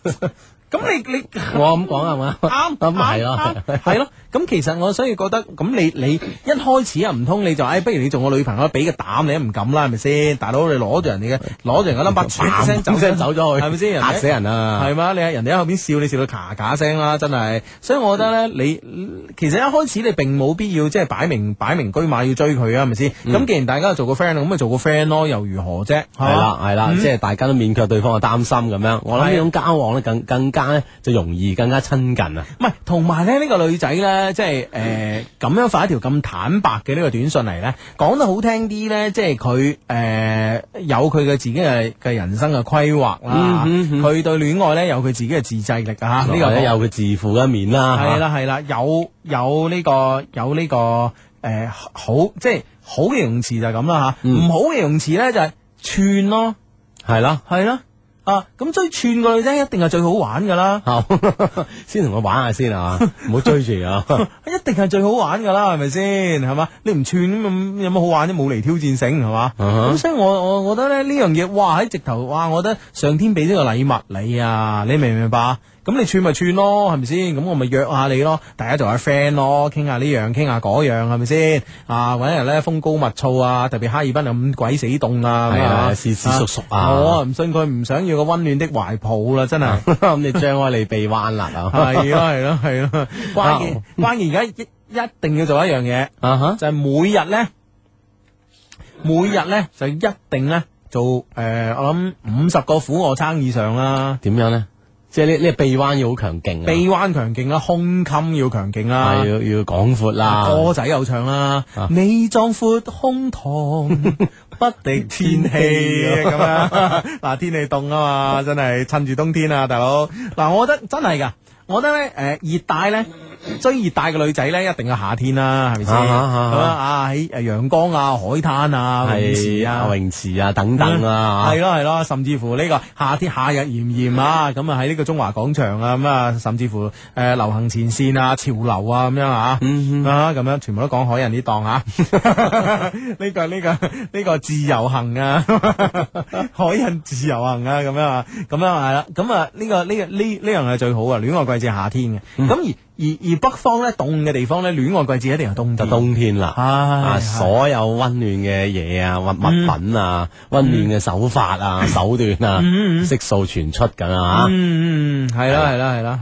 係，
咁你你。
我咁講係嘛？
啱
咁係咯
啱，啱係咯。咁其實我所以覺得，咁你你一開始啊，唔通你就誒，不如你做我女朋友，俾個膽你都唔敢啦，係咪先？大佬你攞住人哋嘅，攞住人嘅 number，唰聲走
聲走咗去，
係咪先？人哋
嚇死人啊！
係嘛？你喺人哋喺後邊笑，你笑到咔咔聲啦，真係。所以我覺得咧，你其實一開始你並冇必要即係擺明擺明車馬要追佢啊，係咪先？咁既然大家做個 friend，咁咪做個 friend 咯，又如何啫？啊係
嗯係
嘛
啦，係啦，即係大家都免卻對方嘅擔心咁樣。我諗呢種交往咧，更更加咧就容易，更加親近啊。
唔係，同埋咧呢、呢個女仔咧，即係誒咁樣發一條咁坦白嘅呢個短信嚟咧，講得好聽啲咧，即係佢誒有佢嘅自己嘅嘅人生嘅規劃啦，佢、
嗯嗯嗯
對戀愛咧有佢自己嘅自制力啊，呢、
呢
個
個有佢自負嘅一面啦。
係
嚇
啦係啦，有有呢、個有呢、個誒、好，即係好嘅用詞就係咁啦嚇，唔、
嗯
好嘅用詞咧就係、串咯，
係啦。
係啦。啊，咁追串個女仔一定係最好玩噶啦，
好 先同佢玩下先 啊，唔好追住 啊！
一定係最好玩噶啦，係咪先？係嘛？你唔串咁有乜好玩啫？冇嚟挑戰性係嘛？咁、
嗯哼
所以我我我覺得咧呢樣嘢，哇喺直頭，哇！我覺得上天俾呢個禮物你啊，你明唔明白啊？咁你串咪串咯，係咪先？咁我咪約下你咯，大家做下 friend 咯，傾下呢樣，傾下嗰樣，係咪先？啊，揾人咧風高物燥啊，特別哈爾濱又咁鬼死凍啊，
係啊
咁
斯斯縮縮啊
我唔信佢唔想要個温暖的懷抱啦，真係。
咁你張開你臂彎啦啊！
系咯系咯系咯，关键关键而家一一定要做一樣嘢，
啊哈！
就係每日咧，每日咧就一定咧做诶、呃我諗五十個俯卧撐以上啦，
點樣咧？即係呢呢個臂彎要好強勁啊！
臂彎強勁啦，胸襟要強勁
係。
啦
要啊要廣闊啦。
歌仔又唱啦
啊，
你壯闊胸 膛，不敵天氣咁啊！ 嗱，天氣凍啊嘛，真係趁住冬天啊，大佬。嗱，我覺得真係噶，我覺得咧，誒熱帶咧。追熱帶嘅女仔咧，一定係夏天啦，係咪先？
啊啊啊
咁啊啊喺誒陽光啊、海灘啊、泳池
係
啊
啊，泳池啊等等啊，
系嗯咯系咯，甚至乎呢個夏天夏日炎炎啊，咁啊喺呢個中華廣場啊，咁啊甚至乎诶流行前線啊、潮流啊咁樣啊，
嗯
啊咁樣全部都講海人呢檔啊， 呢個呢個呢個自由行啊， 海人自由行啊，咁樣啊，咁樣係啦，咁啊呢個呢個呢呢樣係最好啊，戀愛季節夏天嘅，
嗯
咁而而而北方咧凍嘅地方咧，戀愛季節一定係冬
就
天，
冬天啦。
啊
啊！所有温暖嘅嘢啊，物物品啊，温暖嘅手法啊、手段啊，悉數全出緊啊！
嗯，嗯，系啦，系啦，系啦，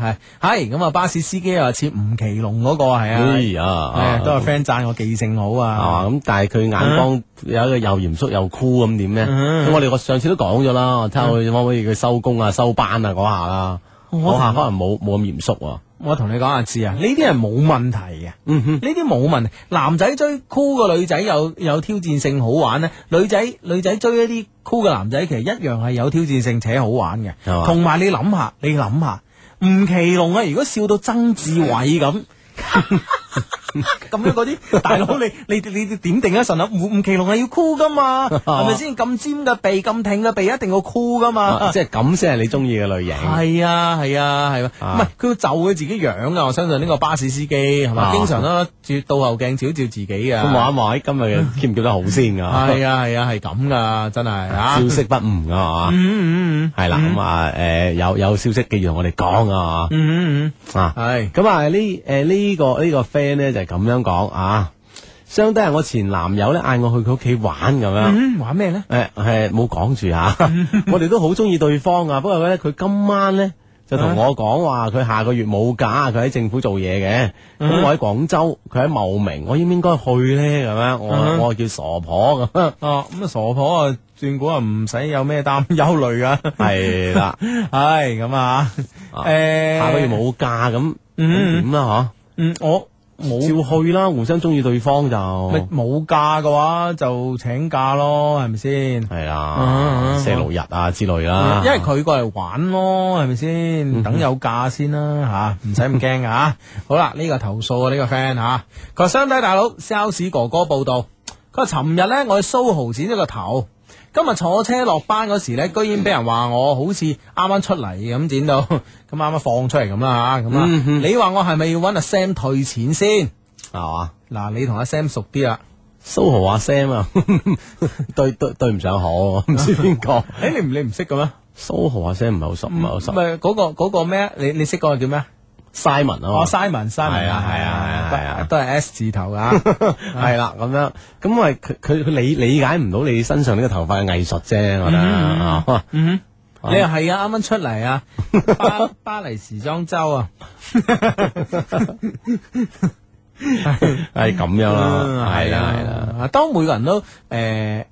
系系咁啊！巴士司機又話似吳奇隆嗰個係
哎
啊，
呀，
係
啊
都係 friend 讚我記性好
啊
啊，
咁，但係佢眼光有一個又嚴肅又酷咁點咧？
嗯
咁我哋我上次都講咗啦，我睇下佢可唔可以佢收工啊、收班啊嗰下啦，
我
嗰下可能冇冇咁嚴肅喎。
我同你講阿志啊，呢啲係冇問題嘅，
嗯哼，
呢啲冇問題。男仔追酷嘅女仔有有挑戰性好玩咧，女仔女仔追一啲酷嘅男仔，其實一樣係有挑戰性且好玩嘅
係嘛。
同埋你諗下，你諗下吳奇隆啊，如果笑到曾志偉咁。 咁樣嗰啲大佬，你你你你點定啊？神啊，吳吳奇隆係要酷噶 嘛，係咪先？咁尖嘅鼻，咁挺嘅鼻，一定要酷噶嘛
啊。即係咁先係你中意嘅類型。
係啊，係啊，係啊，
啊
唔係佢要就佢自己樣啊！我相信呢個巴士司機係嘛，
啊
經常都照倒後鏡照照自己啊。
咁望一望，哎今 日嘅 keep 唔 keep 得好先啊？
係啊，係啊，係咁噶，真係啊。
消息不誤啊嘛，
嗯嗯嗯
係啦，咁啊，诶，有有消息記住同我哋講啊，
嗯嗯
啊
嗯，。係
咁啊呢诶呢個呢、個 friend 咧就係咁樣講啊，相低係我前男友咧嗌我去佢屋企玩咁樣。
嗯玩咩咧？
誒係冇講住 嚇，我哋都好中意對方啊。不過咧，佢今晚咧就同我講話，佢下個月冇假，佢喺政府做嘢嘅。
嗯
咁我喺廣州，佢喺茂名，我應唔應該去咧？咁樣
嗯
我我叫傻婆咁樣。
哦，咁啊傻婆啊，轉股啊唔使有咩擔憂慮噶。
係啦，
係咁啊，
啊
誒
下個月冇假咁咁
嗯
點啦？
嗯，我冇
嗬，照去啦，互相中意對方就
咪冇假嘅話就請假咯，係咪
係
先？嗯
啦，
嗯
四六日啊之類啦。
因為佢過嚟玩咯，係咪先？等有價先啦吓，唔使咁驚噶吓。 好啦，呢、個投訴啊，呢、個 friend 吓，佢話相低大佬 sales 哥哥報道，佢話尋日咧我去 SOHO 剪咗個頭。今日坐車落班嗰時咧，居然俾人話我好似啱啱出嚟咁剪到， 咁啱啱放出嚟咁啦吓，咁啊，你話我係咪要揾阿 Sam 退錢先？
系嘛？
嗱，你同阿 Sam 熟啲啦，
蘇豪阿 Sam 啊， 對對對唔上我，唔知邊 個。
诶，你唔你唔識嘅咩？
蘇豪阿 Sam 唔係好熟，唔係好熟。
咪嗰個嗰個咩？啊你你識嗰個叫咩？
Simon 啊嘛
哦。，Simon，Simon
係啊係啊係啊
都都係 S 字頭 噶。
系啦，咁樣咁咪佢佢佢理理解唔到你身上呢個頭髮嘅藝術啫，我覺得啊
嗯哼，你又係啊，啱啱出嚟啊，巴巴黎時裝周啊，
係咁樣
嗯
啦，嗯係啊啦係啦，
啦。啊當每個人都诶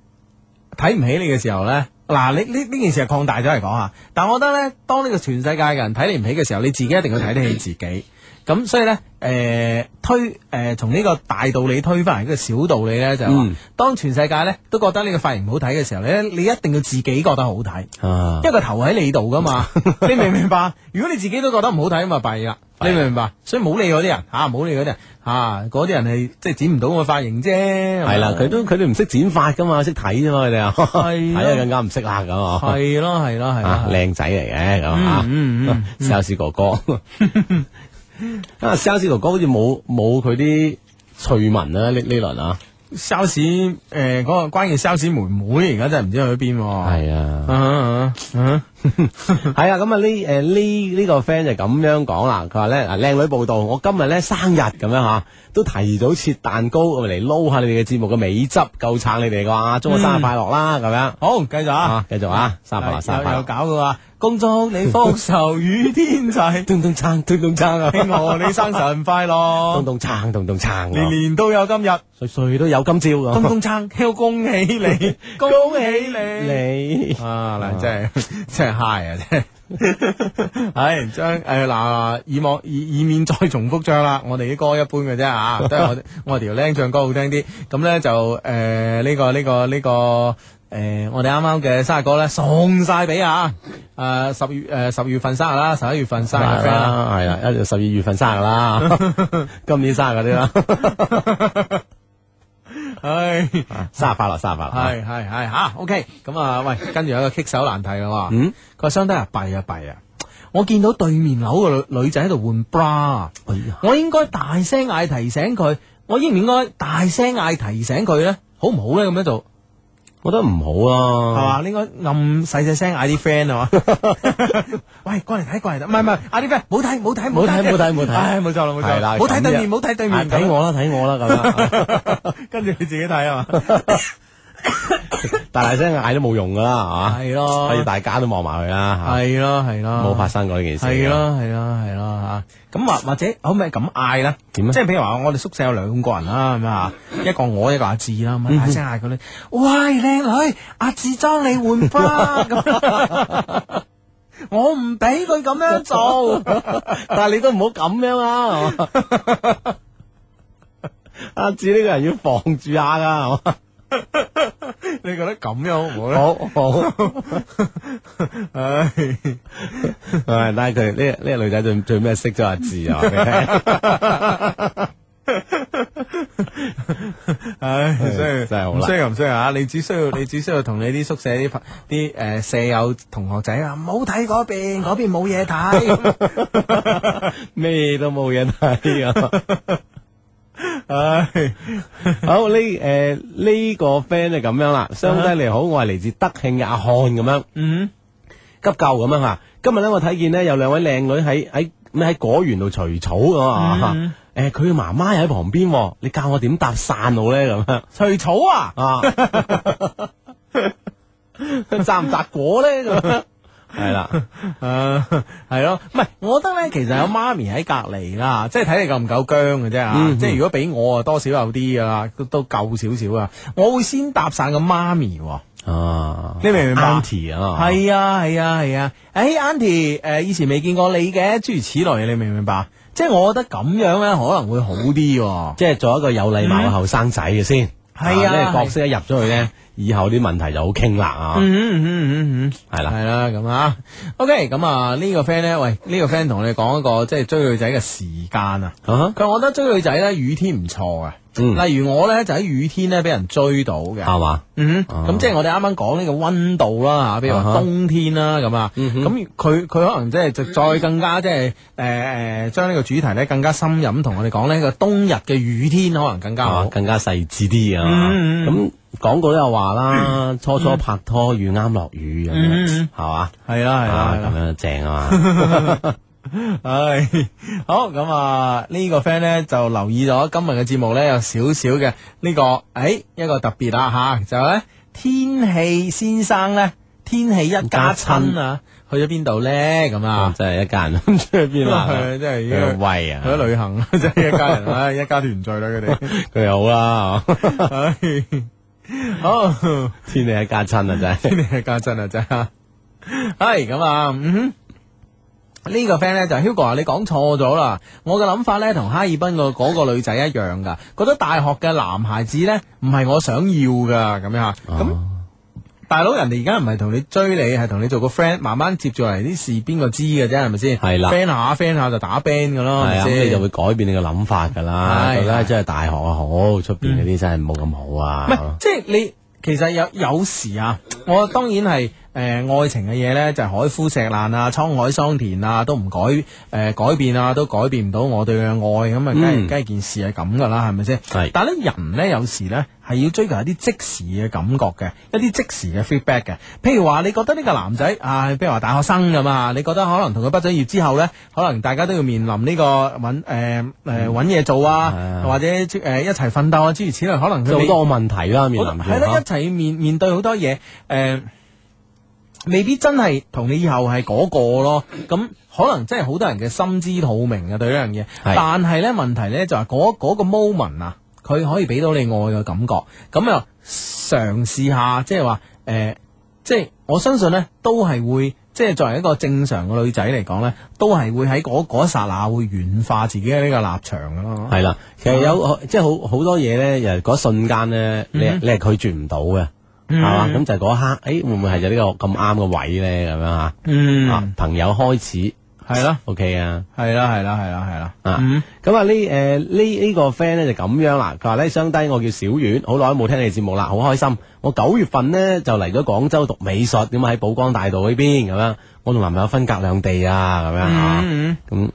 睇唔起你嘅時候咧。嗱，你呢呢件事係擴大咗嚟講啊，但我覺得咧，當呢個全世界嘅人睇你唔起嘅時候，你自己一定要睇得起自己。咁所以咧，诶、推诶從呢個大道理推翻嚟呢個小道理咧，就係話，
嗯
當全世界咧都覺得呢個髮型唔好睇嘅時候咧，你一定要自己覺得好睇。
啊
因為個頭喺你度 噶嘛，你明唔明白？如果你自己都覺得唔好睇，咁啊弊啦，你明唔明白？所以冇理嗰啲人吓，冇理嗰啲人吓，嗰啲人係即係剪唔到個髮型啫。
係
係啊
啦，佢都佢哋唔識剪髮噶嘛，識睇啫嘛，佢哋啊，
係
睇
咯
啊更加唔識啦咁啊，
係咯係咯係
啊
咯，
靚仔嚟嘅咁啊
嗯嗯 嗯
，sales 哥哥啊，sales 哥哥好似冇冇佢啲趣聞啊，呢呢輪啊，
sales 誒嗰個關鍵 sales 妹妹而家真係唔知去咗邊喎。
係啊。
啊啊 啊
系啊，咁啊呢诶呢呢個 friend 就咁樣講啦，佢話咧啊靚女報道，我今日咧生日咁樣吓，都提早切蛋糕嚟撈下你哋嘅節目嘅尾汁，夠撐你哋啩，祝我
嗯
生日快樂啦咁樣
好，繼續啊
啊，。繼續啊，生日快樂，生日
有
快
有
樂，
搞嘅話，恭祝你福壽與天齊，
咚咚撐，咚咚撐啊，
慶賀你生辰快
咚
樂，
咚撐，咚咚撐
年
啊，
年都有今日。
歲歲都有今朝
東
咁。
東撐，恭喜 你，恭喜你！
你
啊嗱，真係 真係 high 啊，真係。 唉，將誒嗱，以望以以免再重複唱啦。我哋啲歌一般嘅啫 嚇，都係我哋我哋條僆唱歌好聽啲。咁咧就誒呢個呢個呢個誒，我哋啱啱嘅生日歌咧送晒俾啊誒十月誒十月份生日啦，十一月份生日嘅 friend 啦。
啦，係啦，一十二月份生日 啦，今年生日嗰啲啦，
唉。
生日快樂，生日快樂。
系系系吓，OK，咁啊，喂，跟住有一個棘手難題啦喎，
嗯
佢話相低啊，弊啊弊啊，我見到對面樓個女女仔喺度換 bra，
哎呀
我應該大聲嗌提醒佢，我應唔應該大聲嗌提醒佢咧？好唔好咧？咁樣做
我覺得唔好
係
啊，
嘛？你應該暗細細聲嗌啲 friend 啊嘛，喂，過嚟睇過嚟睇，唔係唔係，嗌啲 friend，冇睇冇睇
冇睇冇睇冇睇
唉，冇錯啦冇錯
係啦
啦，冇睇
咁
對面
就
冇睇對
啊
面，
睇我啦，睇我啦咁樣。
我， 跟住你自己 睇啊嘛，
大大聲嗌都冇用噶啦，
係
係嘛？所以
咯，
大家都望埋佢啦，
係咯係
嚇
咯，
冇發生過呢件事。
系，咯系咯系咯吓，咁或或者可唔可以咁嗌咧？
點啊咧
即係譬如話，我哋宿舍有兩個人啦，咁啊，一個我，一個阿志啦，
嗯
咁啊大聲嗌佢咧，喂靚女，阿志裝你換 花咁，我唔俾佢咁樣 做，
但啊係你都唔好咁樣啦，係嘛 阿志呢個人要防住下噶，係嘛
你覺得咁樣好唔好咧？
好好。
唉，
唉但係佢呢呢個女仔最最咩識咗阿志啊？話俾 你
唉，所以
真係好難
唔需要唔需要啊！你只需要你只需要同你啲宿舍啲朋啲誒舍友同學仔啊，唔好睇嗰邊，嗰邊冇嘢 睇。
聽咩都冇嘢睇啊！
唉。
好呢誒呢個 friend 就咁樣
啊
啦，相低你好，我係嚟自德慶嘅阿漢咁樣。
嗯
急救咁樣吓。今日咧，我睇見咧有兩位靚女喺喺咩喺果園度除草咁
嗯
啊。誒，佢嘅媽媽又喺旁邊喎，你教我點搭傘好咧咁樣
哼，除草啊！
啊？摘唔摘果 咧咁樣？係啦，
诶，系咯，唔係，我覺得咧，其實有媽咪喺隔離啦，即係睇你夠唔夠僵嘅啫啊！
嗯
即係如果俾我啊，多少有啲噶啦，都都夠少少啊。我會先搭散個媽咪喎，
啊，
你明唔明白
Auntie 啊，
係啊，係啊，係啊。诶 a u n t i 诶，以前未見過你嘅，諸如此類，你明唔明白？即係我覺得咁樣咧，可能會好啲喎。
哦即係做一個有禮貌嘅後生仔嘅先。
嗯係啊
呢個角色一入咗去咧，以後啲問題就好傾啦啊，
嗯嗯嗯嗯嗯。
係啦，
系啦，咁啊，OK，咁啊呢個 friend 咧，喂，呢、個 friend 同你講一個即係追女仔嘅時間啊，
啊哈
佢話我覺得追女仔咧雨天唔錯啊，
嗯
例如我咧就喺雨天咧俾人追到嘅，
係嘛，
嗯哼，
啊
咁即係我哋啱啱講呢個温度啦吓，比如
啊
話
哈
冬天啦咁啊，
嗯哼
咁佢佢可能即係就再更加即係诶诶，将呢個主題咧更加深入咁同我哋講呢個冬日嘅雨天可能更加
啊
好，
更加細緻啲啊，
嗯嗯
咁廣告都有話啦，初初拍拖遇啱落雨咁
嗯
樣
嗯，
係嘛，
係啦係啦
啊
係啦
咁。樣正啊 嘛，
唉，好咁啊！呢、個 friend 咧就留意咗今日嘅節目咧有少少嘅呢個，诶、一個特別啦吓，就係咧天氣先生咧，天氣一家親啊，去咗邊度咧咁啊？
真係一家人唔知去邊啦，
係 真係已
佢
經
威啊
去，咗旅行， 真係一家人啊，唉一家團聚啦佢哋
佢又好啦， 啊
唉。好，
天你一家親啊 真係。
天氣一家親啊真係，係咁啊，嗯哼呢個 friend 咧就係 Hugo 啊，你講錯咗啦！我嘅諗法咧同哈爾濱個嗰個女仔一樣噶，覺得大學嘅男孩子咧唔係我想要噶咁樣啊。咁、
哦
大佬人哋而家唔係同你追你，係同你做個 friend，慢慢接住嚟啲事邊個知嘅啫，係咪先？
係啦
，friend 下 friend 下就打 band 噶哦咯，係
係
咪
啊，咁
先
你就會改變你嘅諗法㗎啦。
係嗯
覺得
係
真係大學啊好，出邊嗰啲真係冇咁好
唔係
啊。，
即係你其實有有時啊，我當然係诶、呃、爱情嘅嘢咧，就係海枯石爛啊、沧海桑田啊，都唔改诶、呃改變啊，都改變唔到我對佢嘅愛咁啊，梗
嗯
係梗係件事係咁噶啦，係咪先？
係
但係咧人咧有時咧係要追求一啲即時嘅感覺嘅，一啲即時嘅 feedback 嘅。譬如話你覺得呢個男仔啊，譬如話大學生咁啊，你覺得可能同佢畢咗業之後咧，可能大家都要面臨呢、個搵诶诶搵嘢做啊，
嗯係啊
或者诶、呃一齊奮鬥啊，諸如此類，可能佢
即係好
未
多問題啦，面臨住
系啦，一齊面面對好多嘢，诶、未必真係同你以後係嗰個咯。咁可能真係好多人嘅心知肚明啊嘅對呢樣嘢，但係咧問題咧就係嗰嗰個 moment 啊，佢可以俾到你愛嘅感覺，咁又嘗試下，即係話诶，呃即係我相信咧都係會。即係作為一個正常嘅女仔嚟講咧，都係會喺嗰嗰一剎那會軟化自己嘅呢個立場噶咯。
係啦，其實有即係好好多嘢咧，又嗰瞬間咧，你
嗯
你係拒絕唔到嘅，係嘛？咁就係嗰一刻，誒會唔會係就呢個咁啱嘅位咧？咁樣嚇，啊
嗯，
朋友開始
係啦，
OK 啊。
係啦，係啦，係啦，係啦。
啊
嗯
咁啊呢誒呢呢個 friend 咧就咁樣啦，佢話咧相低我叫小遠，好耐都冇聽你節目啦，好開心。我九月份呢就嚟咗廣州讀美術，咁喺寶光大道呢邊咁樣，我同男朋友分隔兩地啊，咁樣嚇，
嗯
咁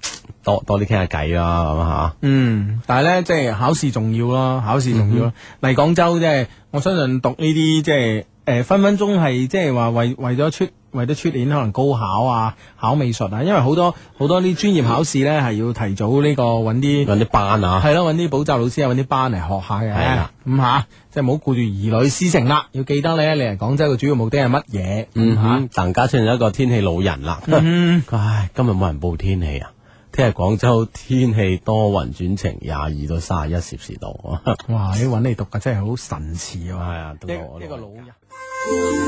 多多啲傾下偈啦，咁啊
嗯，但系咧，即系考试重要咯，考试重
嗯
要咯。嚟廣州即係我相信讀呢啲即係诶，分分鐘係即係話為為咗出為咗出年可能高考啊，考美術啊，因為好多好多啲專業考試咧係要提早呢個揾啲
嚇，揾啲班啊，
係咯，揾啲補習老師啊，揾啲班嚟學下嘅。
係啦
咁吓，即係唔好顧住兒女私情啦，要記得咧，你嚟廣州嘅主要目的係乜嘢？
嗯
吓，
哼，突然間出現咗一個天氣老人啦，
嗯
唉，今日冇人報天氣啊。聽日廣州天氣多雲轉晴，廿二到三十一攝氏度。
哇！你揾你讀嘅真係好神似喎。
係啊都
一
好
一個老人。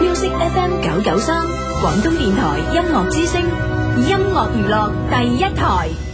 Music FM 九九三，廣東電台音樂之聲，音樂娛樂第一台。